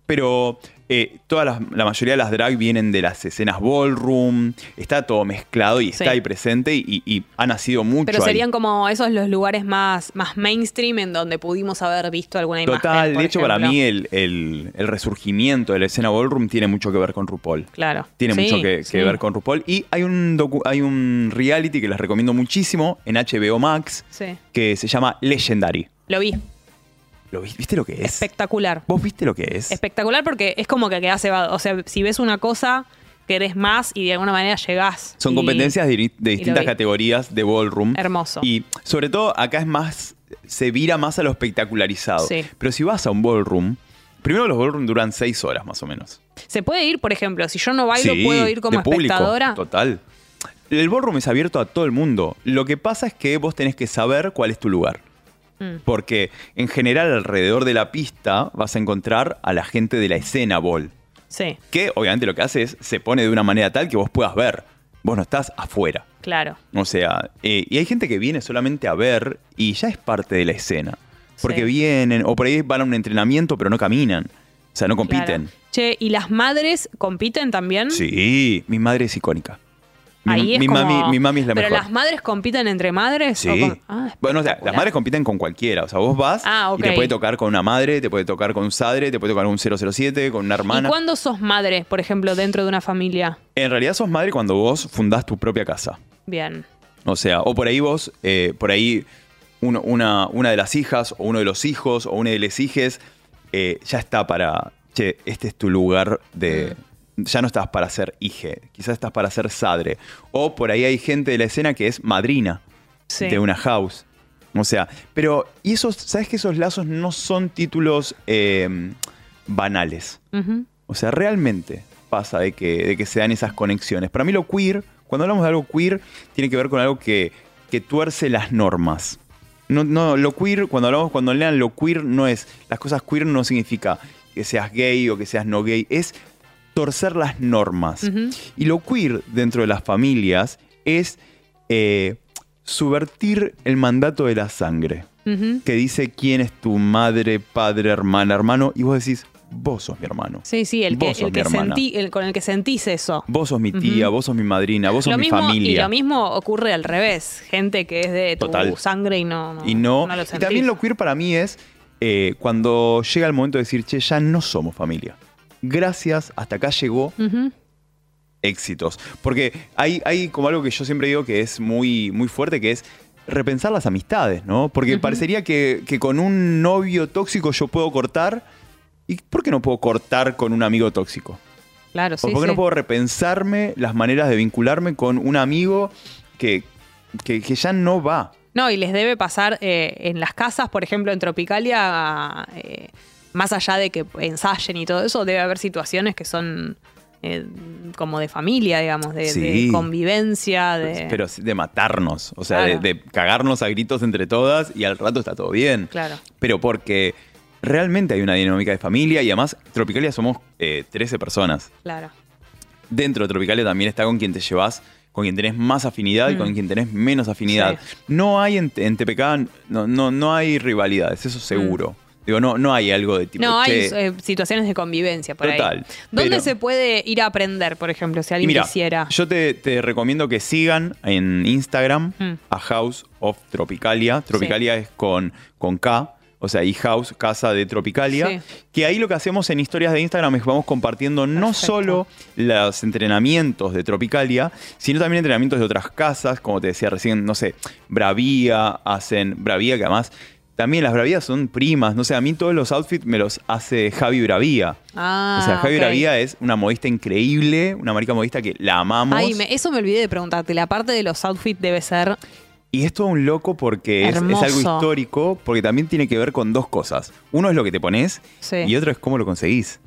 Speaker 3: Pero eh, todas las- la mayoría de las drag vienen de las escenas ballroom. Está todo mezclado y
Speaker 2: Sí.
Speaker 3: está ahí presente y, y ha nacido mucho.
Speaker 2: Pero
Speaker 3: ahí.
Speaker 2: serían como esos los lugares más, más mainstream en donde pudimos haber visto alguna imagen.
Speaker 3: Total,
Speaker 2: por
Speaker 3: de hecho, para
Speaker 2: ejemplo.
Speaker 3: mí eh, el, el- el resurgimiento de la escena ballroom tiene mucho que ver con RuPaul.
Speaker 2: Claro.
Speaker 3: Tiene
Speaker 2: Sí,
Speaker 3: mucho que, que
Speaker 2: sí.
Speaker 3: ver con RuPaul. Y hay un, docu- hay un reality que les recomiendo muchísimo en HBO Max
Speaker 2: Sí.
Speaker 3: que se llama Legendary.
Speaker 2: Lo vi.
Speaker 3: ¿Lo vi- ¿Viste lo que es?
Speaker 2: Espectacular.
Speaker 3: ¿Vos viste lo que es?
Speaker 2: Espectacular porque es como que quedás cebado. O sea, si ves una cosa, querés más y de alguna manera llegás.
Speaker 3: Son
Speaker 2: Y-
Speaker 3: competencias de, de
Speaker 2: lo
Speaker 3: distintas
Speaker 2: vi.
Speaker 3: categorías de ballroom.
Speaker 2: Hermoso.
Speaker 3: Y sobre todo acá es más, se vira más a lo espectacularizado.
Speaker 2: Sí.
Speaker 3: Pero si vas a un ballroom, primero los ballroom duran seis horas más o menos.
Speaker 2: Se puede ir, por ejemplo, si yo no bailo,
Speaker 3: Sí,
Speaker 2: puedo ir como
Speaker 3: de público,
Speaker 2: espectadora.
Speaker 3: Total. El ballroom es abierto a todo el mundo. Lo que pasa es que vos tenés que saber cuál es tu lugar.
Speaker 2: Mm.
Speaker 3: Porque en general alrededor de la pista vas a encontrar a la gente de la escena ball.
Speaker 2: Sí,
Speaker 3: Que obviamente lo que hace es se pone de una manera tal que vos puedas ver. Vos no estás afuera.
Speaker 2: claro.
Speaker 3: O sea, eh, y hay gente que viene solamente a ver y ya es parte de la escena. Porque
Speaker 2: Sí.
Speaker 3: vienen, o por ahí van a un entrenamiento pero no caminan. O sea, no compiten.
Speaker 2: claro. Che, ¿y las madres compiten también?
Speaker 3: Sí, mi madre es icónica. Mi,
Speaker 2: Ahí es
Speaker 3: mi
Speaker 2: como-
Speaker 3: mami, mi mami es la
Speaker 2: ¿Pero
Speaker 3: mejor.
Speaker 2: las madres compiten entre madres?
Speaker 3: Sí.
Speaker 2: ¿O con- Ah,
Speaker 3: bueno, o sea,
Speaker 2: espectacular.
Speaker 3: las madres compiten con cualquiera. O sea, vos vas
Speaker 2: Ah, ok.
Speaker 3: y te puede tocar con una madre, te puede tocar con un sadre, te puede tocar con un 007, con
Speaker 2: ¿Y
Speaker 3: una hermana.
Speaker 2: cuándo sos madre, por ejemplo, dentro de una familia?
Speaker 3: En realidad sos madre cuando vos fundás tu propia casa.
Speaker 2: Bien.
Speaker 3: O sea, o por ahí vos, eh, por ahí uno- una, una de las hijas o uno de los hijos o una de las hijes eh, ya está para, che, este es tu lugar de, ya no estás para ser hije, quizás estás para ser sadre. O por ahí hay gente de la escena que es madrina
Speaker 2: Sí.
Speaker 3: de una house. O sea, pero y esos, ¿sabes que esos lazos no son títulos eh, banales?
Speaker 2: Ujú.
Speaker 3: O sea, realmente pasa de que, de que se dan esas conexiones. Para mí lo queer, cuando hablamos de algo queer, tiene que ver con algo que, que tuerce las normas. No, no, lo queer, cuando hablamos, cuando lean lo queer, no es, las cosas queer no significa que seas gay o que seas no gay, es torcer las normas.
Speaker 2: Ujú.
Speaker 3: Y lo queer dentro de las familias es eh, subvertir el mandato de la sangre,
Speaker 2: Ujú.
Speaker 3: que dice quién es tu madre, padre, hermana, hermano, y vos decís, vos sos mi hermano.
Speaker 2: Sí, sí, el que,
Speaker 3: Vos sos
Speaker 2: el
Speaker 3: mi
Speaker 2: que
Speaker 3: hermana.
Speaker 2: sentí, el con el que sentís eso.
Speaker 3: Vos sos mi tía, vos sos mi madrina, vos sos
Speaker 2: lo
Speaker 3: mi
Speaker 2: mismo,
Speaker 3: familia.
Speaker 2: Y lo mismo ocurre al revés. Gente que es de tu
Speaker 3: Total.
Speaker 2: sangre y no, no,
Speaker 3: y no.
Speaker 2: no lo
Speaker 3: y
Speaker 2: sentís.
Speaker 3: también lo queer para mí es eh, cuando llega el momento de decir, che, ya no somos familia. Gracias, hasta acá llegó
Speaker 2: Ujú.
Speaker 3: éxitos. Porque hay, hay como algo que yo siempre digo que es muy, muy fuerte, que es repensar las amistades, ¿no? Porque parecería que, que con un novio tóxico yo puedo cortar. ¿Y por qué no puedo cortar con un amigo tóxico?
Speaker 2: Claro,
Speaker 3: ¿O
Speaker 2: sí.
Speaker 3: por
Speaker 2: sí.
Speaker 3: qué no puedo repensarme las maneras de vincularme con un amigo que, que, que ya no va?
Speaker 2: No, y les debe pasar eh, en las casas, por ejemplo, en Tropicalia, eh, más allá de que ensayen y todo eso, debe haber situaciones que son eh, como de familia, digamos, de, de
Speaker 3: Sí.
Speaker 2: convivencia, de...
Speaker 3: Pero de matarnos, o sea,
Speaker 2: Claro.
Speaker 3: de, de cagarnos a gritos entre todas y al rato está todo bien.
Speaker 2: Claro.
Speaker 3: Pero porque realmente hay una dinámica de familia y además Tropicalia somos eh, 13 personas.
Speaker 2: Claro.
Speaker 3: Dentro de Tropicalia también está con quien te llevas, con quien tenés más afinidad y
Speaker 2: Mm.
Speaker 3: con quien tenés menos afinidad. No hay en, en TPK, no, no, no hay rivalidades, eso seguro. Digo, no, no hay algo de tipo.
Speaker 2: Mm. No, hay
Speaker 3: "Che,
Speaker 2: eh, situaciones de convivencia por ahí.
Speaker 3: Total,
Speaker 2: ¿Dónde
Speaker 3: pero-
Speaker 2: se puede ir a aprender, por ejemplo, si
Speaker 3: Y
Speaker 2: alguien
Speaker 3: mira,
Speaker 2: quisiera?
Speaker 3: yo te, te recomiendo que sigan en Instagram
Speaker 2: Mm.
Speaker 3: a House of Tropicalia. Tropicalia es con, con K, o sea, y House, casa de Tropicalia.
Speaker 2: Sí.
Speaker 3: Que ahí lo que hacemos en historias de Instagram es que vamos compartiendo no
Speaker 2: Perfecto.
Speaker 3: solo los entrenamientos de Tropicalia, sino también entrenamientos de otras casas, como te decía recién, no sé, Bravía, hacen Bravía que además... También las bravías son primas, no sé, a mí todos los outfits me los hace Javi Bravía.
Speaker 2: Ah,
Speaker 3: O sea, Javi
Speaker 2: ok.
Speaker 3: Bravía es una modista increíble, una marica modista que la amamos.
Speaker 2: Ay, me- eso me olvidé de preguntarte. La parte de los outfits debe ser.
Speaker 3: Y es todo un loco porque es, es algo
Speaker 2: Hermoso.
Speaker 3: histórico, porque también tiene que ver con dos cosas. Uno es lo que te pones
Speaker 2: Sí.
Speaker 3: y otro es cómo lo conseguís.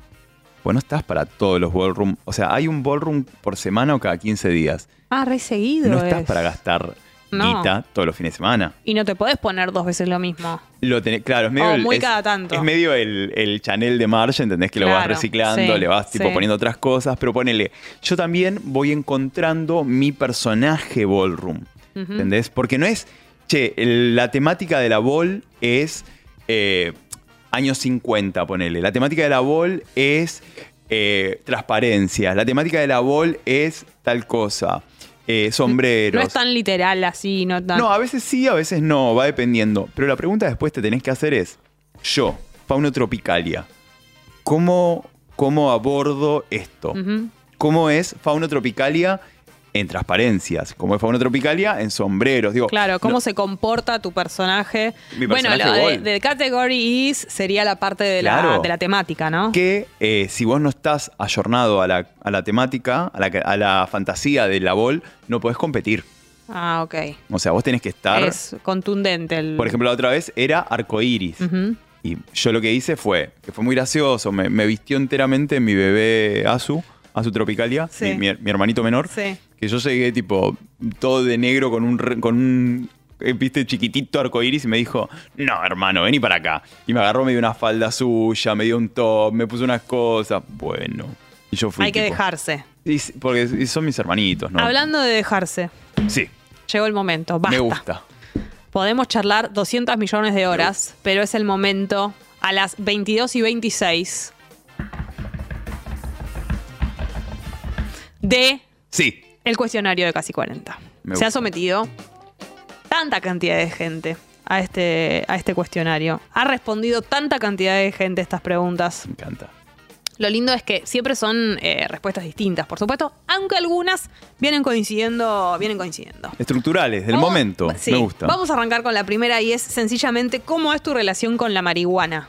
Speaker 3: Pues no estás para todos los ballroom. O sea, hay un ballroom por semana o cada 15 días.
Speaker 2: Ah, re seguido.
Speaker 3: No estás
Speaker 2: es.
Speaker 3: para gastar
Speaker 2: No.
Speaker 3: guita todos los fines de semana.
Speaker 2: Y no te podés poner dos veces lo mismo.
Speaker 3: Lo tenés- claro, es medio,
Speaker 2: Oh,
Speaker 3: el,
Speaker 2: muy
Speaker 3: es-
Speaker 2: cada tanto.
Speaker 3: es medio el, el Chanel de Marge, ¿entendés? Que lo vas
Speaker 2: Claro,
Speaker 3: reciclando,
Speaker 2: sí,
Speaker 3: le vas tipo
Speaker 2: sí.
Speaker 3: poniendo otras cosas, pero ponele, yo también voy encontrando mi personaje ballroom, ¿entendés? Porque no es, che, el- la temática de la ball es eh, años 50, ponele, la temática de la ball es eh, transparencia, la temática de la ball es tal cosa, eh, sombreros.
Speaker 2: No es tan literal así, no tan.
Speaker 3: No, a veces sí, a veces no, va dependiendo. Pero la pregunta después te tenés que hacer es, yo, Fauno Tropicalia, ¿cómo, cómo abordo esto?
Speaker 2: Ujú.
Speaker 3: ¿Cómo es Fauno Tropicalia en transparencias? ¿Cómo es Fauno Tropicalia en sombreros? Digo,
Speaker 2: Claro, cómo
Speaker 3: no-
Speaker 2: se comporta tu personaje.
Speaker 3: Mi
Speaker 2: bueno,
Speaker 3: personaje
Speaker 2: lo de,
Speaker 3: Gol.
Speaker 2: de Category Is sería la parte de, la,
Speaker 3: Claro.
Speaker 2: de la temática, ¿no?
Speaker 3: que eh, si vos no estás ayornado a la, a la temática, a la, a la fantasía de la bol, no podés competir.
Speaker 2: Ah, ok.
Speaker 3: O sea, vos tenés que estar...
Speaker 2: Es contundente el.
Speaker 3: Por ejemplo, la otra vez era arcoíris.
Speaker 2: Ujú.
Speaker 3: Y yo lo que hice fue, que fue muy gracioso, me, me vistió enteramente mi bebé Azu, Azu Tropicalia,
Speaker 2: Sí.
Speaker 3: mi, mi- mi hermanito menor,
Speaker 2: Sí.
Speaker 3: que yo llegué tipo todo de negro con un, re- con un eh, viste, chiquitito arcoíris y me dijo, no hermano, vení para acá. Y me agarró, me dio una falda suya, me dio un top, me puso unas cosas, bueno. Y yo fui
Speaker 2: Hay que
Speaker 3: tipo,
Speaker 2: dejarse.
Speaker 3: y s- porque s- y son mis hermanitos, ¿no?
Speaker 2: Hablando de dejarse,
Speaker 3: Sí,
Speaker 2: llegó el momento. Basta.
Speaker 3: me gusta.
Speaker 2: Podemos charlar 200 millones de horas, pero es el momento a las 22 y 26 de
Speaker 3: Sí,
Speaker 2: el cuestionario de casi 40.
Speaker 3: Me
Speaker 2: Se ha
Speaker 3: gusta.
Speaker 2: sometido tanta cantidad de gente a este, a este cuestionario. Ha respondido tanta cantidad de gente estas preguntas.
Speaker 3: me encanta.
Speaker 2: Lo lindo es que siempre son eh, respuestas distintas, por supuesto, aunque algunas vienen coincidiendo, vienen coincidiendo.
Speaker 3: Estructurales, del
Speaker 2: Vamos-
Speaker 3: momento,
Speaker 2: sí,
Speaker 3: me gusta.
Speaker 2: Vamos a arrancar con la primera y es sencillamente cómo es tu relación con la marihuana.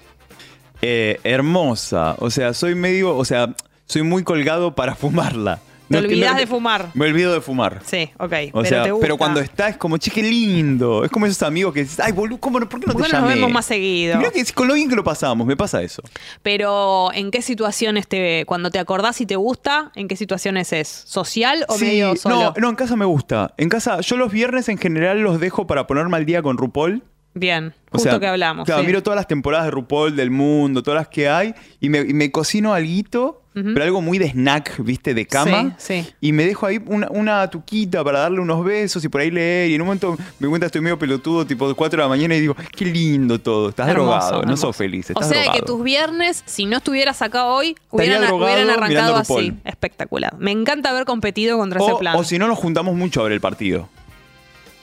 Speaker 3: Eh, hermosa. O sea, soy medio. O sea, soy muy colgado para [laughs] fumarla.
Speaker 2: Te
Speaker 3: No es que
Speaker 2: olvidás
Speaker 3: no-
Speaker 2: de fumar.
Speaker 3: Me olvido de fumar.
Speaker 2: Sí, ok.
Speaker 3: O
Speaker 2: pero
Speaker 3: sea,
Speaker 2: te gusta.
Speaker 3: pero cuando está es como, che, qué lindo. Es como esos amigos que dices, ay, boludo, ¿cómo no- ¿por qué no
Speaker 2: ¿Por
Speaker 3: te
Speaker 2: qué no nos
Speaker 3: llamé?
Speaker 2: vemos más seguido?
Speaker 3: Mirá que es con lo bien que lo pasábamos, me pasa eso.
Speaker 2: Pero, ¿en qué situaciones te cuando te acordás y te gusta, en qué situaciones es? ¿Social o medio solo?
Speaker 3: no, no, en casa me gusta. En casa, yo los viernes en general los dejo para ponerme al día con RuPaul.
Speaker 2: Bien,
Speaker 3: O
Speaker 2: justo
Speaker 3: sea,
Speaker 2: que hablamos.
Speaker 3: Claro,
Speaker 2: sí.
Speaker 3: miro todas las temporadas de RuPaul del mundo, todas las que hay, y me, y me cocino alguito, pero algo muy de snack, ¿viste? De cama.
Speaker 2: Sí, sí.
Speaker 3: Y me dejo ahí una, una tuquita para darle unos besos y por ahí leer. Y en un momento me cuenta estoy medio pelotudo, tipo 4 de la mañana, y digo, qué lindo todo. Estás
Speaker 2: Hermoso,
Speaker 3: drogado, no
Speaker 2: hermoso.
Speaker 3: sos feliz,
Speaker 2: O
Speaker 3: estás
Speaker 2: sea que
Speaker 3: drogado.
Speaker 2: tus viernes, si no estuvieras acá hoy,
Speaker 3: Estaría
Speaker 2: hubieran,
Speaker 3: drogado
Speaker 2: hubieran arrancado
Speaker 3: mirando
Speaker 2: así.
Speaker 3: RuPaul.
Speaker 2: Espectacular. Me encanta haber competido contra ese
Speaker 3: O,
Speaker 2: plan.
Speaker 3: o si no, nos juntamos mucho a ver el partido.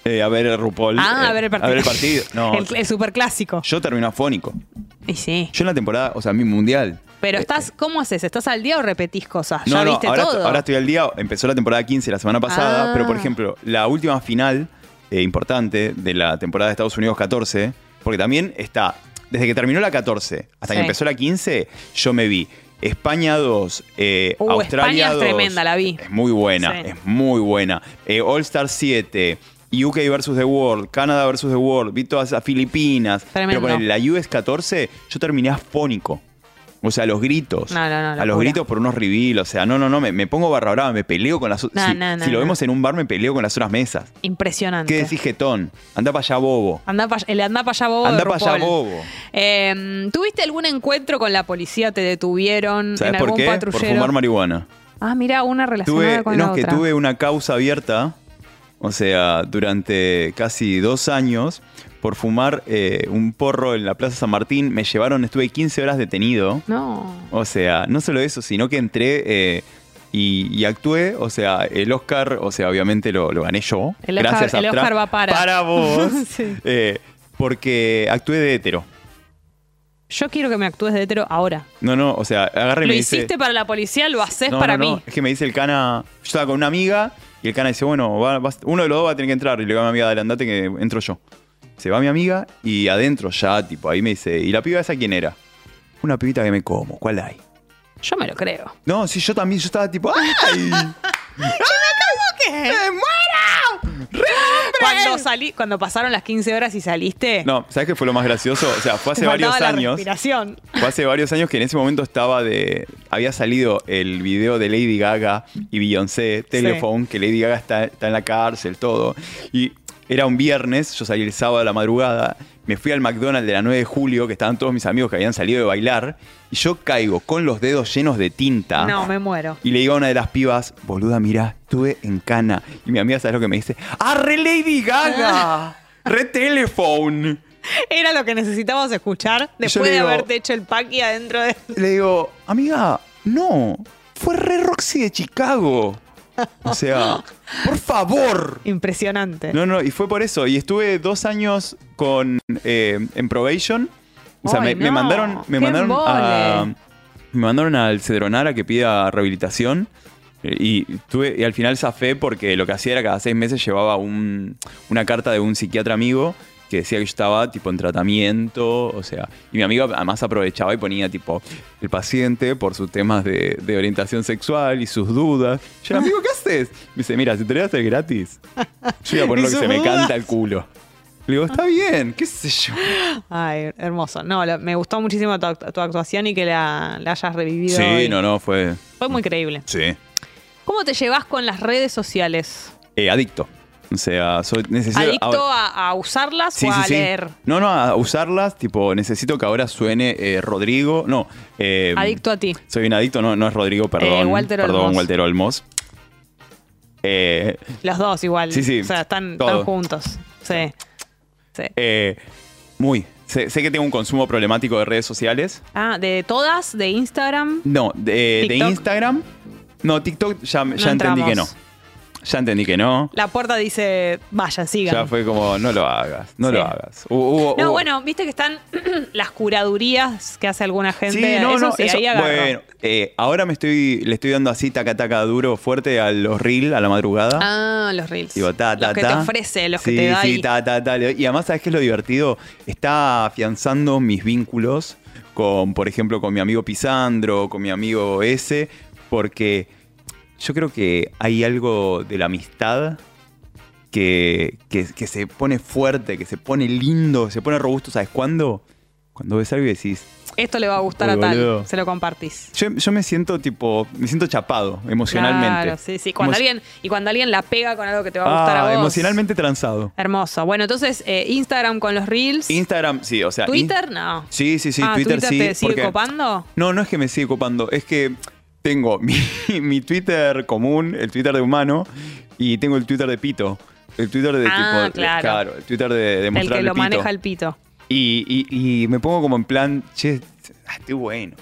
Speaker 3: Eh, a ver el RuPaul.
Speaker 2: ah,
Speaker 3: eh,
Speaker 2: a ver el partido.
Speaker 3: A ver
Speaker 2: [laughs]
Speaker 3: el partido. No,
Speaker 2: el, el superclásico.
Speaker 3: yo termino afónico.
Speaker 2: Y sí.
Speaker 3: Yo en la temporada, o sea, mi mundial.
Speaker 2: Pero estás, ¿cómo haces? ¿Estás al día o repetís cosas?
Speaker 3: Eh, No,
Speaker 2: Ah, ¿Ya
Speaker 3: no,
Speaker 2: viste
Speaker 3: ahora,
Speaker 2: todo?
Speaker 3: ahora estoy al día. Empezó la temporada 15 la semana
Speaker 2: Ah.
Speaker 3: pasada, pero por ejemplo, la última final eh, importante de la temporada de Estados Unidos 14, porque también está, desde que terminó la 14 hasta
Speaker 2: Sí.
Speaker 3: que empezó la 15, yo me vi España 2, eh,
Speaker 2: Uh, España
Speaker 3: Australia
Speaker 2: es
Speaker 3: 2.
Speaker 2: tremenda, la vi.
Speaker 3: Es muy buena,
Speaker 2: Sí.
Speaker 3: es muy buena. Eh, All Star 7. UK versus The World, Canadá versus The World, vi todas a Filipinas.
Speaker 2: Tremendo.
Speaker 3: Pero con la US 14 yo terminé afónico. O sea, a los gritos.
Speaker 2: No, no, no,
Speaker 3: a
Speaker 2: locura.
Speaker 3: los gritos por unos reveal, o sea, no, no, no, me, me pongo barra brava, me peleo con las o-
Speaker 2: No,
Speaker 3: si,
Speaker 2: no, no,
Speaker 3: si
Speaker 2: no.
Speaker 3: lo vemos en un bar, me peleo con las otras mesas.
Speaker 2: Impresionante.
Speaker 3: ¿Qué decís, jetón? Anda para allá, bobo.
Speaker 2: Andá pa- el andá para allá bobo. de
Speaker 3: Andá pa' allá
Speaker 2: RuPaul.
Speaker 3: bobo.
Speaker 2: Eh, ¿Tuviste algún encuentro con la policía? ¿Te detuvieron en
Speaker 3: ¿Sabés por
Speaker 2: algún
Speaker 3: qué? Por
Speaker 2: patrullero?
Speaker 3: fumar marihuana.
Speaker 2: ah, mira, una relacionada
Speaker 3: Tuve,
Speaker 2: con la
Speaker 3: no, que
Speaker 2: otra.
Speaker 3: tuve una causa abierta, o sea, durante casi dos años, por fumar eh, un porro en la Plaza San Martín, me llevaron, estuve 15 horas detenido.
Speaker 2: No.
Speaker 3: O sea, no solo eso, sino que entré eh, y, y actué. O sea, el Oscar, o sea, obviamente lo, lo gané yo.
Speaker 2: El Oscar-
Speaker 3: gracias a
Speaker 2: el
Speaker 3: Trump.
Speaker 2: Oscar va para. [laughs]
Speaker 3: Para vos.
Speaker 2: Sí.
Speaker 3: Eh, porque actué de hetero.
Speaker 2: Yo quiero que me actúes de hetero ahora.
Speaker 3: No, no, o sea, agarré y
Speaker 2: Lo
Speaker 3: me dice.
Speaker 2: hiciste para la policía, lo haces
Speaker 3: No,
Speaker 2: para
Speaker 3: no, no,
Speaker 2: mí.
Speaker 3: Es que me dice el cana. Yo estaba con una amiga y el cana dice, bueno, va- vas- uno de los dos va a tener que entrar. Y le digo a mi amiga, dale, andate que entro yo. Se va mi amiga y adentro ya, tipo, ahí me dice, ¿y la piba esa quién era? Una pibita que me como, ¿cuál hay?
Speaker 2: Yo me lo creo.
Speaker 3: No, sí, yo también, yo estaba tipo, ¡ay!
Speaker 2: ¿Qué?
Speaker 3: ¡Me muero!
Speaker 2: Cuando, salí, cuando pasaron las 15 horas y saliste,
Speaker 3: No, ¿sabes qué fue lo más gracioso? O sea, fue
Speaker 2: te
Speaker 3: hace
Speaker 2: faltaba
Speaker 3: varios
Speaker 2: la
Speaker 3: años.
Speaker 2: respiración.
Speaker 3: Fue hace varios años que en ese momento estaba de. Había salido el video de Lady Gaga y Beyoncé, Telephone, que Lady Gaga está, está en la cárcel, todo. Y era un viernes, yo salí el sábado a la madrugada, me fui al McDonald's de la 9 de julio, que estaban todos mis amigos que habían salido de bailar, y yo caigo con los dedos llenos de tinta.
Speaker 2: No, me muero.
Speaker 3: Y le digo a una de las pibas, boluda, mirá, estuve en cana. Y mi amiga, ¿sabes lo que me dice? ¡Arre Lady
Speaker 2: Ah.
Speaker 3: Gaga! ¡Re Telephone!
Speaker 2: Era lo que necesitabas escuchar
Speaker 3: le
Speaker 2: después de
Speaker 3: digo-
Speaker 2: haberte hecho el paqui adentro de... [laughs]
Speaker 3: Le digo, amiga, no, fue re Roxy de Chicago. O
Speaker 2: [laughs]
Speaker 3: sea, por favor.
Speaker 2: Impresionante.
Speaker 3: No, no, y fue por eso. Y estuve dos años con eh, en probation. O sea,
Speaker 2: Ay,
Speaker 3: me, me
Speaker 2: no,
Speaker 3: mandaron, me
Speaker 2: qué
Speaker 3: mandaron a-
Speaker 2: embole.
Speaker 3: me mandaron al Cedronar a que pida rehabilitación. Eh, Y, tuve, y al final zafé porque lo que hacía era cada seis meses llevaba un- una carta de un psiquiatra amigo que decía que yo estaba tipo en tratamiento, o sea, y mi amigo además aprovechaba y ponía tipo el paciente por sus temas de, de orientación sexual y sus dudas. Yo era, amigo, ¿qué haces? Me dice, mira, si te lo voy a hacer gratis, yo voy a
Speaker 2: [laughs]
Speaker 3: poner
Speaker 2: Y
Speaker 3: lo que
Speaker 2: sus
Speaker 3: se me
Speaker 2: dudas.
Speaker 3: canta el culo. Le digo, está bien, qué
Speaker 2: [laughs]
Speaker 3: sé yo.
Speaker 2: Ay, hermoso. No, lo- me gustó muchísimo tu, act- tu actuación y que la, la hayas revivido.
Speaker 3: Sí,
Speaker 2: hoy.
Speaker 3: no, no, fue...
Speaker 2: Fue muy creíble.
Speaker 3: Sí.
Speaker 2: ¿Cómo te llevas con las redes sociales?
Speaker 3: Eh, adicto. O sea, soy, necesito...
Speaker 2: ¿Adicto a, a usarlas o a leer?
Speaker 3: No, no, a usarlas, tipo, necesito que ahora suene eh, Rodrigo. No. eh,
Speaker 2: Adicto a ti.
Speaker 3: Soy un adicto, no, no es Rodrigo, perdón.
Speaker 2: Walter
Speaker 3: perdón,
Speaker 2: Olmos.
Speaker 3: Walter Olmos. Eh,
Speaker 2: Los dos igual.
Speaker 3: Sí, sí,
Speaker 2: O sea, están,
Speaker 3: todo.
Speaker 2: están juntos. Sí. Sí.
Speaker 3: eh, muy. Sé, sé que tengo un consumo problemático de redes sociales.
Speaker 2: Ah, de todas, de Instagram.
Speaker 3: No, de, de
Speaker 2: TikTok.
Speaker 3: Instagram. No, TikTok ya,
Speaker 2: No
Speaker 3: ya entendí
Speaker 2: entramos.
Speaker 3: que no. Ya entendí que no.
Speaker 2: La puerta dice, vaya, sigan.
Speaker 3: Ya fue Uh. como, no lo hagas, no
Speaker 2: Sí.
Speaker 3: lo hagas. Hu- hubo-
Speaker 2: No,
Speaker 3: hubo-
Speaker 2: bueno, viste que están [clears throat] las curadurías que hace alguna gente.
Speaker 3: Sí, no,
Speaker 2: eso
Speaker 3: no,
Speaker 2: sí,
Speaker 3: eso-
Speaker 2: ahí agarro.
Speaker 3: Bueno, eh, ahora me estoy, le estoy dando así, taca, taca, duro, fuerte a los reel a la madrugada.
Speaker 2: Ah, los reels.
Speaker 3: Digo, ta, ta,
Speaker 2: los que
Speaker 3: ta.
Speaker 2: te ofrece, los
Speaker 3: Sí,
Speaker 2: que te da.
Speaker 3: Sí,
Speaker 2: ahí.
Speaker 3: ta, ta, ta. Y además, ¿sabes qué es lo divertido? Está afianzando mis vínculos con, por ejemplo, con mi amigo Pisandro, con mi amigo ese, porque yo creo que hay algo de la amistad que, que- que se pone fuerte, que se pone lindo, se pone robusto. ¿Sabes cuándo? Cuando ves algo y decís,
Speaker 2: Esto le va a gustar
Speaker 3: Uy,
Speaker 2: a tal.
Speaker 3: boludo.
Speaker 2: Se lo compartís.
Speaker 3: yo, yo me siento tipo, me siento chapado emocionalmente.
Speaker 2: Claro, sí, sí. Cuando
Speaker 3: Emo-
Speaker 2: alguien, y cuando alguien la pega con algo que te va a gustar
Speaker 3: ah,
Speaker 2: a vos.
Speaker 3: emocionalmente transado.
Speaker 2: Hermoso. Bueno, entonces, eh, Instagram con los reels.
Speaker 3: Instagram, sí, o sea. in-
Speaker 2: Twitter, no.
Speaker 3: Sí, sí, sí,
Speaker 2: Ah,
Speaker 3: Twitter, sí.
Speaker 2: te sigue
Speaker 3: porque-
Speaker 2: copando?
Speaker 3: No, no es que me sigue copando, es que tengo [laughs] mi, mi Twitter común, el Twitter de humano, y tengo el Twitter de Pito. El Twitter de
Speaker 2: Ah,
Speaker 3: tipo.
Speaker 2: claro.
Speaker 3: el Twitter de, de
Speaker 2: El
Speaker 3: mostrar
Speaker 2: que lo
Speaker 3: pito.
Speaker 2: maneja el pito.
Speaker 3: Y, y- y me pongo como en plan, che, ah, estoy bueno.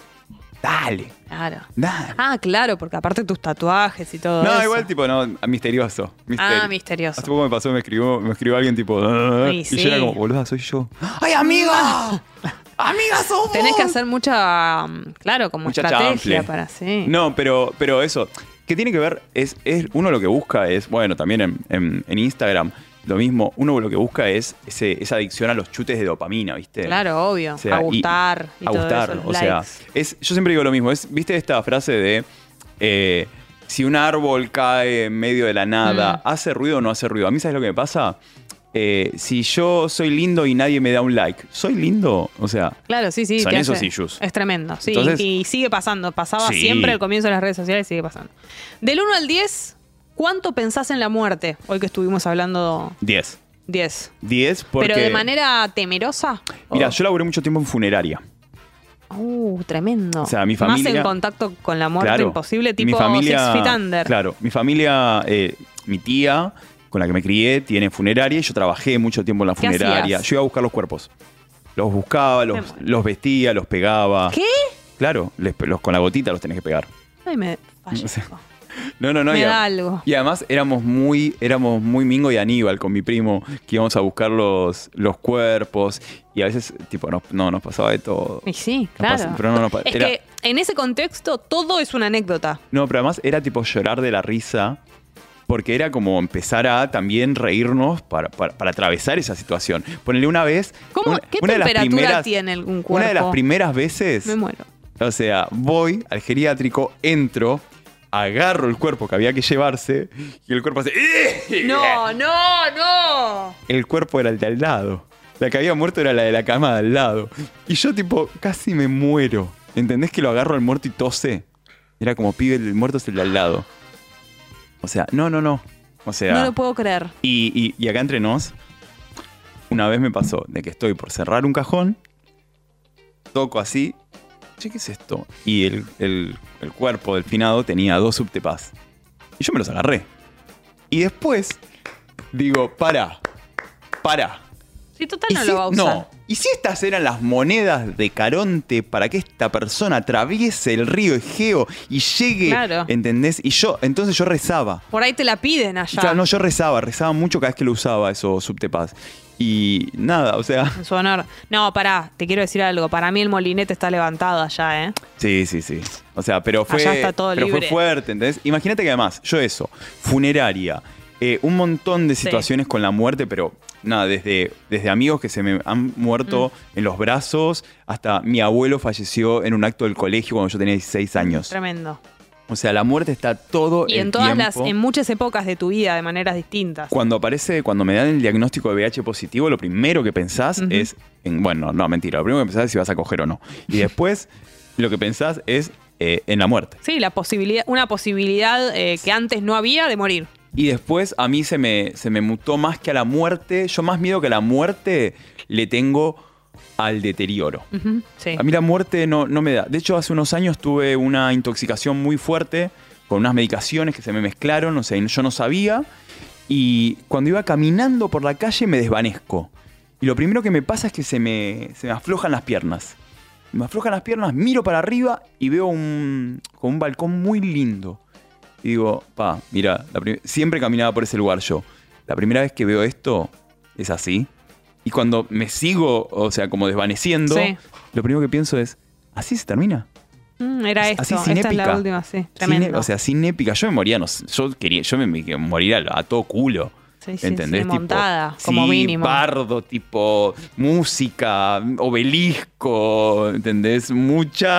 Speaker 3: Dale,
Speaker 2: Claro.
Speaker 3: dale.
Speaker 2: Ah, claro, porque aparte tus tatuajes y todo
Speaker 3: no,
Speaker 2: eso.
Speaker 3: igual tipo, no, misterioso. misterio.
Speaker 2: Ah, misterioso.
Speaker 3: Hace poco me pasó, me escribió, me escribió alguien tipo. "Ah",
Speaker 2: Y
Speaker 3: y
Speaker 2: sí.
Speaker 3: yo era como, boluda, soy yo. [gasps] ¡Ay,
Speaker 2: [laughs]
Speaker 3: amiga! ¡Amiga, sos vos!
Speaker 2: Tenés que hacer mucha, mm, claro, como
Speaker 3: ¡oh! Mucha
Speaker 2: estrategia
Speaker 3: chanfle.
Speaker 2: para sí.
Speaker 3: No, pero, pero eso, ¿qué tiene que ver? Es, es uno lo que busca es, bueno, también en, en- en Instagram, lo mismo, uno lo que busca es ese- esa adicción a los chutes de dopamina, ¿viste?
Speaker 2: Claro, obvio.
Speaker 3: eh, O sea,
Speaker 2: a
Speaker 3: y-
Speaker 2: gustar. Y,
Speaker 3: a
Speaker 2: todo
Speaker 3: gustar,
Speaker 2: eso, los
Speaker 3: o sea,
Speaker 2: likes.
Speaker 3: es, yo siempre digo lo mismo, es, ¿viste esta frase de eh, si un árbol cae en medio de la nada,
Speaker 2: Mm.
Speaker 3: ¿hace ruido o no hace ruido? A mí, ¿sabes lo que me pasa? Eh, si yo soy lindo y nadie me da un like, ¿soy lindo? O sea,
Speaker 2: Claro, sí, sí.
Speaker 3: son
Speaker 2: te
Speaker 3: esos
Speaker 2: hace-
Speaker 3: issues.
Speaker 2: Es tremendo. Sí,
Speaker 3: Entonces-
Speaker 2: y sigue pasando. Pasaba
Speaker 3: Sí.
Speaker 2: siempre al comienzo de las redes sociales y sigue pasando. Del 1 al 10, ¿cuánto pensás en la muerte? Hoy que estuvimos hablando
Speaker 3: 10.
Speaker 2: 10.
Speaker 3: 10 porque...
Speaker 2: Pero de manera Oh. temerosa.
Speaker 3: Mira,
Speaker 2: ¿O?
Speaker 3: yo laburé mucho tiempo en funeraria.
Speaker 2: Uh, tremendo.
Speaker 3: O sea, mi
Speaker 2: Más en
Speaker 3: familia-
Speaker 2: contacto con la muerte imposible, tipo
Speaker 3: mi familia,
Speaker 2: Six Feet Under.
Speaker 3: Claro, mi familia, eh, mi tía con la que me crié, tiene funeraria y yo trabajé mucho tiempo en la
Speaker 2: ¿Qué
Speaker 3: funeraria.
Speaker 2: hacías?
Speaker 3: Yo iba a buscar los cuerpos. Los
Speaker 2: Me
Speaker 3: buscaba, los,
Speaker 2: muero.
Speaker 3: los vestía, los pegaba.
Speaker 2: ¿Qué?
Speaker 3: Claro, les pe- los, con la gotita los tenés que pegar.
Speaker 2: Ay, me fallezco.
Speaker 3: No, no, no.
Speaker 2: Me
Speaker 3: y, a-
Speaker 2: da algo.
Speaker 3: y además éramos muy, éramos muy Mingo y Aníbal con mi primo, que íbamos a buscar los, los cuerpos y a veces, tipo, no, no, nos pasaba de todo.
Speaker 2: Y sí,
Speaker 3: No pasa-
Speaker 2: claro.
Speaker 3: pero no, no pa-
Speaker 2: es
Speaker 3: era-
Speaker 2: que en ese contexto todo es una anécdota.
Speaker 3: No, pero además era tipo llorar de la risa. Porque era como empezar a también reírnos para, para- para atravesar esa situación. Ponele una vez.
Speaker 2: ¿Cómo-
Speaker 3: una-
Speaker 2: qué
Speaker 3: una de las
Speaker 2: temperatura
Speaker 3: primeras-
Speaker 2: tiene el- un
Speaker 3: Una de las
Speaker 2: cuerpo?
Speaker 3: primeras veces.
Speaker 2: Me muero.
Speaker 3: O sea, voy al geriátrico, entro, agarro el cuerpo que había que llevarse y el cuerpo hace.
Speaker 2: No, no, no.
Speaker 3: El cuerpo era el de al lado. La que había muerto era la de la cama de al lado. Y yo, tipo, casi me muero. ¿Entendés que lo agarro al muerto y tose? Era como pibe, el muerto es el de al lado. O sea, no, no, no. O sea.
Speaker 2: No lo puedo creer.
Speaker 3: Y, y- y acá entre nos, una vez me pasó de que estoy por cerrar un cajón, toco así, che, ¿qué es esto? Y el, el- el cuerpo del finado tenía dos subtepas. Y yo me los agarré. Y después digo, para, para.
Speaker 2: Sí, total
Speaker 3: ¿Y
Speaker 2: no
Speaker 3: si-
Speaker 2: lo va a usar.
Speaker 3: no. ¿Y si estas eran las monedas de Caronte para que esta persona atraviese el río Egeo y llegue,
Speaker 2: Claro.
Speaker 3: ¿entendés? Y yo, entonces yo rezaba.
Speaker 2: Por ahí te la piden allá.
Speaker 3: Claro, no, yo rezaba, rezaba mucho cada vez que lo usaba eso subtepas. Y nada,
Speaker 2: [laughs]
Speaker 3: o sea.
Speaker 2: En su honor. No, pará, te quiero decir algo. Para mí el molinete está levantado allá, ¿eh?
Speaker 3: Sí, sí, sí. O sea, pero fue.
Speaker 2: Allá está todo
Speaker 3: pero
Speaker 2: libre.
Speaker 3: fue fuerte, ¿entendés? Imagínate que además, yo eso, funeraria, eh, un montón de situaciones con la muerte, pero nada, desde, desde amigos que se me han muerto
Speaker 2: Mm.
Speaker 3: en los brazos, hasta mi abuelo falleció en un acto del colegio cuando yo tenía 16 años.
Speaker 2: Tremendo.
Speaker 3: O sea, la muerte está todo
Speaker 2: Y
Speaker 3: el
Speaker 2: en todas las,
Speaker 3: tiempo.
Speaker 2: en muchas épocas de tu vida, de maneras distintas.
Speaker 3: Cuando aparece, cuando me dan el diagnóstico de VIH positivo, lo primero que pensás
Speaker 2: Ujú.
Speaker 3: es. En, bueno, no, mentira. Lo primero que pensás es si vas a coger o no. Y después, lo que pensás es eh, en la muerte.
Speaker 2: Sí, la posibilidad, una posibilidad eh, que antes no había de morir.
Speaker 3: Y después, a mí se me, se me mutó más que a la muerte. Yo, más miedo que a la muerte, le tengo al deterioro.
Speaker 2: Ujú, Sí.
Speaker 3: A mí la muerte no, no me da. De hecho, hace unos años tuve una intoxicación muy fuerte con unas medicaciones que se me mezclaron, o sea, y yo no sabía. Y cuando iba caminando por la calle me desvanezco. Y lo primero que me pasa es que se me, se me aflojan las piernas. Me aflojan las piernas, miro para arriba y veo un, como un balcón muy lindo. Y digo, pa, mira, la prim- siempre caminaba por ese lugar yo. La primera vez que veo esto es así. Y cuando me sigo, o sea, como desvaneciendo,
Speaker 2: Sí.
Speaker 3: lo primero que pienso es, ¿así se termina?
Speaker 2: Mm, era esto.
Speaker 3: así sin
Speaker 2: Esta es la
Speaker 3: épica.
Speaker 2: última, sí.
Speaker 3: Sin e-
Speaker 2: Tremendo.
Speaker 3: o sea, sin épica. Yo me moría, no sé, yo quería, yo me, me moría a, a todo culo.
Speaker 2: Sí, sí,
Speaker 3: ¿Entendés?
Speaker 2: sí, montada,
Speaker 3: tipo,
Speaker 2: como
Speaker 3: sí,
Speaker 2: mínimo.
Speaker 3: bardo, tipo, música, obelisco, ¿entendés? Muchachos.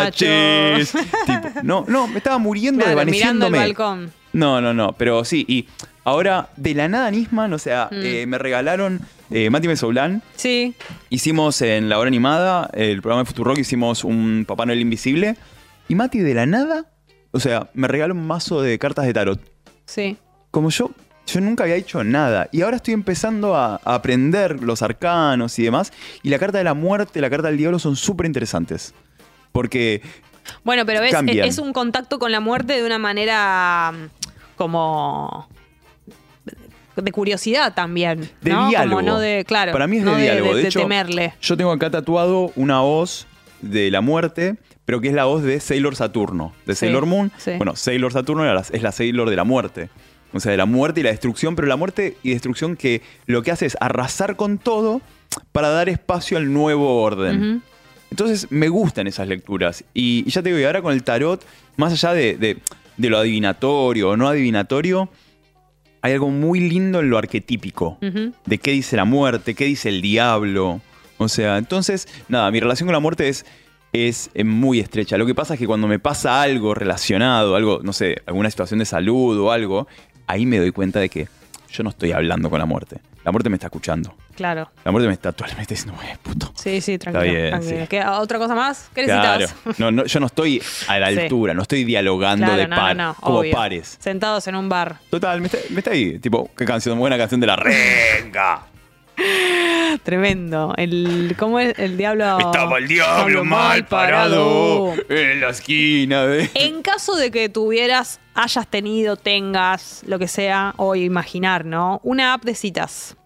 Speaker 2: Macho.
Speaker 3: [laughs] tipo, No, no, me estaba muriendo
Speaker 2: Claro, mirando
Speaker 3: desvaneciéndome.
Speaker 2: el balcón.
Speaker 3: No, no, no, pero sí, y ahora de la nada Nisman, o
Speaker 2: Mm.
Speaker 3: sea, eh, me regalaron eh, Mati Mesoulán,
Speaker 2: Sí.
Speaker 3: hicimos en la hora animada, el programa de Futurock, hicimos un Papá Noel Invisible, y Mati de la nada, o sea, me regaló un mazo de cartas de tarot.
Speaker 2: Sí.
Speaker 3: Como yo, yo nunca había hecho nada, y ahora estoy empezando a, a aprender los arcanos y demás, y la carta de la muerte, la carta del diablo son súper interesantes, porque...
Speaker 2: Bueno, pero ves, es,
Speaker 3: Cambian.
Speaker 2: es un contacto con la muerte de una manera mm, como de curiosidad también.
Speaker 3: De
Speaker 2: ¿no?
Speaker 3: diálogo.
Speaker 2: Como no de, claro.
Speaker 3: Para mí es
Speaker 2: no
Speaker 3: de, diálogo. De, hecho,
Speaker 2: temerle.
Speaker 3: yo tengo acá tatuado una voz de la muerte, pero que es la voz de Sailor Saturno, de
Speaker 2: Sí,
Speaker 3: Sailor Moon.
Speaker 2: sí.
Speaker 3: Bueno, Sailor Saturno era la- es la Sailor de la muerte. O sea, de la muerte y la destrucción, pero la muerte y destrucción que lo que hace es arrasar con todo para dar espacio al nuevo orden.
Speaker 2: Ujú.
Speaker 3: Entonces me gustan esas lecturas. Y, y ya te digo, y ahora con el tarot, más allá de, de- de lo adivinatorio o no adivinatorio, hay algo muy lindo en lo arquetípico.
Speaker 2: Ujú.
Speaker 3: De qué dice la muerte, qué dice el diablo. O sea, entonces, nada, mi relación con la muerte es, es eh, muy estrecha. Lo que pasa es que cuando me pasa algo relacionado, algo, no sé, alguna situación de salud o algo, ahí me doy cuenta de que yo no estoy hablando con la muerte. La muerte me está escuchando.
Speaker 2: Claro.
Speaker 3: La muerte me está, me está diciendo, "Eh, puto.
Speaker 2: Sí, sí, tranquilo.
Speaker 3: bien,
Speaker 2: tranquilo.
Speaker 3: sí.
Speaker 2: ¿Qué- ¿Otra cosa más? ¿Qué
Speaker 3: Claro.
Speaker 2: necesitas?
Speaker 3: No, no, yo no estoy a la
Speaker 2: [laughs] Sí.
Speaker 3: altura, no estoy dialogando
Speaker 2: Claro,
Speaker 3: de
Speaker 2: no,
Speaker 3: par,
Speaker 2: no, no,
Speaker 3: como
Speaker 2: obvio.
Speaker 3: pares.
Speaker 2: Sentados en un bar. [laughs]
Speaker 3: Total, me está, me está ahí, tipo, qué canción, buena canción de la renga.
Speaker 2: Tremendo. El, ¿Cómo es el diablo?
Speaker 3: Estaba el diablo mal parado en la esquina de...
Speaker 2: [laughs] En caso de que tuvieras, hayas tenido, tengas, lo que sea, o imaginar, ¿no? Una app de citas.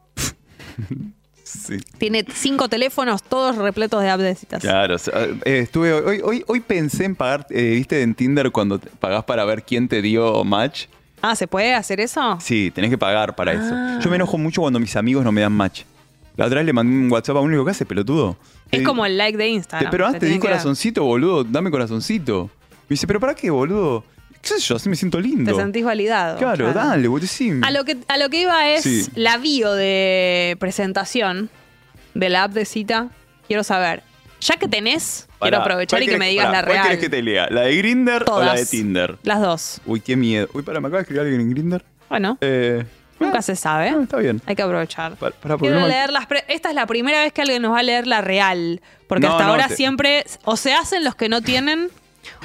Speaker 3: Sí.
Speaker 2: Tiene cinco teléfonos, todos repletos de app de citas.
Speaker 3: Claro, o sea, eh, estuve hoy, hoy, hoy pensé en pagar, eh, viste en Tinder cuando te- pagás para ver quién te dio match.
Speaker 2: Ah, ¿se puede hacer eso?
Speaker 3: Sí, tenés que pagar para
Speaker 2: Ah.
Speaker 3: eso. Yo me enojo mucho cuando mis amigos no me dan match. La otra vez le mandé un WhatsApp a un único que hace, pelotudo.
Speaker 2: Es
Speaker 3: Eh,
Speaker 2: como el like de
Speaker 3: Te-
Speaker 2: Instagram.
Speaker 3: pero antes te di
Speaker 2: tienen que dar.
Speaker 3: corazoncito, boludo. Dame corazoncito. Me dice, ¿pero para qué, boludo? ¿Qué sé yo? Así me siento lindo.
Speaker 2: Te sentís validado.
Speaker 3: claro, dale, boludo. Sí.
Speaker 2: A lo que, a lo que iba es
Speaker 3: Sí.
Speaker 2: la bio de presentación de la app de cita. Quiero saber, ya que tenés,
Speaker 3: Pará,
Speaker 2: quiero aprovechar
Speaker 3: ¿cuál
Speaker 2: y que
Speaker 3: querés-
Speaker 2: me digas
Speaker 3: pará,
Speaker 2: la real.
Speaker 3: ¿Cuál querés que te lea? ¿La de Grinder o
Speaker 2: Todas.
Speaker 3: la de Tinder?
Speaker 2: Las dos.
Speaker 3: Uy, qué miedo. Uy, para, me acaba de escribir alguien en Grinder.
Speaker 2: Bueno,
Speaker 3: Eh,
Speaker 2: nunca
Speaker 3: ah,
Speaker 2: se sabe.
Speaker 3: no, está bien.
Speaker 2: Hay que aprovechar.
Speaker 3: Para, para
Speaker 2: Quiero
Speaker 3: problema-
Speaker 2: leer las pre- Esta es la primera vez que alguien nos va a leer la real. Porque
Speaker 3: No,
Speaker 2: hasta
Speaker 3: no,
Speaker 2: ahora
Speaker 3: te-
Speaker 2: siempre o se hacen los que no tienen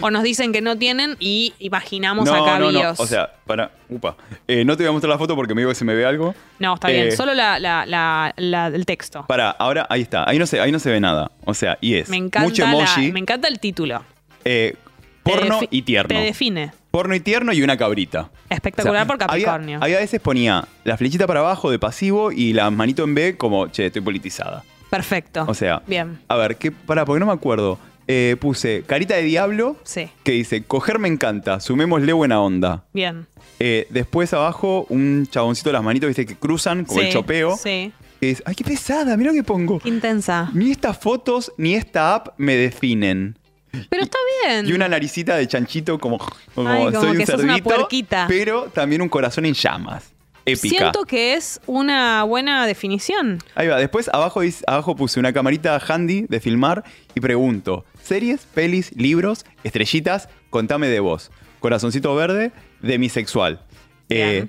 Speaker 2: o nos dicen que no tienen y imaginamos
Speaker 3: no,
Speaker 2: acá
Speaker 3: no, no.
Speaker 2: bios.
Speaker 3: O sea, para. Upa. Eh, no te voy a mostrar la foto porque me digo que se me ve algo.
Speaker 2: no, está bien.
Speaker 3: eh,
Speaker 2: Solo la, la- la- la- el texto.
Speaker 3: Para, ahora ahí está. Ahí no se, ahí no se ve nada. O sea, y es.
Speaker 2: Me encanta,
Speaker 3: Mucho
Speaker 2: la-
Speaker 3: emoji.
Speaker 2: me encanta el título.
Speaker 3: eh,
Speaker 2: Te
Speaker 3: porno
Speaker 2: defi-
Speaker 3: y
Speaker 2: Te
Speaker 3: tierno.
Speaker 2: define.
Speaker 3: Porno y tierno y una cabrita.
Speaker 2: Espectacular
Speaker 3: O sea,
Speaker 2: por Capricornio.
Speaker 3: Había, había veces ponía la flechita para abajo de pasivo y la manito en B como, che, estoy politizada.
Speaker 2: Perfecto.
Speaker 3: O sea,
Speaker 2: Ah, Bien.
Speaker 3: a ver, ¿qué, pará, porque no me acuerdo. Eh, puse carita de diablo
Speaker 2: Sí.
Speaker 3: que dice, coger me encanta, sumémosle buena onda.
Speaker 2: Bien.
Speaker 3: Eh, después abajo un chaboncito de las manitos, viste, que cruzan, como
Speaker 2: Sí,
Speaker 3: el chopeo.
Speaker 2: Sí.
Speaker 3: Que es, ay, qué pesada, mira lo que pongo.
Speaker 2: Qué Intensa.
Speaker 3: Ni estas fotos ni esta app me definen.
Speaker 2: Pero está bien.
Speaker 3: Y una naricita de chanchito como, como
Speaker 2: Ay, como
Speaker 3: soy un
Speaker 2: que sos una
Speaker 3: cerdito,
Speaker 2: puerquita.
Speaker 3: pero también un corazón en llamas. Épica.
Speaker 2: Siento que es una buena definición.
Speaker 3: Ahí va, después abajo, dice- abajo puse una camarita handy de filmar y pregunto, series, pelis, libros, estrellitas, contame de vos. Corazoncito verde, demisexual. Eh,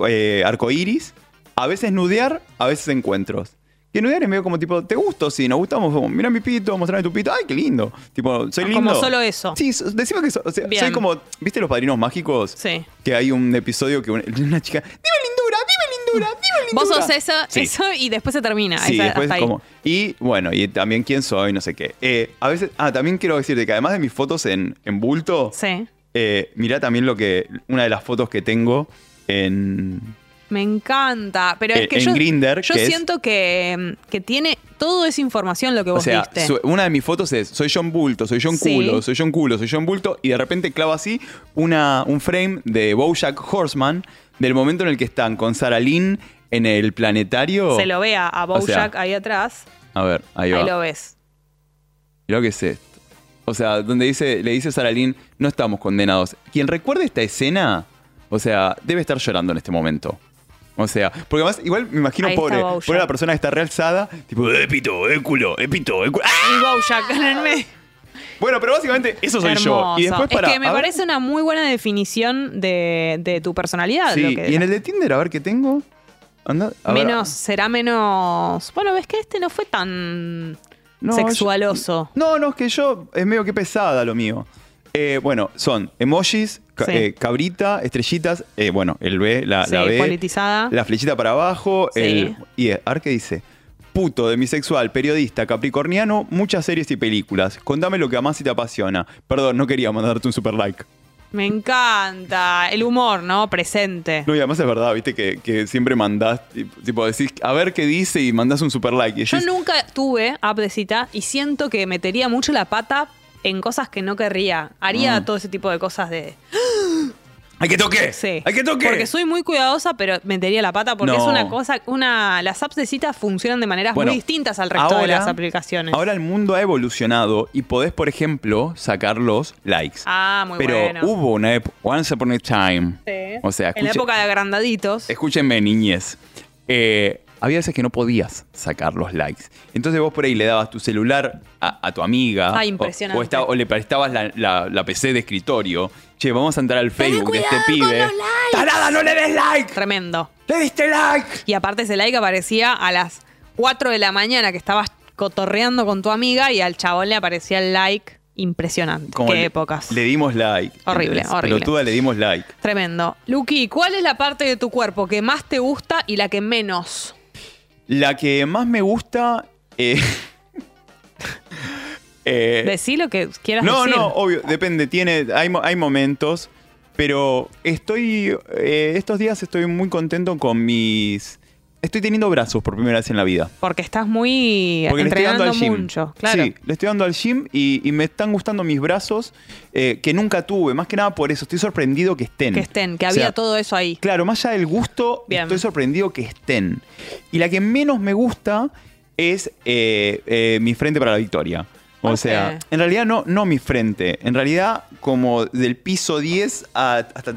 Speaker 2: Bien.
Speaker 3: eh, arcoiris, a veces nudear, a veces encuentros. Que nudear es medio como tipo, te gusto, sí, nos gustamos, como, mira mi pito, mostrame tu pito, ay, qué lindo. Tipo, soy
Speaker 2: Ah,
Speaker 3: lindo.
Speaker 2: como solo eso.
Speaker 3: Sí, so- decime que so- o sea,
Speaker 2: Bien.
Speaker 3: soy como, ¿viste los padrinos mágicos?
Speaker 2: Sí.
Speaker 3: Que hay un episodio que una, [laughs] una chica, dime lindura, dime lindura, dime lindura.
Speaker 2: Vos sos eso,
Speaker 3: Sí.
Speaker 2: eso y después se termina.
Speaker 3: Sí,
Speaker 2: Esa-
Speaker 3: después
Speaker 2: hasta [laughs] ahí.
Speaker 3: como. Y bueno, y también quién soy, no sé qué. Eh, a veces. Ah, también quiero decirte que además de mis fotos en, en bulto,
Speaker 2: Sí.
Speaker 3: eh, mirá también lo que. Una de las fotos que tengo en.
Speaker 2: Me encanta. Pero
Speaker 3: Eh,
Speaker 2: es que
Speaker 3: en
Speaker 2: yo,
Speaker 3: Grindr,
Speaker 2: yo
Speaker 3: que es-
Speaker 2: siento que, mm, que tiene toda esa información lo que
Speaker 3: O
Speaker 2: vos
Speaker 3: sea,
Speaker 2: diste.
Speaker 3: su- una de mis fotos es soy John Bulto, soy John
Speaker 2: Sí.
Speaker 3: Culo, soy John Culo, soy John Bulto, y de repente clavo así una, un frame de Bojack Horseman del momento en el que están con Sarah Lynn en el planetario.
Speaker 2: Se lo vea a
Speaker 3: O sea,
Speaker 2: Bojack ahí atrás.
Speaker 3: A ver, ahí
Speaker 2: Ahí,
Speaker 3: va.
Speaker 2: lo ves.
Speaker 3: Mirá lo que es esto. O sea, donde dice, le dice Saralín, no estamos condenados. Quien recuerde esta escena, o sea, debe estar llorando en este momento. O sea, porque además, igual me imagino
Speaker 2: Ahí está
Speaker 3: pobre,
Speaker 2: Bojack.
Speaker 3: pobre la persona que está realzada, tipo, eh, pito, eh, culo, eh, pito, eh, culo. ¡Ah!
Speaker 2: Y Bojack en el medio.
Speaker 3: Bueno, pero básicamente eso soy yo. Y después para.
Speaker 2: es que me
Speaker 3: a ver-
Speaker 2: parece una muy buena definición de, de tu personalidad.
Speaker 3: Sí,
Speaker 2: lo que-
Speaker 3: y en el de Tinder, a ver qué tengo. Anda, a ver.
Speaker 2: menos, será menos. Bueno, ves que este no fue tan
Speaker 3: No,
Speaker 2: sexualoso.
Speaker 3: No, no, es que yo es medio que pesada lo mío. Eh, bueno, son emojis, ca-
Speaker 2: Sí.
Speaker 3: eh, cabrita, estrellitas, eh, bueno, el B, la,
Speaker 2: Sí,
Speaker 3: la B,
Speaker 2: politizada.
Speaker 3: la flechita para abajo,
Speaker 2: Ah. Sí.
Speaker 3: el, y eh, a ver qué dice. Puto, demisexual, periodista, capricorniano, muchas series y películas. Contame lo que amás y te apasiona. Perdón, no quería mandarte un super like.
Speaker 2: Me encanta. El humor, ¿no? Presente.
Speaker 3: No, y además es verdad, viste, que, que siempre mandás, tip- tipo, decís, a ver qué dice y mandás un super like. Y
Speaker 2: Yo
Speaker 3: decís,
Speaker 2: nunca tuve app de cita y siento que metería mucho la pata en cosas que no querría.
Speaker 3: Ah.
Speaker 2: Haría todo ese tipo de cosas de.
Speaker 3: ¡Hay que toque!
Speaker 2: Sí.
Speaker 3: ¡Hay que toque!
Speaker 2: Porque soy muy cuidadosa, pero metería la pata porque
Speaker 3: No.
Speaker 2: es una cosa. una Las apps de cita funcionan de maneras
Speaker 3: Bueno,
Speaker 2: muy distintas al resto de
Speaker 3: ahora-
Speaker 2: las aplicaciones.
Speaker 3: Ahora el mundo ha evolucionado y podés, por ejemplo, sacar los likes.
Speaker 2: ah, muy
Speaker 3: Pero
Speaker 2: bueno.
Speaker 3: hubo una época, once upon a time.
Speaker 2: Sí.
Speaker 3: O sea,
Speaker 2: en la
Speaker 3: escuche-
Speaker 2: época de agrandaditos.
Speaker 3: Escúchenme, niñez. Eh, había veces que no podías sacar los likes. Entonces vos por ahí le dabas tu celular a, a tu amiga.
Speaker 2: Ay,
Speaker 3: o-
Speaker 2: impresionante.
Speaker 3: O, esta- o le prestabas la, la- la PC de escritorio. Che, vamos a entrar al Facebook de este
Speaker 1: cuidado con
Speaker 3: pibe.
Speaker 1: los likes.
Speaker 3: ¡Tarada, no le des like!
Speaker 2: Tremendo.
Speaker 3: ¡Le diste like!
Speaker 2: Y aparte ese like aparecía a las 4 de la mañana que estabas cotorreando con tu amiga y al chabón le aparecía el like. Impresionante.
Speaker 3: Como
Speaker 2: Qué
Speaker 3: le-
Speaker 2: épocas.
Speaker 3: Le dimos like.
Speaker 2: Horrible,
Speaker 3: Entonces,
Speaker 2: horrible.
Speaker 3: Pelotuda, le dimos like.
Speaker 2: Tremendo. Luqui, ¿cuál es la parte de tu cuerpo que más te gusta y la que menos?
Speaker 3: La que más me gusta. eh, [laughs] eh,
Speaker 2: Decí lo que quieras
Speaker 3: no,
Speaker 2: decir.
Speaker 3: no, obvio, depende. Tiene, hay, mo- hay momentos, pero estoy. eh, estos días estoy muy contento con mis. Estoy teniendo brazos por primera vez en la vida.
Speaker 2: Porque estás muy
Speaker 3: Porque le estoy dando
Speaker 2: entrenando
Speaker 3: al gym.
Speaker 2: mucho. Claro.
Speaker 3: Sí, le estoy dando al gym y, y me están gustando mis brazos eh, que nunca tuve. Más que nada por eso. Estoy sorprendido que estén.
Speaker 2: Que estén, que
Speaker 3: O
Speaker 2: había
Speaker 3: sea,
Speaker 2: todo eso ahí.
Speaker 3: Claro, más allá del gusto,
Speaker 2: Bien.
Speaker 3: estoy sorprendido que estén. Y la que menos me gusta es eh, eh, mi frente para la victoria. O
Speaker 2: ¿Por
Speaker 3: sea,
Speaker 2: qué?
Speaker 3: en realidad no, no mi frente. En realidad, como del piso 10 a- hasta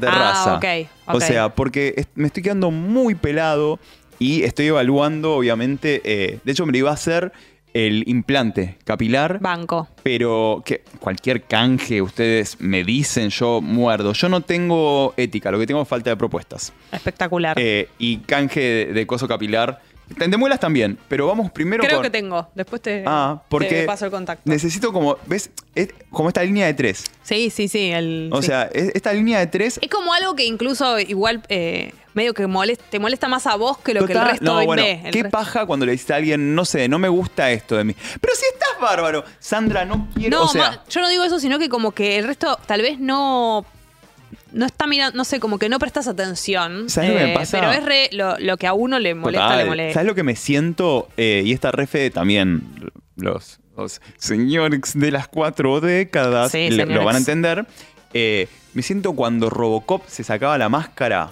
Speaker 2: Ah,
Speaker 3: terraza.
Speaker 2: ok,
Speaker 3: O
Speaker 2: ok.
Speaker 3: sea, porque es- me estoy quedando muy pelado y estoy evaluando, obviamente. eh, de hecho, me lo iba a hacer el implante capilar.
Speaker 2: Banco.
Speaker 3: Pero que cualquier canje ustedes me dicen, yo muerdo. Yo no tengo ética, lo que tengo es falta de propuestas.
Speaker 2: Espectacular.
Speaker 3: Eh, y canje de, de coso capilar. Te de muelas también, pero vamos primero
Speaker 2: Creo
Speaker 3: con-
Speaker 2: que tengo. Después te,
Speaker 3: Ah, porque
Speaker 2: te paso el contacto.
Speaker 3: necesito como, ¿ves? Es como esta línea de tres.
Speaker 2: Sí, sí, sí. el-
Speaker 3: O
Speaker 2: sí.
Speaker 3: sea, es- esta línea de tres...
Speaker 2: Es como algo que incluso igual eh, medio que molest- te molesta más a vos que lo que el
Speaker 3: Total,
Speaker 2: resto
Speaker 3: no,
Speaker 2: ve.
Speaker 3: bueno,
Speaker 2: el
Speaker 3: ¿qué
Speaker 2: resto-
Speaker 3: paja cuando le dices a alguien, no sé, no me gusta esto de mí? Pero si estás bárbaro. Sandra, no quiero...
Speaker 2: No,
Speaker 3: o sea,
Speaker 2: ma- yo no digo eso, sino que como que el resto tal vez no. No está mirando, no sé, como que no prestas atención. Eh,
Speaker 3: ¿Sabes lo que me pasa?
Speaker 2: Pero es re, lo, lo que a uno le molesta,
Speaker 3: Total.
Speaker 2: le molesta.
Speaker 3: ¿Sabes lo que me siento? Eh, y esta refe también, los, los señores de las cuatro décadas
Speaker 2: Sí,
Speaker 3: le- lo
Speaker 2: señores.
Speaker 3: van a entender. Eh, me siento cuando Robocop se sacaba la máscara,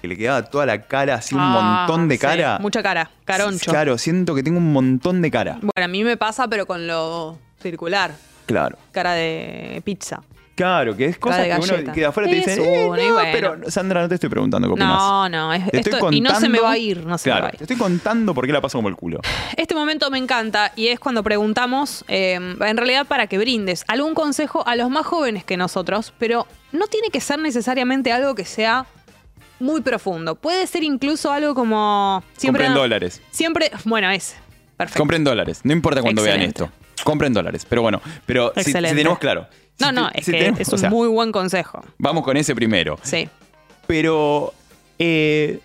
Speaker 3: que le quedaba toda la cara, así un
Speaker 2: Ah,
Speaker 3: montón de
Speaker 2: sí,
Speaker 3: cara.
Speaker 2: mucha cara, caroncho.
Speaker 3: Claro, siento que tengo un montón de cara.
Speaker 2: Bueno, a mí me pasa, pero con lo circular.
Speaker 3: Claro.
Speaker 2: Cara de pizza.
Speaker 3: Claro, que es cosa
Speaker 2: de
Speaker 3: que uno
Speaker 2: galleta.
Speaker 3: queda afuera y te
Speaker 2: Es
Speaker 3: dicen, eh,
Speaker 2: una, y
Speaker 3: no,
Speaker 2: bueno.
Speaker 3: pero Sandra, no te estoy preguntando qué opinas.
Speaker 2: No, no. es-
Speaker 3: Te estoy
Speaker 2: esto- y no se me
Speaker 3: contando-
Speaker 2: va a ir, no se me
Speaker 3: claro,
Speaker 2: va a ir.
Speaker 3: Te estoy contando por qué la paso como el culo.
Speaker 2: Este momento me encanta y es cuando preguntamos, eh, en realidad para que brindes algún consejo a los más jóvenes que nosotros, pero no tiene que ser necesariamente algo que sea muy profundo. Puede ser incluso algo como...
Speaker 3: Compren dólares.
Speaker 2: Siempre, bueno, es. Perfecto.
Speaker 3: Compren dólares, no importa cuando vean
Speaker 2: Excelente.
Speaker 3: esto. Compren dólares, pero bueno, pero si, si
Speaker 2: Excelente.
Speaker 3: tenemos claro. Si
Speaker 2: no,
Speaker 3: te-
Speaker 2: no, es
Speaker 3: si
Speaker 2: que
Speaker 3: tenemos-
Speaker 2: es
Speaker 3: o
Speaker 2: un
Speaker 3: sea,
Speaker 2: muy buen consejo.
Speaker 3: Vamos con ese primero.
Speaker 2: Sí.
Speaker 3: Pero eh,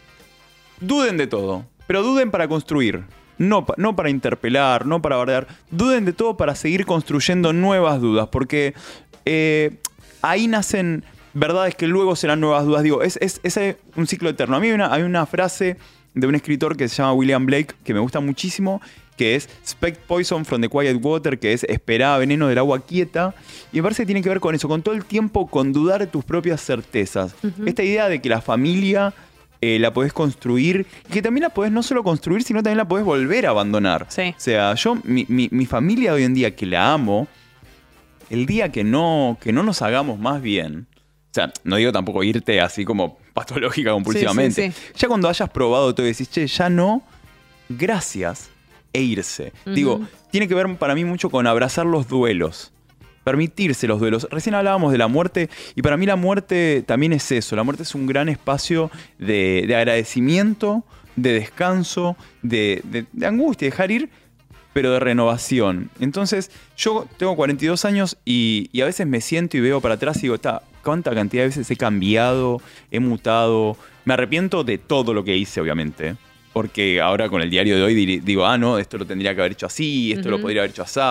Speaker 3: duden de todo, pero duden para construir. No, pa- no para interpelar, no para bardear. Duden de todo para seguir construyendo nuevas dudas, porque eh, ahí nacen verdades que luego serán nuevas dudas. Digo, es, es- es, eh, un ciclo eterno. A mí hay una, hay una frase de un escritor que se llama William Blake que me gusta muchísimo, que es Spect Poison from the Quiet Water, que es esperar veneno del agua quieta. Y me parece que tiene que ver con eso, con todo el tiempo, con dudar de tus propias certezas. Esta idea de que la familia eh, la podés construir y que también la podés no solo construir, sino también la podés volver a abandonar.
Speaker 2: Sí.
Speaker 3: O sea, yo, mi, mi- mi familia hoy en día, que la amo, el día que no, que no nos hagamos más bien, o sea, no digo tampoco irte así como patológica compulsivamente.
Speaker 2: Sí, sí,
Speaker 3: Ya cuando hayas probado todo y decís, che, ya no, gracias e irse. Digo, tiene que ver para mí mucho con abrazar los duelos. permitirse los duelos. Recién hablábamos de la muerte y para mí la muerte también es eso. La muerte es un gran espacio de, de agradecimiento, de descanso, de, de- de angustia, de dejar ir, pero de renovación. Entonces yo tengo 42 años y, y a veces me siento y veo para atrás y digo, "Ta, ¿cuánta cantidad de veces he cambiado, he mutado? Me arrepiento de todo lo que hice, obviamente. Porque ahora con el diario de hoy diri- digo, ah, no, esto lo tendría que haber hecho así, esto lo
Speaker 2: Ujú.
Speaker 3: podría haber hecho así,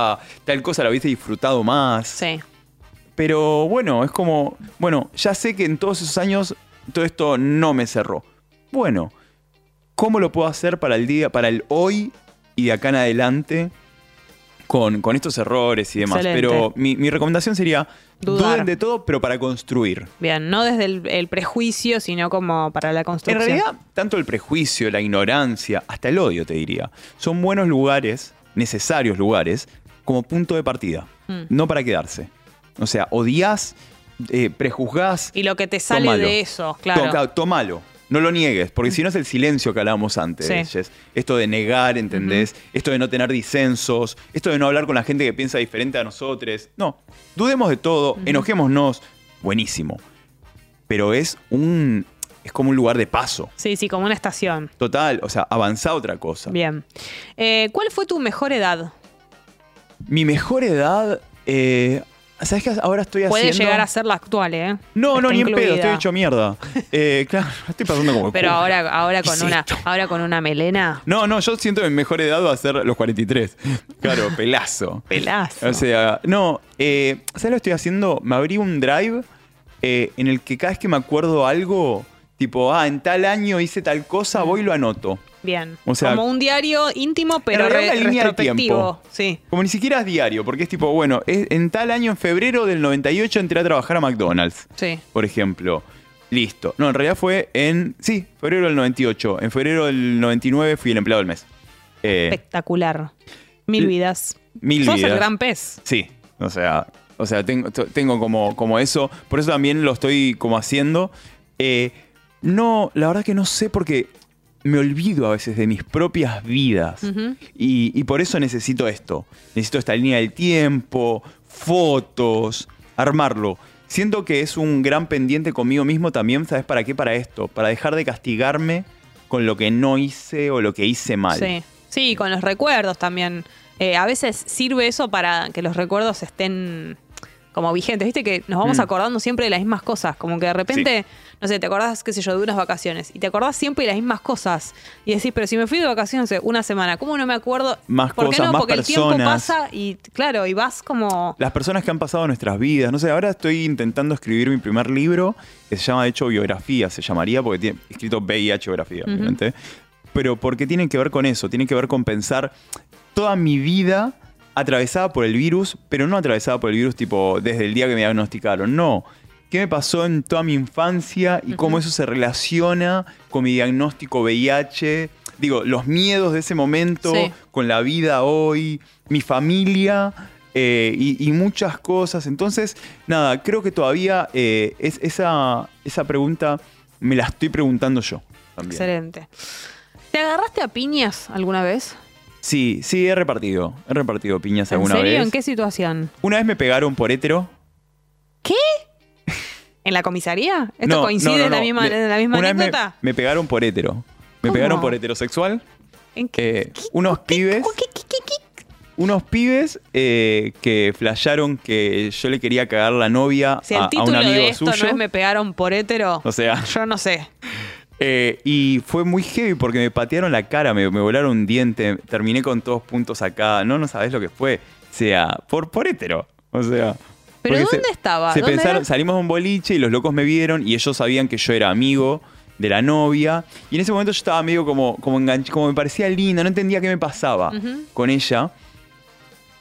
Speaker 3: tal cosa la hubiese disfrutado más.
Speaker 2: Sí.
Speaker 3: Pero bueno, es como, bueno, ya sé que en todos esos años todo esto no me cerró. Bueno, ¿cómo lo puedo hacer para el día, para el hoy y de acá en adelante con, con estos errores y demás?
Speaker 2: Excelente.
Speaker 3: Pero mi, mi recomendación sería,
Speaker 2: Dudar.
Speaker 3: duden de todo, pero para construir.
Speaker 2: Bien, no desde el, el prejuicio, sino como para la
Speaker 3: En
Speaker 2: construcción.
Speaker 3: realidad, tanto el prejuicio, la ignorancia, hasta el odio, te diría, son buenos lugares, necesarios lugares, como punto de partida,
Speaker 2: Mm.
Speaker 3: no para quedarse. O sea, odias, prejuzgás,
Speaker 2: Y lo que te sale
Speaker 3: Tómalo.
Speaker 2: de eso,
Speaker 3: To-
Speaker 2: claro. Mm.
Speaker 3: claro, tómalo. No lo niegues, porque si no es el silencio que hablábamos antes,
Speaker 2: Sí.
Speaker 3: Jess. Esto de negar, ¿entendés? Esto de no tener disensos, esto de no hablar con la gente que piensa diferente a nosotros. No, dudemos de todo, enojémonos. Buenísimo. Pero es un. es como un lugar de paso.
Speaker 2: Sí, sí, como una estación.
Speaker 3: Total, o sea, avanza a otra cosa.
Speaker 2: Bien. Eh, ¿Cuál fue tu mejor edad?
Speaker 3: Mi mejor edad. eh, ¿Sabes qué? Ahora estoy
Speaker 2: Puede
Speaker 3: haciendo.
Speaker 2: llegar a ser la actual, ¿eh?
Speaker 3: No, no,
Speaker 2: Está
Speaker 3: ni en pedo,
Speaker 2: incluida.
Speaker 3: estoy
Speaker 2: [laughs]
Speaker 3: hecho mierda. Eh, claro, estoy pasando como. el
Speaker 2: Pero
Speaker 3: culo.
Speaker 2: ahora, ahora,
Speaker 3: ¿Qué
Speaker 2: con
Speaker 3: es
Speaker 2: una,
Speaker 3: esto?
Speaker 2: ahora con una melena,
Speaker 3: No, no, yo siento que mi mejor edad va a ser los 43. Claro, pelazo.
Speaker 2: pelazo.
Speaker 3: O sea, no, eh, ¿sabes lo que estoy haciendo? Me abrí un drive eh, en el que cada vez que me acuerdo algo, tipo, ah, en tal año hice tal cosa, voy y lo anoto.
Speaker 2: Bien.
Speaker 3: o sea-
Speaker 2: como un diario íntimo, pero
Speaker 3: realidad
Speaker 2: re-
Speaker 3: una línea de
Speaker 2: retrospectivo. Sí.
Speaker 3: Como ni siquiera es diario, porque es tipo, bueno, es- en tal año, en febrero del 98, entré a trabajar a McDonald's.
Speaker 2: Sí.
Speaker 3: por ejemplo. Listo. No, en realidad fue en. Sí, febrero del 98. En febrero del 99 fui el empleado del mes. Eh,
Speaker 2: Espectacular. Mil
Speaker 3: L-
Speaker 2: vidas.
Speaker 3: mil
Speaker 2: Sos el
Speaker 3: vidas.
Speaker 2: gran pez.
Speaker 3: Sí, o sea, o sea tengo, to- tengo como, como eso. Por eso también lo estoy como haciendo. Eh, no, la verdad que no sé porque me olvido a veces de mis propias vidas.
Speaker 2: Ujú.
Speaker 3: y, y por eso necesito esto. Necesito esta línea del tiempo, fotos, armarlo. Siento que es un gran pendiente conmigo mismo también, ¿sabes para qué? Para esto, para dejar de castigarme con lo que no hice o lo que hice mal.
Speaker 2: Sí. Sí, y con los recuerdos también. Eh, a veces sirve eso para que los recuerdos estén como vigentes. Viste que nos vamos
Speaker 3: Mm.
Speaker 2: acordando siempre de las mismas cosas. Como que de repente, no sé, te acordás, qué sé yo, de unas vacaciones. Y te acordás siempre de las mismas cosas. Y decís, pero si me fui de vacaciones no sé, una semana, ¿cómo no me acuerdo?
Speaker 3: Más
Speaker 2: ¿Por qué
Speaker 3: cosas,
Speaker 2: no?
Speaker 3: más
Speaker 2: Porque el tiempo
Speaker 3: personas.
Speaker 2: pasa y, claro, y vas como...
Speaker 3: las personas que han pasado nuestras vidas. No sé, ahora estoy intentando escribir mi primer libro, que se llama, de hecho, biografía, se llamaría, porque tiene escrito VIH biografía,
Speaker 2: Ujú.
Speaker 3: obviamente. Pero porque tiene que ver con eso, tiene que ver con pensar toda mi vida atravesada por el virus, pero no atravesada por el virus tipo desde el día que me diagnosticaron, no. ¿Qué me pasó en toda mi infancia y cómo eso se relaciona con mi diagnóstico VIH? Digo, los miedos de ese momento,
Speaker 2: Sí.
Speaker 3: con la vida hoy, mi familia eh, y, y muchas cosas. Entonces, nada, creo que todavía eh, es, esa, esa pregunta me la estoy preguntando yo. También.
Speaker 2: Excelente. ¿Te agarraste a piñas alguna vez?
Speaker 3: Sí, sí, he repartido. He repartido piñas
Speaker 2: ¿En
Speaker 3: alguna
Speaker 2: serio?
Speaker 3: vez.
Speaker 2: ¿En qué situación?
Speaker 3: Una vez me pegaron por hétero.
Speaker 2: ¿En la comisaría? ¿Esto
Speaker 3: No,
Speaker 2: coincide
Speaker 3: no, no,
Speaker 2: en la
Speaker 3: no.
Speaker 2: misma,
Speaker 3: Me-
Speaker 2: en la misma
Speaker 3: una vez me-
Speaker 2: anécdota?
Speaker 3: me, pegaron por hétero. Me
Speaker 2: ¿Cómo?
Speaker 3: pegaron por heterosexual.
Speaker 2: ¿En qué?
Speaker 3: eh, unos pibes.
Speaker 2: ¿Qué, qué, qué, qué?
Speaker 3: Unos pibes eh, que flasharon que yo le quería cagar la novia
Speaker 2: Si
Speaker 3: a,
Speaker 2: el
Speaker 3: a un
Speaker 2: título
Speaker 3: amigo
Speaker 2: de esto
Speaker 3: suyo.
Speaker 2: no es Me pegaron por hétero,
Speaker 3: O sea,
Speaker 2: yo no sé.
Speaker 3: eh, y fue muy heavy porque me patearon la cara, me, me volaron un diente, terminé con todos puntos acá. No, no sabes lo que fue. O sea, por, por hétero. O sea.
Speaker 2: ¿Pero
Speaker 3: porque
Speaker 2: dónde estaba?
Speaker 3: Se
Speaker 2: ¿Dónde
Speaker 3: pensaron,
Speaker 2: era?
Speaker 3: salimos a un boliche y los locos me vieron y ellos sabían que yo era amigo de la novia. Y en ese momento yo estaba medio como, como enganch- como me parecía linda, no entendía qué me pasaba
Speaker 2: Ujú.
Speaker 3: con ella.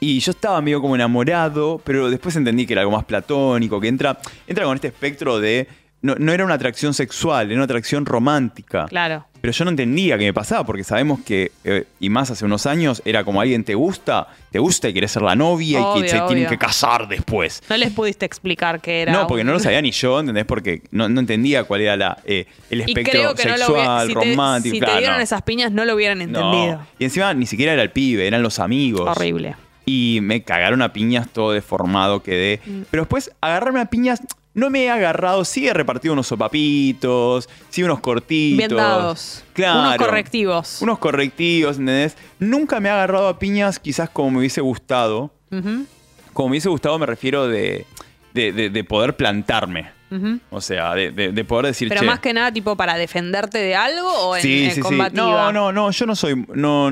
Speaker 3: Y yo estaba medio como enamorado, pero después entendí que era algo más platónico, que entra, entra con este espectro de. No, no era una atracción sexual, era una atracción romántica.
Speaker 2: Claro.
Speaker 3: Pero yo no entendía qué me pasaba, porque sabemos que, eh, y más hace unos años, era como alguien te gusta, te gusta y querés ser la novia y
Speaker 2: Obvio,
Speaker 3: que se tienen
Speaker 2: obvio.
Speaker 3: que casar después.
Speaker 2: No les pudiste explicar qué era.
Speaker 3: No, porque
Speaker 2: un-
Speaker 3: no lo sabía ni yo, ¿entendés? Porque no, no entendía cuál era la, eh, el
Speaker 2: Y
Speaker 3: espectro
Speaker 2: creo que no lo hubiera-
Speaker 3: sexual,
Speaker 2: si te-
Speaker 3: romántico.
Speaker 2: Si te
Speaker 3: claro,
Speaker 2: dieron
Speaker 3: no.
Speaker 2: esas piñas, no lo hubieran
Speaker 3: No.
Speaker 2: entendido.
Speaker 3: Y encima ni siquiera era el pibe, eran los amigos.
Speaker 2: Horrible.
Speaker 3: y me cagaron a piñas, todo deformado quedé.
Speaker 2: Mm.
Speaker 3: Pero después, agarrarme a piñas, no me he agarrado, sí he repartido unos sopapitos, sí unos cortitos.
Speaker 2: Bien dados.
Speaker 3: Claro.
Speaker 2: Unos correctivos.
Speaker 3: Unos correctivos, ¿entendés? Nunca me he agarrado a piñas quizás como me hubiese gustado.
Speaker 2: Ujú,
Speaker 3: Como me hubiese gustado me refiero de, de- de- de poder plantarme.
Speaker 2: ujú.
Speaker 3: O sea, de, de- de poder decir,
Speaker 2: Pero
Speaker 3: "Che,
Speaker 2: más que nada, tipo, para defenderte de algo o en, en combativa.
Speaker 3: No, no, no, yo no soy. No,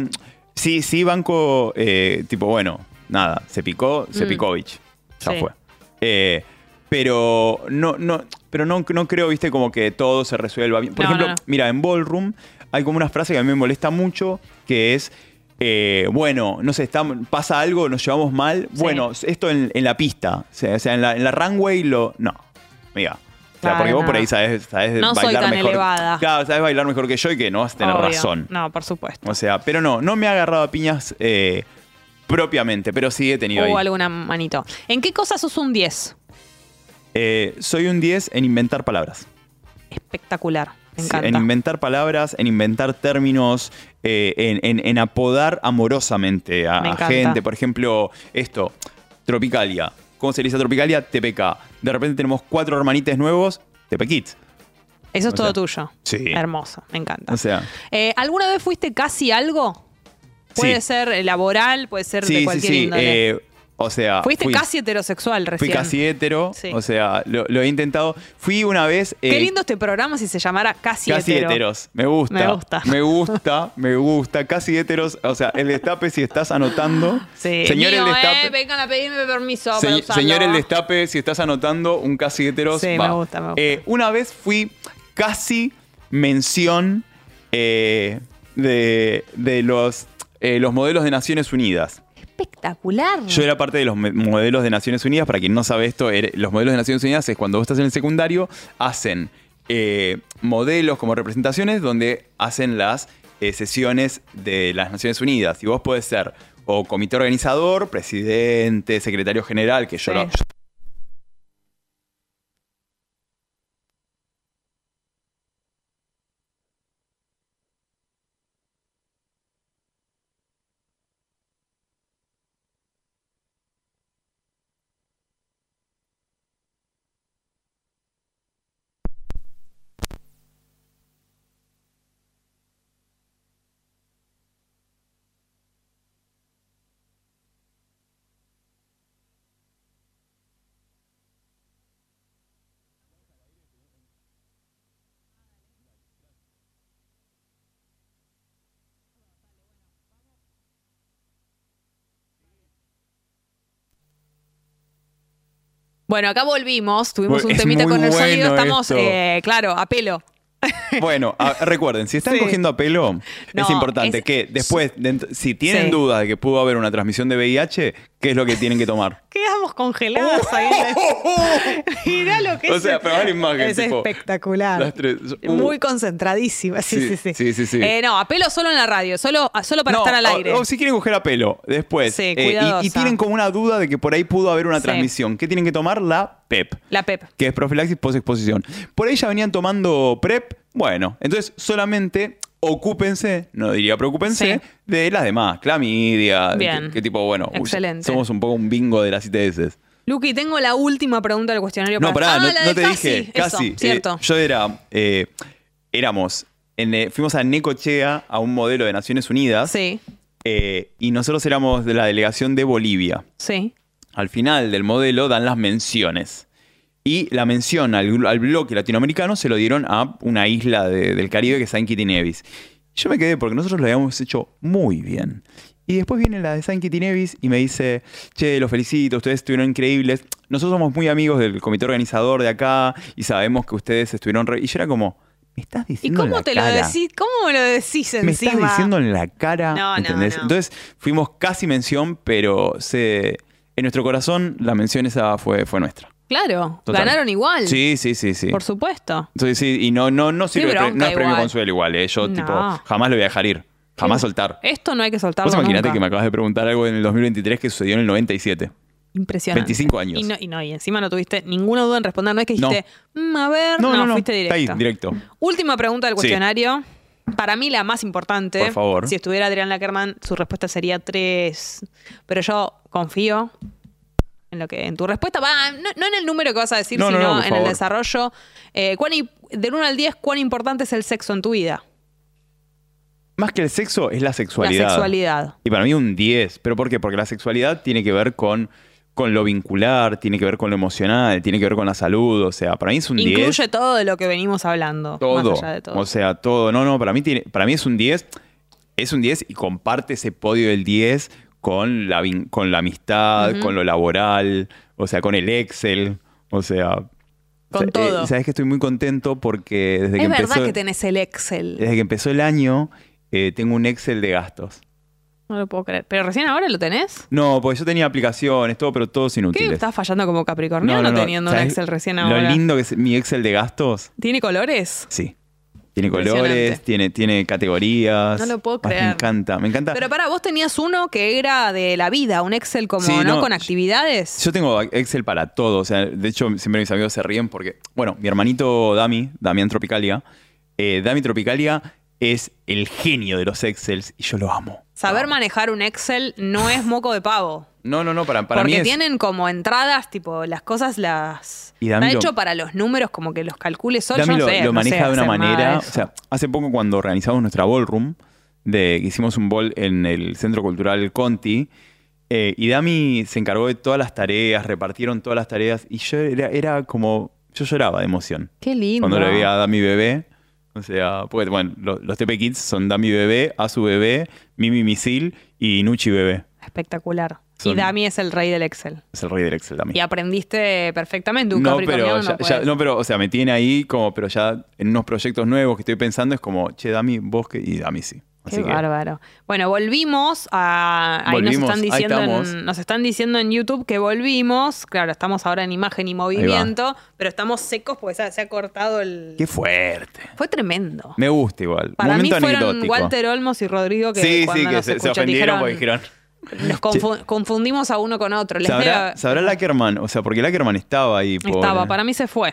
Speaker 3: sí, sí, banco, eh, tipo, bueno, nada, se picó, se
Speaker 2: Mm.
Speaker 3: picovich. Ya
Speaker 2: Sí.
Speaker 3: fue. Eh, pero no, no, pero no, no creo, viste, como que todo se resuelva bien. Por
Speaker 2: No,
Speaker 3: ejemplo,
Speaker 2: no, no.
Speaker 3: mira, en Ballroom hay como una frase que a mí me molesta mucho, que es. eh, bueno, no sé, estamos- pasa algo, nos llevamos mal.
Speaker 2: Sí.
Speaker 3: Bueno, esto en, en la pista, o sea, o sea, en, la, en la runway lo... No, mira. O sea,
Speaker 2: Claro,
Speaker 3: porque vos
Speaker 2: no.
Speaker 3: por ahí sabés, sabés
Speaker 2: No soy
Speaker 3: bailar
Speaker 2: tan
Speaker 3: mejor.
Speaker 2: elevada.
Speaker 3: Claro, Ah, sabes bailar mejor que yo y que no vas a tener
Speaker 2: Obvio.
Speaker 3: razón.
Speaker 2: No, por supuesto.
Speaker 3: O sea, pero no, no me ha agarrado a piñas eh, propiamente, pero sí he tenido
Speaker 2: O
Speaker 3: ahí.
Speaker 2: alguna manito. ¿En qué cosas sos un 10?
Speaker 3: Eh, soy un 10 en inventar palabras.
Speaker 2: Espectacular. Me
Speaker 3: Sí,
Speaker 2: encanta.
Speaker 3: en inventar palabras, en inventar términos, eh, en, en- en apodar amorosamente a,
Speaker 2: Me
Speaker 3: a
Speaker 2: encanta.
Speaker 3: gente. Por ejemplo, esto, Tropicalia. ¿Cómo se le dice a Tropicalia? TPK. De repente tenemos cuatro hermanites nuevos, TP Kids.
Speaker 2: Eso es
Speaker 3: o
Speaker 2: todo
Speaker 3: sea,
Speaker 2: tuyo.
Speaker 3: sí.
Speaker 2: Hermoso. Me encanta.
Speaker 3: O sea,
Speaker 2: Eh, ¿Alguna vez fuiste casi algo? Puede
Speaker 3: Sí.
Speaker 2: ser eh, laboral, puede ser de
Speaker 3: sí, sí,
Speaker 2: cualquier
Speaker 3: sí.
Speaker 2: índole.
Speaker 3: eh, o sea,
Speaker 2: Fuiste
Speaker 3: fui-
Speaker 2: casi heterosexual
Speaker 3: Fui
Speaker 2: recién.
Speaker 3: casi hetero,
Speaker 2: Sí.
Speaker 3: o sea, lo, lo he intentado. Fui una vez. eh,
Speaker 2: Qué lindo este programa si se llamara Casi,
Speaker 3: Casi
Speaker 2: Hetero.
Speaker 3: heteros. Me gusta.
Speaker 2: Me gusta.
Speaker 3: Me gusta, me gusta. Casi heteros. O sea, el destape, si estás anotando.
Speaker 2: Sí.
Speaker 3: Señor
Speaker 2: Mío,
Speaker 3: el
Speaker 2: eh,
Speaker 3: destape.
Speaker 2: vengan a pedirme permiso
Speaker 3: se-
Speaker 2: para usarlo.
Speaker 3: señor el destape, si estás anotando un casi heteros.
Speaker 2: Sí, me
Speaker 3: va.
Speaker 2: gusta, me gusta.
Speaker 3: Eh, una vez fui casi mención eh, de, de los, eh, los modelos de Naciones Unidas.
Speaker 2: Espectacular.
Speaker 3: Mm. Yo era parte de los me- modelos de Naciones Unidas. Para quien no sabe esto, er- los modelos de Naciones Unidas es cuando vos estás en el secundario, hacen eh, modelos como representaciones donde hacen las eh, sesiones de las Naciones Unidas. Y vos podés ser o comité organizador, presidente, secretario general, que yo
Speaker 2: Sí. [laughs]
Speaker 3: lo- yo
Speaker 2: Bueno, acá volvimos, tuvimos
Speaker 3: Bueno,
Speaker 2: un
Speaker 3: es
Speaker 2: temita
Speaker 3: muy
Speaker 2: con el sonido,
Speaker 3: bueno
Speaker 2: estamos,
Speaker 3: esto.
Speaker 2: eh, claro, a pelo.
Speaker 3: Bueno, a- recuerden, si están
Speaker 2: Sí.
Speaker 3: cogiendo a pelo, es
Speaker 2: No,
Speaker 3: importante
Speaker 2: es-
Speaker 3: que después, dent- si tienen
Speaker 2: Sí.
Speaker 3: dudas de que pudo haber una transmisión de VIH, ¿qué es lo que tienen que tomar?
Speaker 2: Quedamos congeladas ahí. [laughs] Mirá lo que
Speaker 3: Oh. O
Speaker 2: es.
Speaker 3: sea, pero es la imagen,
Speaker 2: Es
Speaker 3: tipo,
Speaker 2: espectacular.
Speaker 3: las tres, uh.
Speaker 2: Muy concentradísima, sí, sí,
Speaker 3: Sí,
Speaker 2: sí.
Speaker 3: sí, sí, sí.
Speaker 2: Eh, no, a pelo solo en la radio, solo, ah, solo para
Speaker 3: No,
Speaker 2: estar al
Speaker 3: o-
Speaker 2: aire.
Speaker 3: O, si quieren coger a pelo después. eh,
Speaker 2: Sí,
Speaker 3: y- y,
Speaker 2: cuidadosa.
Speaker 3: tienen como una duda de que por ahí pudo haber una
Speaker 2: Sí.
Speaker 3: transmisión. ¿Qué tienen que tomar? La PEP,
Speaker 2: La Pep.
Speaker 3: que es profilaxis post-exposición. Por ahí ya venían tomando PrEP. Bueno, entonces solamente ocúpense, no diría preocúpense,
Speaker 2: Sí.
Speaker 3: de las demás, clamidia,
Speaker 2: Bien.
Speaker 3: Que, que tipo, bueno, uy,
Speaker 2: Excelente.
Speaker 3: somos un poco un bingo de las ITS.
Speaker 2: Luqui, tengo la última pregunta del cuestionario
Speaker 3: No,
Speaker 2: para
Speaker 3: pará,
Speaker 2: Ah,
Speaker 3: no,
Speaker 2: la
Speaker 3: no
Speaker 2: de
Speaker 3: te
Speaker 2: casi.
Speaker 3: dije.
Speaker 2: Eso,
Speaker 3: Casi. Eh,
Speaker 2: cierto.
Speaker 3: yo era. eh, éramos. en, eh, fuimos a Necochea, a un modelo de Naciones Unidas.
Speaker 2: sí,
Speaker 3: Eh, y nosotros éramos de la delegación de Bolivia.
Speaker 2: sí.
Speaker 3: Al final del modelo dan las menciones. Y la mención al, gru- al bloque latinoamericano se lo dieron a una isla de- del Caribe que es Saint Kitty Nevis. Yo me quedé porque nosotros lo habíamos hecho muy bien. Y después viene la de Saint Kitty Nevis y me dice, che, los felicito, ustedes estuvieron increíbles. Nosotros somos muy amigos del comité organizador de acá y sabemos que ustedes estuvieron... re-". Y yo era como, ¿me estás
Speaker 2: ¿Y
Speaker 3: diciendo en
Speaker 2: cómo
Speaker 3: la
Speaker 2: te lo
Speaker 3: cara?
Speaker 2: decís? ¿Cómo me lo decís encima?
Speaker 3: Me estás diciendo en la cara.
Speaker 2: No, no,
Speaker 3: ¿entendés?
Speaker 2: no.
Speaker 3: Entonces fuimos casi mención, pero se, en nuestro corazón la mención esa fue, fue nuestra.
Speaker 2: Claro,
Speaker 3: Total.
Speaker 2: ganaron igual.
Speaker 3: Sí, sí, sí, sí.
Speaker 2: Por supuesto.
Speaker 3: Sí, sí, y no, no, no
Speaker 2: Qué
Speaker 3: sirve, de pre- no
Speaker 2: bronca
Speaker 3: es premio
Speaker 2: igual.
Speaker 3: consuelo igual, eh. yo
Speaker 2: No.
Speaker 3: tipo jamás lo voy a dejar ir, jamás soltar.
Speaker 2: Esto no hay que soltarlo.
Speaker 3: Vos imaginate
Speaker 2: nunca.
Speaker 3: que me acabas de preguntar algo en el 2023 que sucedió en el 97.
Speaker 2: Impresionante.
Speaker 3: 25 años.
Speaker 2: Y no, y no, y encima no tuviste ninguna duda en responder. No es que dijiste, "Mm, a ver, no, fuiste directo.
Speaker 3: Está ahí, directo.
Speaker 2: Última pregunta del
Speaker 3: Sí.
Speaker 2: cuestionario. para mí la más importante.
Speaker 3: Por favor.
Speaker 2: Si estuviera Adrián Lackerman, su respuesta sería tres. Pero yo confío en lo que en tu respuesta. Va, no, no en el número que vas a decir,
Speaker 3: No, no,
Speaker 2: sino
Speaker 3: no, por
Speaker 2: en el
Speaker 3: favor.
Speaker 2: desarrollo. Eh, ¿cuán i- del 1 al 10, ¿cuán importante es el sexo en tu vida?
Speaker 3: Más que el sexo, es la sexualidad.
Speaker 2: La sexualidad.
Speaker 3: Y para mí un 10. ¿Pero por qué? Porque la sexualidad tiene que ver con, con lo vincular, tiene que ver con lo emocional, tiene que ver con la salud. O sea, para mí es un 10.
Speaker 2: Incluye todo de lo que venimos hablando.
Speaker 3: todo.
Speaker 2: Más allá de todo.
Speaker 3: O sea, todo. No, no, para mí, tiene, para mí es un 10. Es un 10 y comparte ese podio del 10 con la, vin- con la amistad, con lo laboral, o sea, con el Excel. O sea. eh,
Speaker 2: Con todo.
Speaker 3: Sabes que estoy muy contento porque desde que
Speaker 2: es verdad
Speaker 3: empezó.
Speaker 2: que tenés el Excel.
Speaker 3: Desde que empezó el año, eh, tengo un Excel de gastos.
Speaker 2: No lo puedo creer. ¿Pero recién ahora lo tenés?
Speaker 3: No, porque yo tenía aplicaciones, todo, pero todos
Speaker 2: ¿Qué?
Speaker 3: inútiles.
Speaker 2: ¿Estás fallando como Capricorniano teniendo un
Speaker 3: ¿Sabes
Speaker 2: Excel recién
Speaker 3: lo
Speaker 2: ahora?
Speaker 3: lindo que es mi Excel de gastos?
Speaker 2: ¿Tiene colores?
Speaker 3: Sí. Tiene
Speaker 2: Impresionante.
Speaker 3: colores, tiene, tiene categorías.
Speaker 2: No lo puedo
Speaker 3: Ay,
Speaker 2: creer.
Speaker 3: Me encanta, me encanta.
Speaker 2: Pero para vos tenías uno que era de la vida, un Excel como,
Speaker 3: Sí,
Speaker 2: ¿no?
Speaker 3: no,
Speaker 2: Con
Speaker 3: yo-
Speaker 2: actividades.
Speaker 3: Yo tengo Excel para todo. O sea, de hecho, siempre mis amigos se ríen porque, bueno, mi hermanito Dami, Damián Tropicalia, eh, Dami Tropicalia es el genio de los Excels y yo lo amo.
Speaker 2: Saber manejar un Excel no es moco de pavo.
Speaker 3: No, no, no, para, [laughs] para mí
Speaker 2: porque
Speaker 3: es...
Speaker 2: tienen como entradas, tipo, las cosas las.
Speaker 3: Y
Speaker 2: está
Speaker 3: Dami lo-
Speaker 2: hecho para los números, como que los calcule solo. yo
Speaker 3: Dami
Speaker 2: no
Speaker 3: lo,
Speaker 2: sé,
Speaker 3: lo
Speaker 2: no
Speaker 3: maneja
Speaker 2: sé
Speaker 3: de una
Speaker 2: hacer nada de
Speaker 3: manera. O
Speaker 2: eso.
Speaker 3: sea, hace poco cuando organizamos nuestra ballroom, de, que hicimos un ball en el Centro Cultural Conti, eh, y Dami se encargó de todas las tareas, repartieron todas las tareas, y yo era, era como. Yo lloraba de emoción.
Speaker 2: Qué lindo.
Speaker 3: Cuando le veía a Dami Bebé. O sea, porque, bueno, lo- los TP Kids son Dami Bebé, Azu Bebé, Mimi Misil y Nuchi Bebé.
Speaker 2: Espectacular.
Speaker 3: Son-
Speaker 2: Y Dami es el rey del Excel.
Speaker 3: Es el rey del Excel también.
Speaker 2: Y aprendiste perfectamente un
Speaker 3: No, pero
Speaker 2: capricorniano
Speaker 3: ya-
Speaker 2: no puede
Speaker 3: ya- no, pero, o sea, me tiene ahí como, pero ya en unos proyectos nuevos que estoy pensando es como, che, Dami, vos que, y Dami sí. Así
Speaker 2: Qué
Speaker 3: que,
Speaker 2: bárbaro. Bueno, volvimos a. Ahí
Speaker 3: Volvimos,
Speaker 2: nos están
Speaker 3: ahí
Speaker 2: diciendo
Speaker 3: estamos.
Speaker 2: en, nos están diciendo en YouTube que volvimos. Claro, estamos ahora en imagen y movimiento, pero estamos secos porque se, se ha cortado el.
Speaker 3: qué fuerte.
Speaker 2: Fue tremendo.
Speaker 3: Me gusta igual.
Speaker 2: Para mí
Speaker 3: Momento
Speaker 2: fueron
Speaker 3: anecdótico.
Speaker 2: Walter Olmos y Rodrigo que
Speaker 3: sí,
Speaker 2: cuando
Speaker 3: sí, que
Speaker 2: nos
Speaker 3: se, se
Speaker 2: escuchan dijeron,
Speaker 3: ofendieron porque dijeron.
Speaker 2: Nos confu- confundimos a uno con otro. Les
Speaker 3: ¿Sabrá,
Speaker 2: debe-
Speaker 3: sabrá Lackerman? O sea, porque Lackerman estaba ahí. pobre.
Speaker 2: estaba, para mí se fue.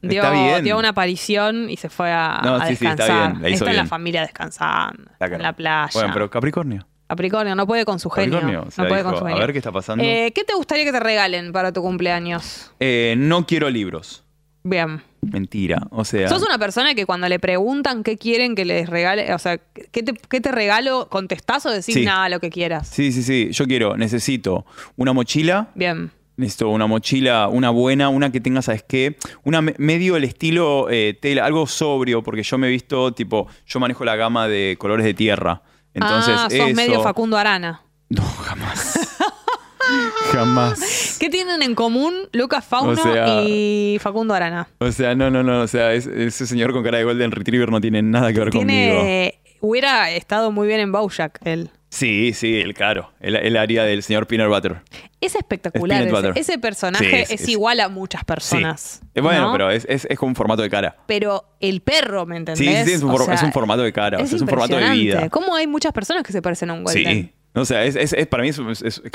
Speaker 2: Dio,
Speaker 3: está bien.
Speaker 2: dio una aparición y se fue a,
Speaker 3: No,
Speaker 2: a
Speaker 3: sí, sí, está
Speaker 2: descansar.
Speaker 3: bien, la hizo
Speaker 2: en la
Speaker 3: bien.
Speaker 2: familia descansando, en
Speaker 3: Lackerman.
Speaker 2: la playa.
Speaker 3: Bueno, pero Capricornio.
Speaker 2: Capricornio, no puede con su genio.
Speaker 3: Capricornio, o sea,
Speaker 2: no puede
Speaker 3: dijo,
Speaker 2: con su
Speaker 3: a
Speaker 2: genio.
Speaker 3: ver qué está pasando.
Speaker 2: Eh, ¿Qué te gustaría que te regalen para tu cumpleaños?
Speaker 3: Eh, no quiero libros.
Speaker 2: Bien.
Speaker 3: Mentira. O sea.
Speaker 2: ¿Sos una persona que cuando le preguntan qué quieren que les regale, o sea, qué te, qué te regalo, contestás o decís
Speaker 3: Sí.
Speaker 2: nada, lo que quieras?
Speaker 3: Sí, sí, sí. Yo quiero, necesito una mochila.
Speaker 2: Bien.
Speaker 3: Necesito una mochila, una buena, una que tenga, ¿sabes qué? Una me- medio el estilo eh, tela, algo sobrio, porque yo me he visto, tipo, yo manejo la gama de colores de tierra. Entonces,
Speaker 2: ah, sos
Speaker 3: eso-
Speaker 2: medio Facundo Arana.
Speaker 3: No, jamás. [laughs] jamás.
Speaker 2: ¿Qué tienen en común Lucas Fauno
Speaker 3: O sea-
Speaker 2: y Facundo Arana?
Speaker 3: O sea, no, no, no. O sea, es- ese señor con cara de Golden Retriever no tiene nada que ver conmigo.
Speaker 2: Tiene. Hubiera estado muy bien en Bojack él.
Speaker 3: Sí, sí, el caro. El, el área del señor Peanut Butter.
Speaker 2: Es espectacular.
Speaker 3: Peanut
Speaker 2: Ese,
Speaker 3: Butter.
Speaker 2: ese personaje
Speaker 3: Sí,
Speaker 2: es,
Speaker 3: es- es-
Speaker 2: igual a muchas
Speaker 3: Sí.
Speaker 2: personas.
Speaker 3: Eh, Bueno,
Speaker 2: ¿no?
Speaker 3: pero es, es, es como un formato de cara.
Speaker 2: pero el perro, ¿me entendés?
Speaker 3: Sí, sí, es un
Speaker 2: O
Speaker 3: for-
Speaker 2: sea,
Speaker 3: es un formato de cara, o sea, es un formato de vida.
Speaker 2: impresionante. ¿Cómo hay muchas personas que se parecen a un Golden?
Speaker 3: Sí. O sea, es, es- es- para mí es, es- es